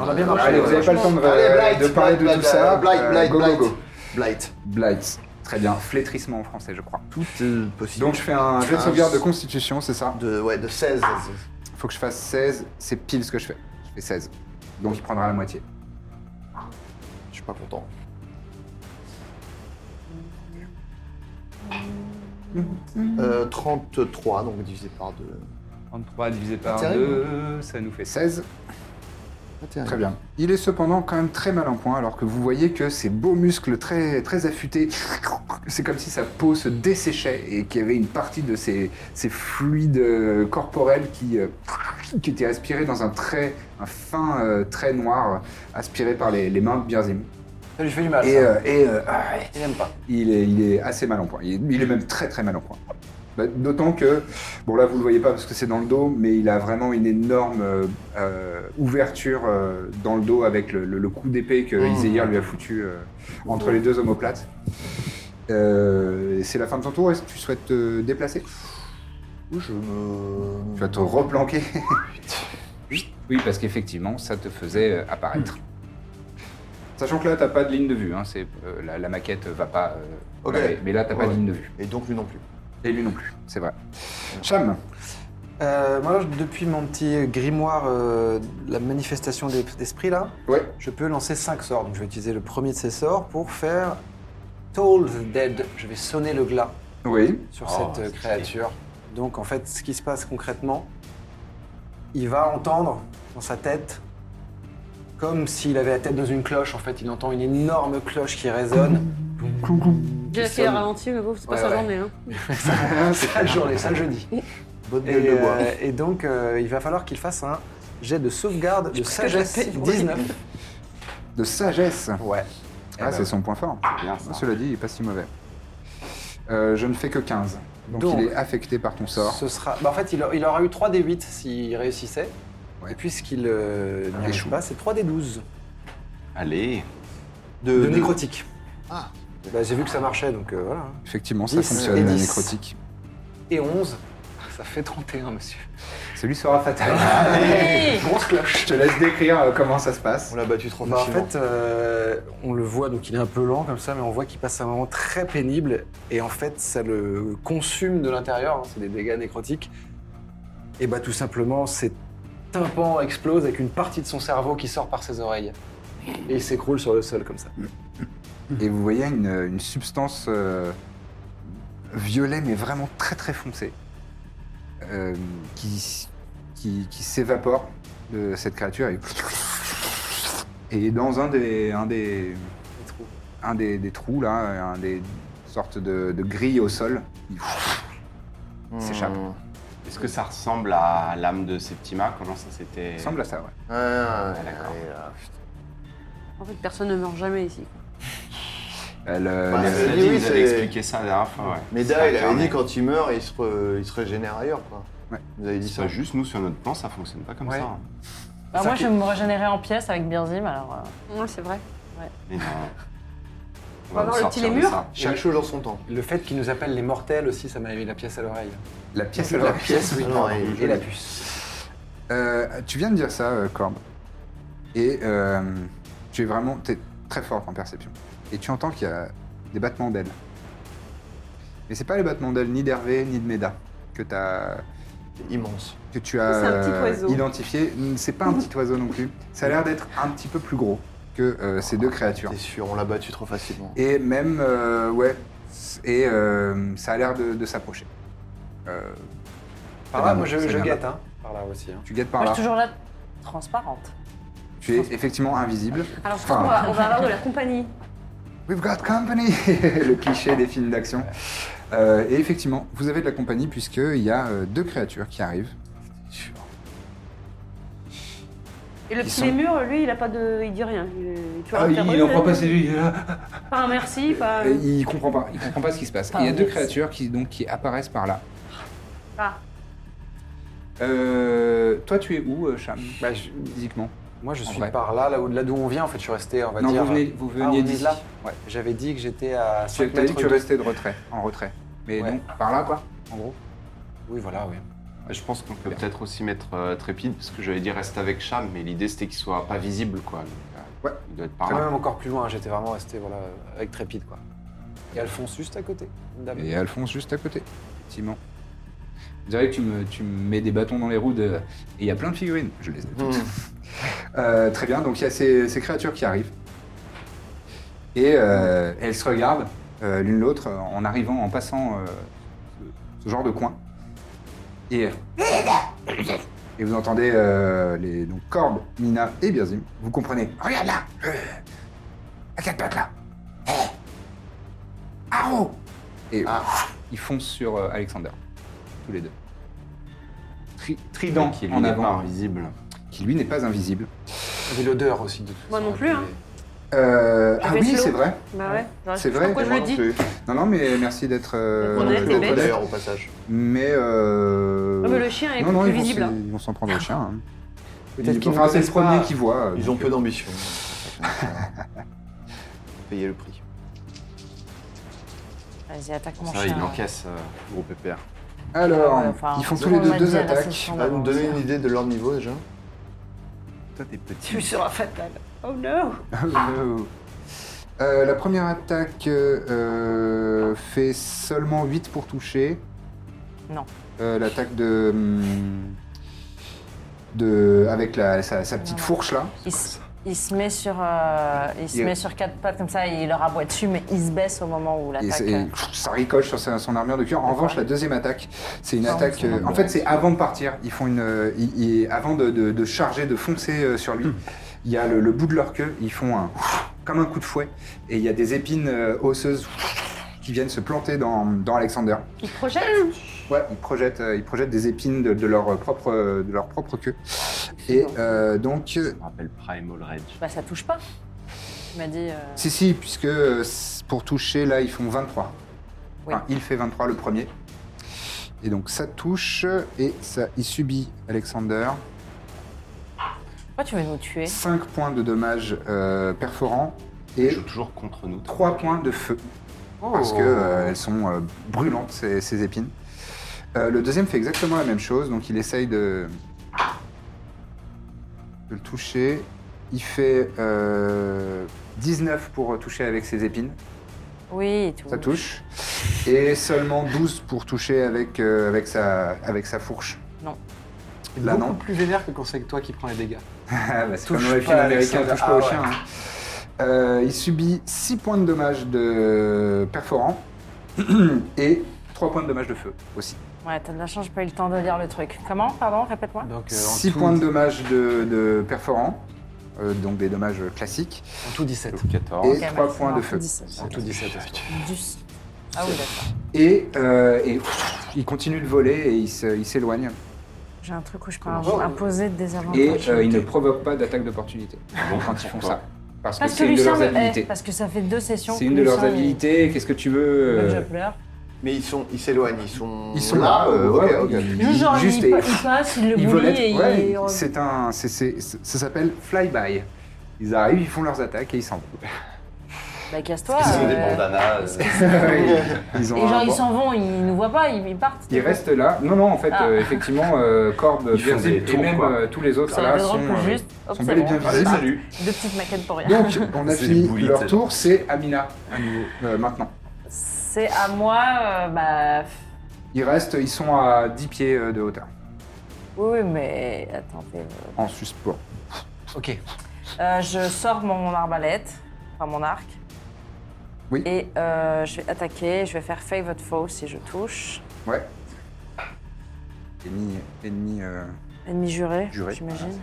S5: On a bien marché.
S1: Allez, vous n'avez pas le temps de, de parler de tout ça. Euh, go, go, go.
S6: Blight.
S1: Blight. Très bien. Flétrissement en français, je crois.
S6: Tout est possible.
S1: Donc je fais un jet de sauvegarde de constitution, c'est ça
S6: De, ouais, de 16.
S1: Faut que je fasse 16. C'est pile ce que je fais. Je fais 16. Donc il prendra la moitié.
S6: Je suis pas content. Euh, 33, donc divisé par 2.
S1: 33 divisé par
S6: Intérêt,
S1: 2, ça nous fait 16.
S6: Ah,
S1: Très bien. Il est cependant quand même très mal en point, alors que vous voyez que ses beaux muscles très, très affûtés, c'est comme si sa peau se desséchait et qu'il y avait une partie de ses, ses fluides euh, corporels qui, euh, qui étaient aspirés dans un trait, un fin euh, trait noir euh, aspiré par les, les mains de Birzim.
S5: Ça lui fait du mal.
S1: Et,
S5: ça.
S1: euh, et, euh, ah,
S5: Il n'aime pas.
S1: il est, il est assez mal en point. Il est, il est même très très mal en point. Bah, D'autant que, bon là vous le voyez pas parce que c'est dans le dos, mais il a vraiment une énorme euh, euh, ouverture euh, dans le dos avec le, le- le coup d'épée que Izeyir lui a foutu euh, entre les deux omoplates. Euh, c'est la fin de ton tour, est-ce que tu souhaites te déplacer
S6: Où je me.
S1: Tu vas te replanquer Oui, parce qu'effectivement ça te faisait euh, apparaître. Sachant que là t'as pas de ligne de vue, hein, c'est, euh, la, la maquette va pas. euh,
S6: Ok.
S1: voilà, mais- mais là t'as pas de
S6: Ouais.
S1: ligne de vue.
S6: Et donc lui non plus.
S1: Et lui non plus, c'est vrai. Cham,
S5: Euh, moi, je- depuis mon petit grimoire, euh, la manifestation d'es- d'esprit, là,
S1: Ouais.
S5: je peux lancer 5 sorts. Donc, je vais utiliser le premier de ces sorts pour faire Toll the Dead. Je vais sonner le glas
S1: Oui.
S5: sur
S6: Oh,
S5: cette euh, créature. Donc, en fait, ce qui se passe concrètement, il va entendre dans sa tête, comme s'il avait la tête dans une cloche, en fait, il entend une énorme cloche qui résonne.
S4: J'ai essayé de ralentir, mais bon, c'est pas
S5: Ouais,
S4: sa
S5: ouais.
S4: journée. Hein.
S5: Sale journée, sale jeudi.
S6: Bonne gueule
S5: Et,
S6: de bois.
S5: euh, et donc, euh, il va falloir qu'il fasse un jet de sauvegarde de sagesse 19.
S1: de sagesse.
S5: Ouais.
S1: Ah,
S5: ben
S1: c'est
S5: oui.
S1: son point fort.
S2: Bien ça.
S1: Cela dit, il est pas si mauvais. Euh, je ne fais que 15. Donc,
S5: Donc.
S1: il est affecté par ton sort.
S5: Ce sera... bah, en fait, il, a- il aura eu 3 D8 s'il réussissait.
S1: Ouais.
S5: Et puis, ce qu'il euh, n'y arrive pas, c'est 3 D12
S2: Allez.
S5: de, nécrotique. Bah, J'ai vu que ça marchait, donc euh, voilà.
S1: Effectivement, ça
S5: 10
S1: fonctionne,
S5: et
S1: la
S5: 10.
S1: nécrotique.
S5: Et 11. Ça fait 31, monsieur.
S1: Celui sera fatal.
S5: Grosse cloche.
S1: je te laisse décrire euh, comment ça se
S6: On
S1: passe.
S6: l'a battu trop
S5: Bah, en
S6: facilement.
S5: fait, euh, on le voit, donc il est un peu lent comme ça, mais on voit qu'il passe un moment très pénible. Et en fait, ça le consume de l'intérieur. hein, c'est des dégâts nécrotiques. Et bah, tout simplement, ses tympans explosent avec une partie de son cerveau qui sort par ses oreilles. Et il s'écroule sur le sol comme ça.
S1: Et vous voyez une, une substance euh, violet, mais vraiment très très foncée, euh, qui, qui, qui s'évapore de cette créature. Et, et dans un des, un des, un des, des trous, là, un des sortes de, de grilles au sol, il s'échappe.
S6: Mmh.
S2: Est-ce que ça ressemble à l'âme de Septima Comment ça s'était.
S1: Il ressemble à ça, ouais.
S6: Ah,
S2: d'accord.
S6: et, euh, putain.
S4: En fait, personne ne meurt jamais ici.
S1: Elle, euh,
S6: Bah,
S1: les-
S6: c'est-
S2: Nadine
S6: Oui, oui,
S2: nous
S6: c'est-
S2: avait expliqué ça la dernière fois, ouais.
S6: Mais Da, il
S2: C'est
S6: avait
S2: incarné.
S6: dit quand il meurt, il se, re- il se régénère ailleurs, quoi.
S1: Ouais.
S6: Vous avez dit
S2: C'est
S6: ça.
S2: pas Bah, juste, nous, sur notre plan, ça fonctionne pas comme
S5: Ouais.
S2: ça. hein.
S3: Bah,
S5: Ça
S3: moi,
S5: qui-
S3: je vais me régénérer en pièces avec Birzim, alors. euh,
S4: Ouais, c'est vrai.
S2: Mais non.
S4: On va voir le
S2: sortir
S4: petit
S2: de
S4: lémur
S2: ça.
S6: Chaque chose en son temps.
S5: Le fait qu'il nous appelle les mortels aussi, ça m'a mis la pièce à l'oreille.
S1: la pièce,
S5: La
S1: alors.
S5: pièce, oui.
S6: Ah Non,
S5: pardon.
S6: et-
S5: et la puce.
S1: Euh, tu viens de dire ça, euh, Corbe. Et euh, tu es vraiment t'es très fort en perception. Et tu entends qu'il y a des battements d'ailes. Mais c'est pas les battements d'ailes ni d'Hervé ni de Méda que, t'as-
S6: C'est immense.
S1: que tu as
S4: C'est un petit
S1: euh,
S4: oiseau.
S1: identifié. Mm, C'est pas un petit oiseau non plus. Ça a l'air d'être un petit peu plus gros que euh, ces deux créatures.
S6: T'es sûr, on l'a battu trop facilement.
S1: Et même, euh, ouais, et euh, ça a l'air de, de s'approcher. Euh,
S5: Par
S1: C'est
S5: là,
S1: bien,
S5: moi, je,
S1: c'est
S5: je
S1: bien.
S5: guette, hein. Par là aussi. hein.
S1: tu guettes par
S3: Moi,
S4: Ah,
S3: je
S1: là.
S3: suis toujours là, transparente.
S1: Tu es effectivement invisible.
S4: Alors, je
S1: Enfin,
S4: pense qu'on va, on va avoir de la compagnie.
S1: We've got company Le cliché des films d'action. Euh, et effectivement, vous avez de la compagnie puisqu'il y a euh, deux créatures qui arrivent.
S4: Et le
S1: Ils
S4: petit
S1: sont-
S4: lémur, lui, il a pas de. Il dit rien. Il, est- tu vois,
S1: Ah,
S4: il
S1: il
S4: fait
S1: il
S4: rire,
S1: en prend
S4: hein.
S1: pas, c'est lui.
S4: Pas un merci, pas. un-
S1: Et Euh, il comprend pas, il comprend pas ce qui se passe.
S3: Pas
S1: Il y a
S3: un
S1: deux
S3: mix.
S1: créatures qui, donc, qui apparaissent par là.
S4: Ah.
S1: Euh, toi, tu es où, euh, Cham
S5: Bah, je-
S1: Physiquement
S5: Moi, je
S1: En
S5: suis
S1: vrai.
S5: par là, là où- là d'où on vient, en fait, je suis resté, on va
S1: Non,
S5: dire.
S1: vous, venez, vous
S5: Ah, on
S1: veniez
S5: est
S1: d'ici.
S5: là
S1: Ouais.
S5: J'avais dit que j'étais à
S1: Tu
S5: 5
S1: t'as dit
S5: mètres
S1: que tu
S5: de-
S1: restais de retrait, en retrait. Mais
S5: Ouais.
S1: donc, par là, quoi, en gros.
S5: Oui, voilà, oui.
S2: Je pense qu'on peut peut-être aussi mettre euh, Trépide, parce que j'avais dit reste avec Cham, mais l'idée c'était qu'il soit pas visible, quoi. Donc, euh, Il doit être
S1: Ah.
S2: par
S5: Quand
S2: là.
S5: même encore plus loin, j'étais vraiment resté voilà, avec Trépide. Quoi. Et Alphonse juste à côté. une dame.
S1: Et Alphonse juste à côté, effectivement. Vous savez que tu me, tu me mets des bâtons dans les roues de... Et il y a plein de figurines, je les ai toutes.
S6: Mmh.
S1: Euh, très bien, donc il y a ces, ces créatures qui arrivent. Et euh, elles se regardent euh, l'une l'autre en arrivant, en passant euh, ce, ce genre de coin. Et, et vous entendez euh, les donc, Corbe, Mina et Birzim. Vous comprenez
S7: Regarde là euh, À quatre pattes là Hé Haro
S1: Eh. Et ils foncent sur euh, Alexander, tous les deux. Tri- trident
S2: Qui, lui,
S1: en
S2: n'est
S1: avant.
S2: pas invisible.
S1: Qui lui n'est pas invisible.
S5: J'avais l'odeur aussi de tout.
S4: Moi non plus, hein.
S1: Euh, ah
S4: J'ai fait
S1: oui,
S4: slow.
S1: c'est vrai.
S4: Bah ouais. J'aurais-
S1: C'est
S4: je sais
S1: vrai.
S4: pas Pourquoi je le dis
S1: Non, non, mais merci d'être. euh,
S4: On est
S1: d'être
S4: des bêtes.
S1: honnête.
S6: au passage.
S1: Mais. euh,
S4: Ah, mais le chien est
S1: non, non,
S4: plus
S1: ils vont
S4: visible,
S1: s'y-
S4: hein.
S1: Ils vont s'en prendre au chien. hein.
S5: Peut-être
S1: Ils-
S5: qu'ils
S1: enfin, c'est
S5: nous
S1: le
S5: connaissent pas.
S1: premier qui voit. euh,
S6: Ils ont
S1: donc,
S6: peu
S1: euh,
S6: d'ambition. Payer le prix.
S3: Vas-y, attaque mon
S2: Ça, il
S3: chien.
S2: encaisse, euh, gros pépère.
S1: Alors,
S3: Ouais, enfin,
S1: ils font
S3: on
S1: tous les deux
S3: va
S1: deux
S3: dire à
S1: attaques.
S3: ce
S6: On
S3: chien
S6: va nous
S3: d'avancer.
S6: donner une idée de leur niveau déjà.
S2: Toi, t'es petit.
S4: Tu seras fatal. Oh no
S1: Euh, la première attaque euh, fait seulement 8 pour toucher.
S3: Non.
S1: Euh, L'attaque de. hum, de avec la, sa, sa petite fourche là.
S3: Il, se- il se met sur, euh, il se
S1: Il-
S3: met sur quatre pattes comme ça, il leur aboie dessus, mais il se baisse au moment où
S1: Et,
S3: l'attaque. euh,
S1: c'est- et ça ricoche sur sa- son armure de cuir. En revanche, la deuxième attaque, c'est une
S3: Non,
S1: attaque.
S3: c'est
S1: euh,
S3: bon.
S1: en fait, c'est avant de partir. Ils font une. euh, ils- ils- avant de, de- de charger, de foncer euh, sur lui, il y a le, le bout de leur queue. Ils font un. comme un coup de fouet. Et il y a des épines euh, osseuses qui viennent se planter dans, dans Alexander.
S4: Il projette
S1: Ouais, ils projettent, euh, ils projettent des épines de, de leur, propre, euh, de leur propre queue. Et euh, donc.
S2: Je me rappelle Primal Rage.
S3: Bah ça touche pas. Il m'a dit. euh,
S1: Si, si, puisque euh, c- pour toucher, là, ils font 23.
S3: Oui.
S1: Enfin, il fait 23 le premier. Et donc, ça touche et ça, il subit, Alexander,
S3: Pourquoi tu veux nous tuer
S1: 5 points de dommages euh, perforants
S2: Il
S1: et
S2: joue toujours contre nous. Oh.
S1: 3 points de feu.
S5: Oh.
S1: Parce que euh, elles sont euh, brûlantes, ces, ces épines. Euh, le deuxième fait exactement la même chose, donc il essaye de, de le toucher. Il fait euh, 19 pour toucher avec ses épines.
S3: Oui, et tout.
S1: Ça touche. Et seulement 12 pour toucher avec, euh, avec, sa, avec sa fourche.
S3: Non.
S1: Là,
S5: Beaucoup
S1: non.
S5: plus vénère que quand c'est toi qui prends les dégâts.
S1: Ah, bah, c'est
S5: Touche
S1: comme dans les films
S5: pas,
S1: américains,
S5: Alexandre.
S1: touche pas
S5: Ah,
S1: au
S5: ouais.
S1: chien. hein. Euh, il subit 6 points de dommages de perforant et 3 points de dommages de feu aussi.
S3: Ouais, t'as de la chance, j'ai pas eu le temps de lire le truc. Comment Pardon, répète-moi.
S5: Donc, euh, en
S1: 6
S5: tout-
S1: points de dommages de, de perforant, euh, donc des dommages classiques,
S5: En tout 17.
S2: Sauf 14.
S1: et
S3: Ok,
S1: 3
S3: maximum,
S1: points de feu.
S3: 17.
S5: En tout 17. aussi.
S3: Dus. Ah oui, d'accord.
S1: Et, euh, et il continue de voler et il se- il s'éloigne.
S3: J'ai un truc où je peux imposer des désavantages.
S1: Et euh, il ne provoque pas d'attaque d'opportunité
S5: Ah
S1: quand ils font
S2: pourquoi
S1: ça. Parce que
S3: Parce
S1: c'est
S3: que
S1: une de
S3: Lucien
S1: leurs
S3: me hait,
S1: habilités.
S3: parce que ça fait deux sessions.
S1: C'est
S3: que
S1: une de leurs
S3: Lucien, il-
S1: habilités. Qu'est-ce que tu veux
S3: Même
S1: euh,
S3: je pleure.
S6: Mais ils sont, ils s'éloignent, ils sont.
S1: Ils sont là.
S6: euh,
S1: ouais,
S6: ok, ok.
S1: ils-
S3: Juste, genre,
S1: juste
S3: il,
S1: et-
S3: il passe, il le
S1: ils
S3: bouille
S1: volent.
S3: et
S1: Ouais,
S3: il.
S1: c'est un, c'est- c'est- ça s'appelle flyby. Ils arrivent, ils font leurs attaques et ils s'en vont.
S3: Bah, casse-toi.
S2: Ils ont des
S3: euh,
S2: bandanas. euh,
S1: ils, ont
S3: Et genre,
S1: un-
S3: ils s'en vont, ils nous voient pas, ils, ils partent.
S1: ils restent là. Non, non, en fait,
S3: Ah.
S1: euh, effectivement, euh, Corbe,
S2: Ils font
S1: Birzim
S2: des
S1: et
S2: tours,
S1: même
S2: quoi.
S1: euh, tous les autres
S3: Ça
S1: là
S3: va
S1: sont,
S3: drôle pour
S1: euh,
S3: juste. Hop,
S1: sont
S3: c'est
S1: bel et
S3: bon.
S1: bien
S3: Hop,
S1: visibles.
S3: c'est bon. Deux petites maquettes pour rien.
S1: Donc, on a
S2: C'est
S1: fini
S2: bouillie,
S1: leur
S2: c'est
S1: tour. C'est Amina euh, maintenant.
S3: C'est à moi, euh, bah.
S1: Ils restent, ils sont à 10 pieds euh, de hauteur
S3: Oui, mais attendez. euh,
S1: en suspens.
S5: Ok.
S3: euh, je sors mon arbalète, enfin mon arc.
S1: Oui.
S3: Et euh, je vais attaquer, je vais faire Favored Foe si je touche.
S1: Ouais. Ennemi, ennemi euh,
S3: Ennemi juré,
S1: juré.
S3: j'imagine.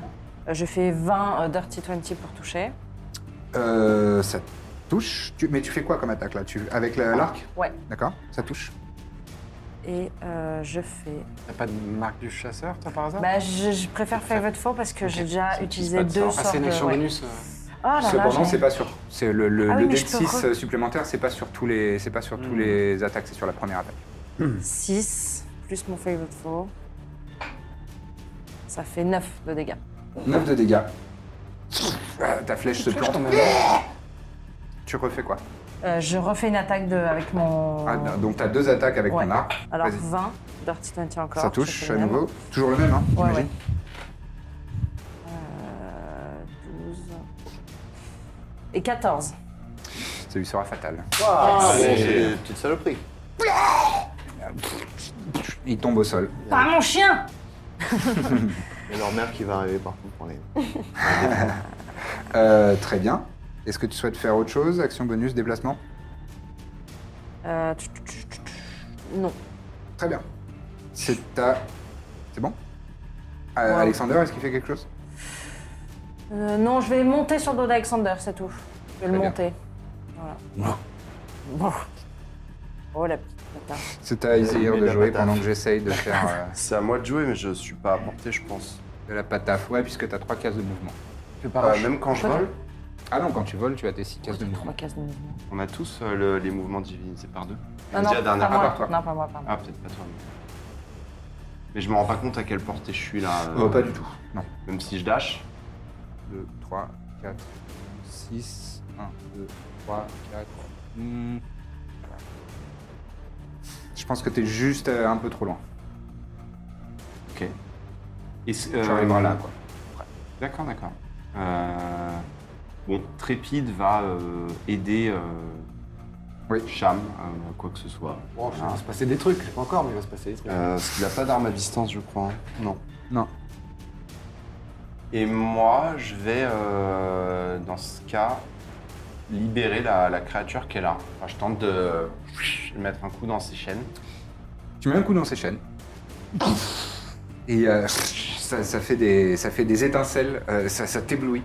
S3: Euh, je fais 20 euh, Dirty 20 pour toucher.
S1: Euh, ça touche. Tu- mais tu fais quoi comme attaque là tu, Avec la- l'arc
S3: Ouais.
S1: D'accord Ça touche.
S3: Et euh, je fais.
S5: T'as pas de marque du chasseur, toi, par hasard
S3: Bah, je, je préfère Favored Foe parce que j'ai déjà utilisé
S2: pas de
S3: deux
S2: sort.
S5: Ah,
S3: sorts
S5: c'est une
S3: de.
S5: action
S3: ouais.
S5: bonus. euh.
S3: Oh là là,
S1: Cependant,
S3: j'ai-
S1: c'est pas sur. C'est le, le,
S3: Ah oui,
S1: le
S3: mais
S1: deck
S3: je peux
S1: 6
S3: re-
S1: euh, supplémentaire, c'est pas sur tous les, c'est pas sur tous les attaques, c'est sur la première attaque.
S3: 6 plus mon favorite foe. Ça fait 9 de dégâts.
S1: 9 de dégâts. Ah, Ta flèche se plante. Tu refais quoi
S3: Euh, je refais une attaque de, avec mon.
S1: Ah, non, donc t'as deux attaques avec
S3: Oh. Ouais.
S1: ton arc.
S3: Alors
S1: Vas-y.
S3: 20, Dirty 20 encore.
S1: Ça touche
S3: c'est
S1: à
S3: le même.
S1: nouveau. Toujours le même, hein,
S3: Ouais,
S1: j'imagine.
S3: ouais. Euh, 12. Et 14.
S1: Ça lui sera fatal.
S6: Ah,
S1: Yes.
S6: bon, c'est
S1: Et
S6: une petite saloperie.
S1: Il tombe au sol.
S3: Pas mon chien
S6: Et leur mère qui va arriver par contre pour les.
S1: Euh, très bien. Est-ce que tu souhaites faire autre chose Action bonus, déplacement
S3: Euh, tch, tch, tch, tch, tch. Non.
S1: Très bien. C'est ta... C'est bon Euh,
S3: Ouais.
S1: Alexander, est-ce qu'il fait quelque chose
S3: Euh, non, je vais monter sur le dos d'Alexander, c'est tout. Je vais
S1: Très
S3: le
S1: bien.
S3: monter. Voilà. Bon. Oh la petite bâtarde.
S1: C'est à Isaïr de
S2: Mais la
S1: jouer
S2: pataf.
S1: pendant que j'essaye de faire... euh,
S2: C'est à moi de jouer, mais je suis pas à portée, je pense.
S1: de la pataf, ouais, puisque t'as trois cases de mouvement.
S2: Euh, même quand je
S3: Pas
S2: vole,
S1: Ah non, quand tu voles, tu as tes six cases de mouvement.
S3: Trois cases de mouvement.
S2: on a tous euh, le- les mouvements divisés par deux.
S3: Non,
S2: On
S3: Ah non,
S2: dit la dernière
S3: pas moi.
S2: fois.
S1: toi.
S3: Non, pas moi, pas moi.
S2: Ah, peut-être pas toi. Mais... mais je me rends pas compte à quelle portée je suis là. euh,
S1: Oh, pas du tout. Non.
S2: Même si je dash.
S1: 2, 3, 4, 6, 1, 2, 3, 4. Hmm. Je pense que t'es juste euh, un peu trop loin.
S2: Ok. Et c-
S1: Tu
S2: euh,
S1: arriveras là, quoi.
S2: D'accord, d'accord. Euh, Bon, Trépide va euh, aider euh,
S1: Oui.
S2: Cham, euh, quoi que ce soit.
S5: Bon, Oh, il va se passer des trucs, je sais pas encore, mais il va se passer des trucs.
S2: Euh, parce qu'il a pas d'arme à distance, je crois. hein. Non.
S1: Non.
S2: Et moi, je vais, euh, dans ce cas, libérer la, la créature qui est là. Enfin, je tente de lui mettre un coup dans ses chaînes.
S1: Tu mets un coup dans ces chaînes. Et euh, ça, ça fait des, ça fait des étincelles, euh, ça, ça t'éblouit.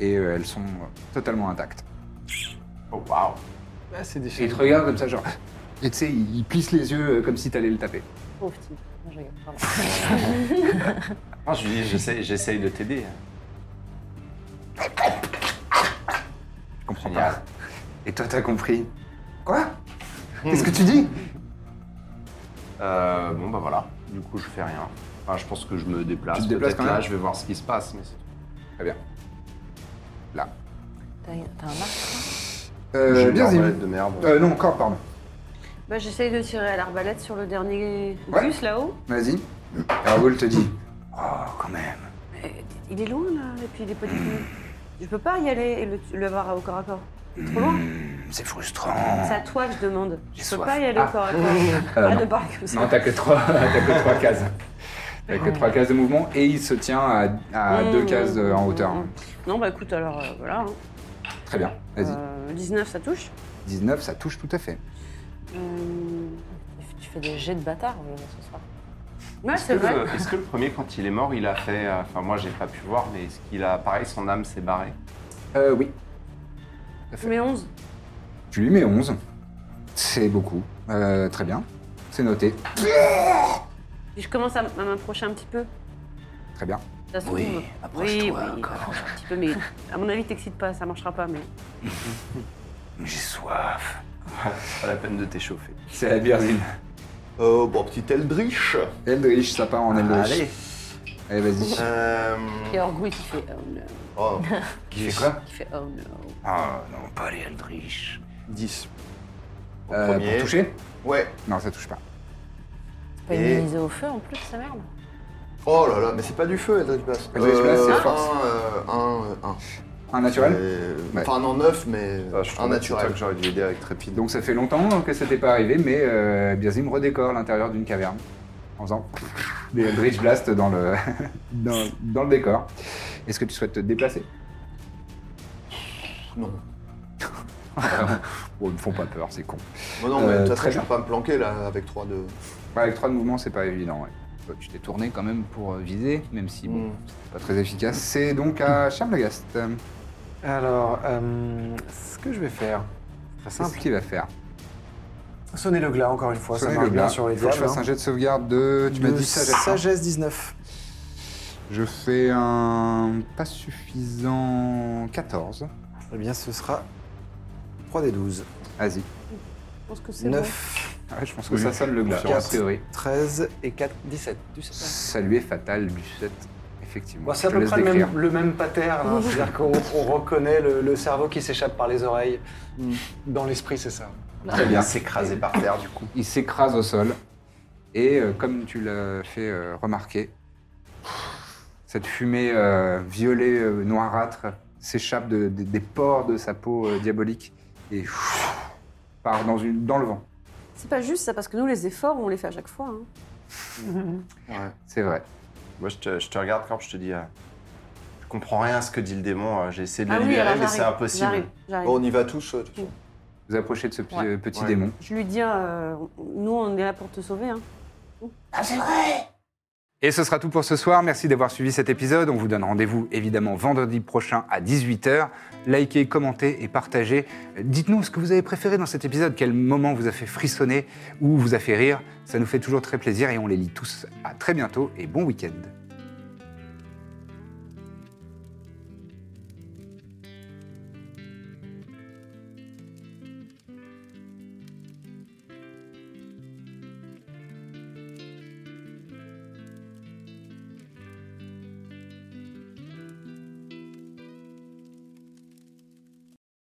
S1: Et euh, elles sont euh, totalement intactes.
S2: Oh, waouh
S5: Ouais, Bah, c'est des
S1: Et il te regarde comme ça, genre. Et tu sais, il il plisse les yeux euh, comme si t'allais le taper.
S3: Pauvre type. Non, je rigole. Pardon.
S2: Non, je lui dis, j'essaye- j'essaye de t'aider. hein.
S1: Je comprends
S2: Génial.
S1: pas. Et toi, t'as compris. Quoi Qu'est-ce que tu dis
S2: Euh, bon, bah voilà. Du coup, je fais rien. Enfin, je pense que je me déplace.
S1: Tu te déplaces
S2: Peut-être
S1: quand
S2: là,
S1: même
S2: je vais voir ce qui se passe. Mais c'est tout.
S1: Très bien. Là.
S3: T'as t'as un arc
S2: J'ai
S1: Euh,
S2: une
S1: bien
S2: arbalète de merde.
S1: Euh, non, encore, pardon.
S4: Bah, j'essaye de tirer à l'arbalète sur le dernier
S1: Ouais.
S4: bus là-haut.
S1: Vas-y. Raoul te dit. Oh, quand même.
S4: Mais Euh, Il est loin là, et puis il est pas du tout. Je peux pas y aller et le, le voir au corps à corps. C'est trop loin.
S1: Hmm, C'est frustrant.
S4: C'est à toi que je demande.
S1: J'ai
S4: Je peux
S1: soif.
S4: pas y aller au
S1: Ah.
S4: corps à corps.
S1: Euh,
S4: Ah,
S1: non.
S4: ne parle comme ça.
S1: Non, t'as que trois, t'as que trois cases. T'as que trois cases de mouvement et il se tient à, à
S4: Mmh,
S1: deux cases
S4: mmh,
S1: euh, en
S4: mmh,
S1: hauteur.
S4: mmh. Non, bah écoute, alors euh, voilà. hein.
S1: Très bien. Vas-y.
S4: Euh, 19, ça touche.
S1: 19, ça touche tout à fait.
S4: Euh,
S3: Tu fais des jets de bâtard oui, ce soir.
S4: Ouais,
S2: Est-ce que,
S4: c'est vrai.
S2: le- Euh, est-ce que le premier, quand il est mort, il a fait. euh, Enfin, moi, j'ai pas pu voir, mais est-ce qu'il a. Pareil, son âme s'est barrée.
S1: Euh, oui.
S4: Mais 11.
S1: Tu lui mets 11. C'est beaucoup. Euh, très bien. C'est noté.
S4: Et je commence à m- à m'approcher un petit peu.
S1: Très bien.
S4: Ça se
S7: Oui,
S4: trouve.
S7: approche-toi encore.
S4: t'approches un petit peu, mais à mon avis, t'excites pas, ça marchera pas. Mais
S7: J'ai soif.
S2: Pas la peine de t'échauffer.
S1: C'est la Birzim.
S6: Euh, bon, petit Eldritch.
S1: Eldritch, ça part en Eldritch.
S6: Allez.
S1: Allez, vas-y.
S6: Euh...
S3: Et Orgouille qui fait oh no,
S6: Oh,
S1: Tu fais quoi
S3: qui fait oh no.
S7: Ah non, pas les Eldritch.
S6: 10. Au
S1: Euh, Pour
S6: premier.
S1: toucher
S6: Ouais.
S1: Non, ça touche pas.
S3: C'est pas
S6: Et-
S3: immunisé au feu en plus, sa merde.
S6: Oh là là, mais c'est pas du feu, Eldritch Blast.
S1: Eldritch Blast, c'est
S6: Euh,
S1: force.
S6: Un, euh, un, euh, un.
S1: Un naturel
S6: Euh,
S1: Ouais.
S6: Enfin, non, neuf, mais
S2: Ah, je trouve
S6: un
S2: que c'est toi
S6: naturel.
S2: que j'aurais dû aider avec Trépide.
S1: Donc ça fait longtemps que ça t'est pas arrivé, mais euh, Birzim redécore l'intérieur d'une caverne en faisant des Eldritch Blast dans le, dans, dans le décor. Est-ce que tu souhaites te déplacer
S6: Non.
S1: Bon, ils me font pas peur, c'est con.
S6: Bon, non, mais de
S1: Euh,
S6: toute
S1: très
S6: façon, je peux pas me planquer là avec 3 de.
S1: Ouais, Bah, avec trois de mouvement, c'est pas évident. ouais. Bah, Tu t'es tourné quand même pour euh, viser, même si bon,
S6: Mm.
S1: c'est pas très efficace. C'est donc à Chamlagast.
S5: Alors, euh, ce que je vais faire, c'est très
S1: C'est ce
S5: simple.
S1: qu'il va faire.
S5: Sonner le glas, encore une fois,
S1: Sonnez
S5: ça marche
S1: le
S5: bien
S1: glas.
S5: sur les
S1: Il faut que
S5: diables.
S1: je fasse
S5: hein.
S1: un jet de sauvegarde de. Tu m'as
S5: De
S1: dit sagesse. hein
S5: sagesse 19.
S1: Je fais un pas suffisant 14.
S5: Eh bien, ce sera 3 des 12.
S1: Vas-y.
S4: je pense que c'est
S5: 9,
S1: Ah ouais, je pense que ça sonne le glas.
S5: Confiance.
S1: A priori.
S5: 13 et 4, 17. Du sept.
S1: Ça lui est fatal, du 7. Effectivement.
S5: Bon, c'est à
S1: je
S5: peu
S1: te
S5: près
S1: laisse
S5: le
S1: décrire.
S5: même, le même pattern, hein. c'est-à-dire qu'on on reconnaît le, le cerveau qui s'échappe par les oreilles.
S1: Mm.
S5: Dans l'esprit, c'est ça.
S2: Très bien, s'écraser par terre, du coup.
S1: Il s'écrase au sol. Et euh, comme tu l'as fait euh, remarquer, cette fumée euh, violet euh, noirâtre s'échappe de- des- des pores de sa peau euh, diabolique et part dans, une, dans le vent.
S4: C'est pas juste ça, parce que nous, les efforts, on les fait à chaque fois. hein.
S1: C'est vrai.
S2: Moi, je te, je te regarde quand je te dis. euh, je comprends rien à ce que dit le démon. euh, J'ai essayé de
S4: Ah
S2: le
S4: oui,
S2: libérer,
S4: alors
S2: mais
S4: j'arrive,
S2: c'est impossible.
S4: j'arrive, j'arrive.
S2: Bon, on y va tous. euh, de toute façon.
S1: Vous approchez de ce petit-
S4: Ouais.
S1: euh, petit
S2: Ouais.
S1: démon.
S4: Je lui dis, euh, nous, on est là pour te sauver. Hein.
S7: Ah, c'est vrai
S1: Et ce sera tout pour ce soir. Merci d'avoir suivi cet épisode. On vous donne rendez-vous évidemment vendredi prochain à 18h. Likez, commentez et partagez. Euh, Dites-nous ce que vous avez préféré dans cet épisode, quel moment vous a fait frissonner ou vous a fait rire. Ça nous fait toujours très plaisir et on les lit tous. À très bientôt et bon week-end.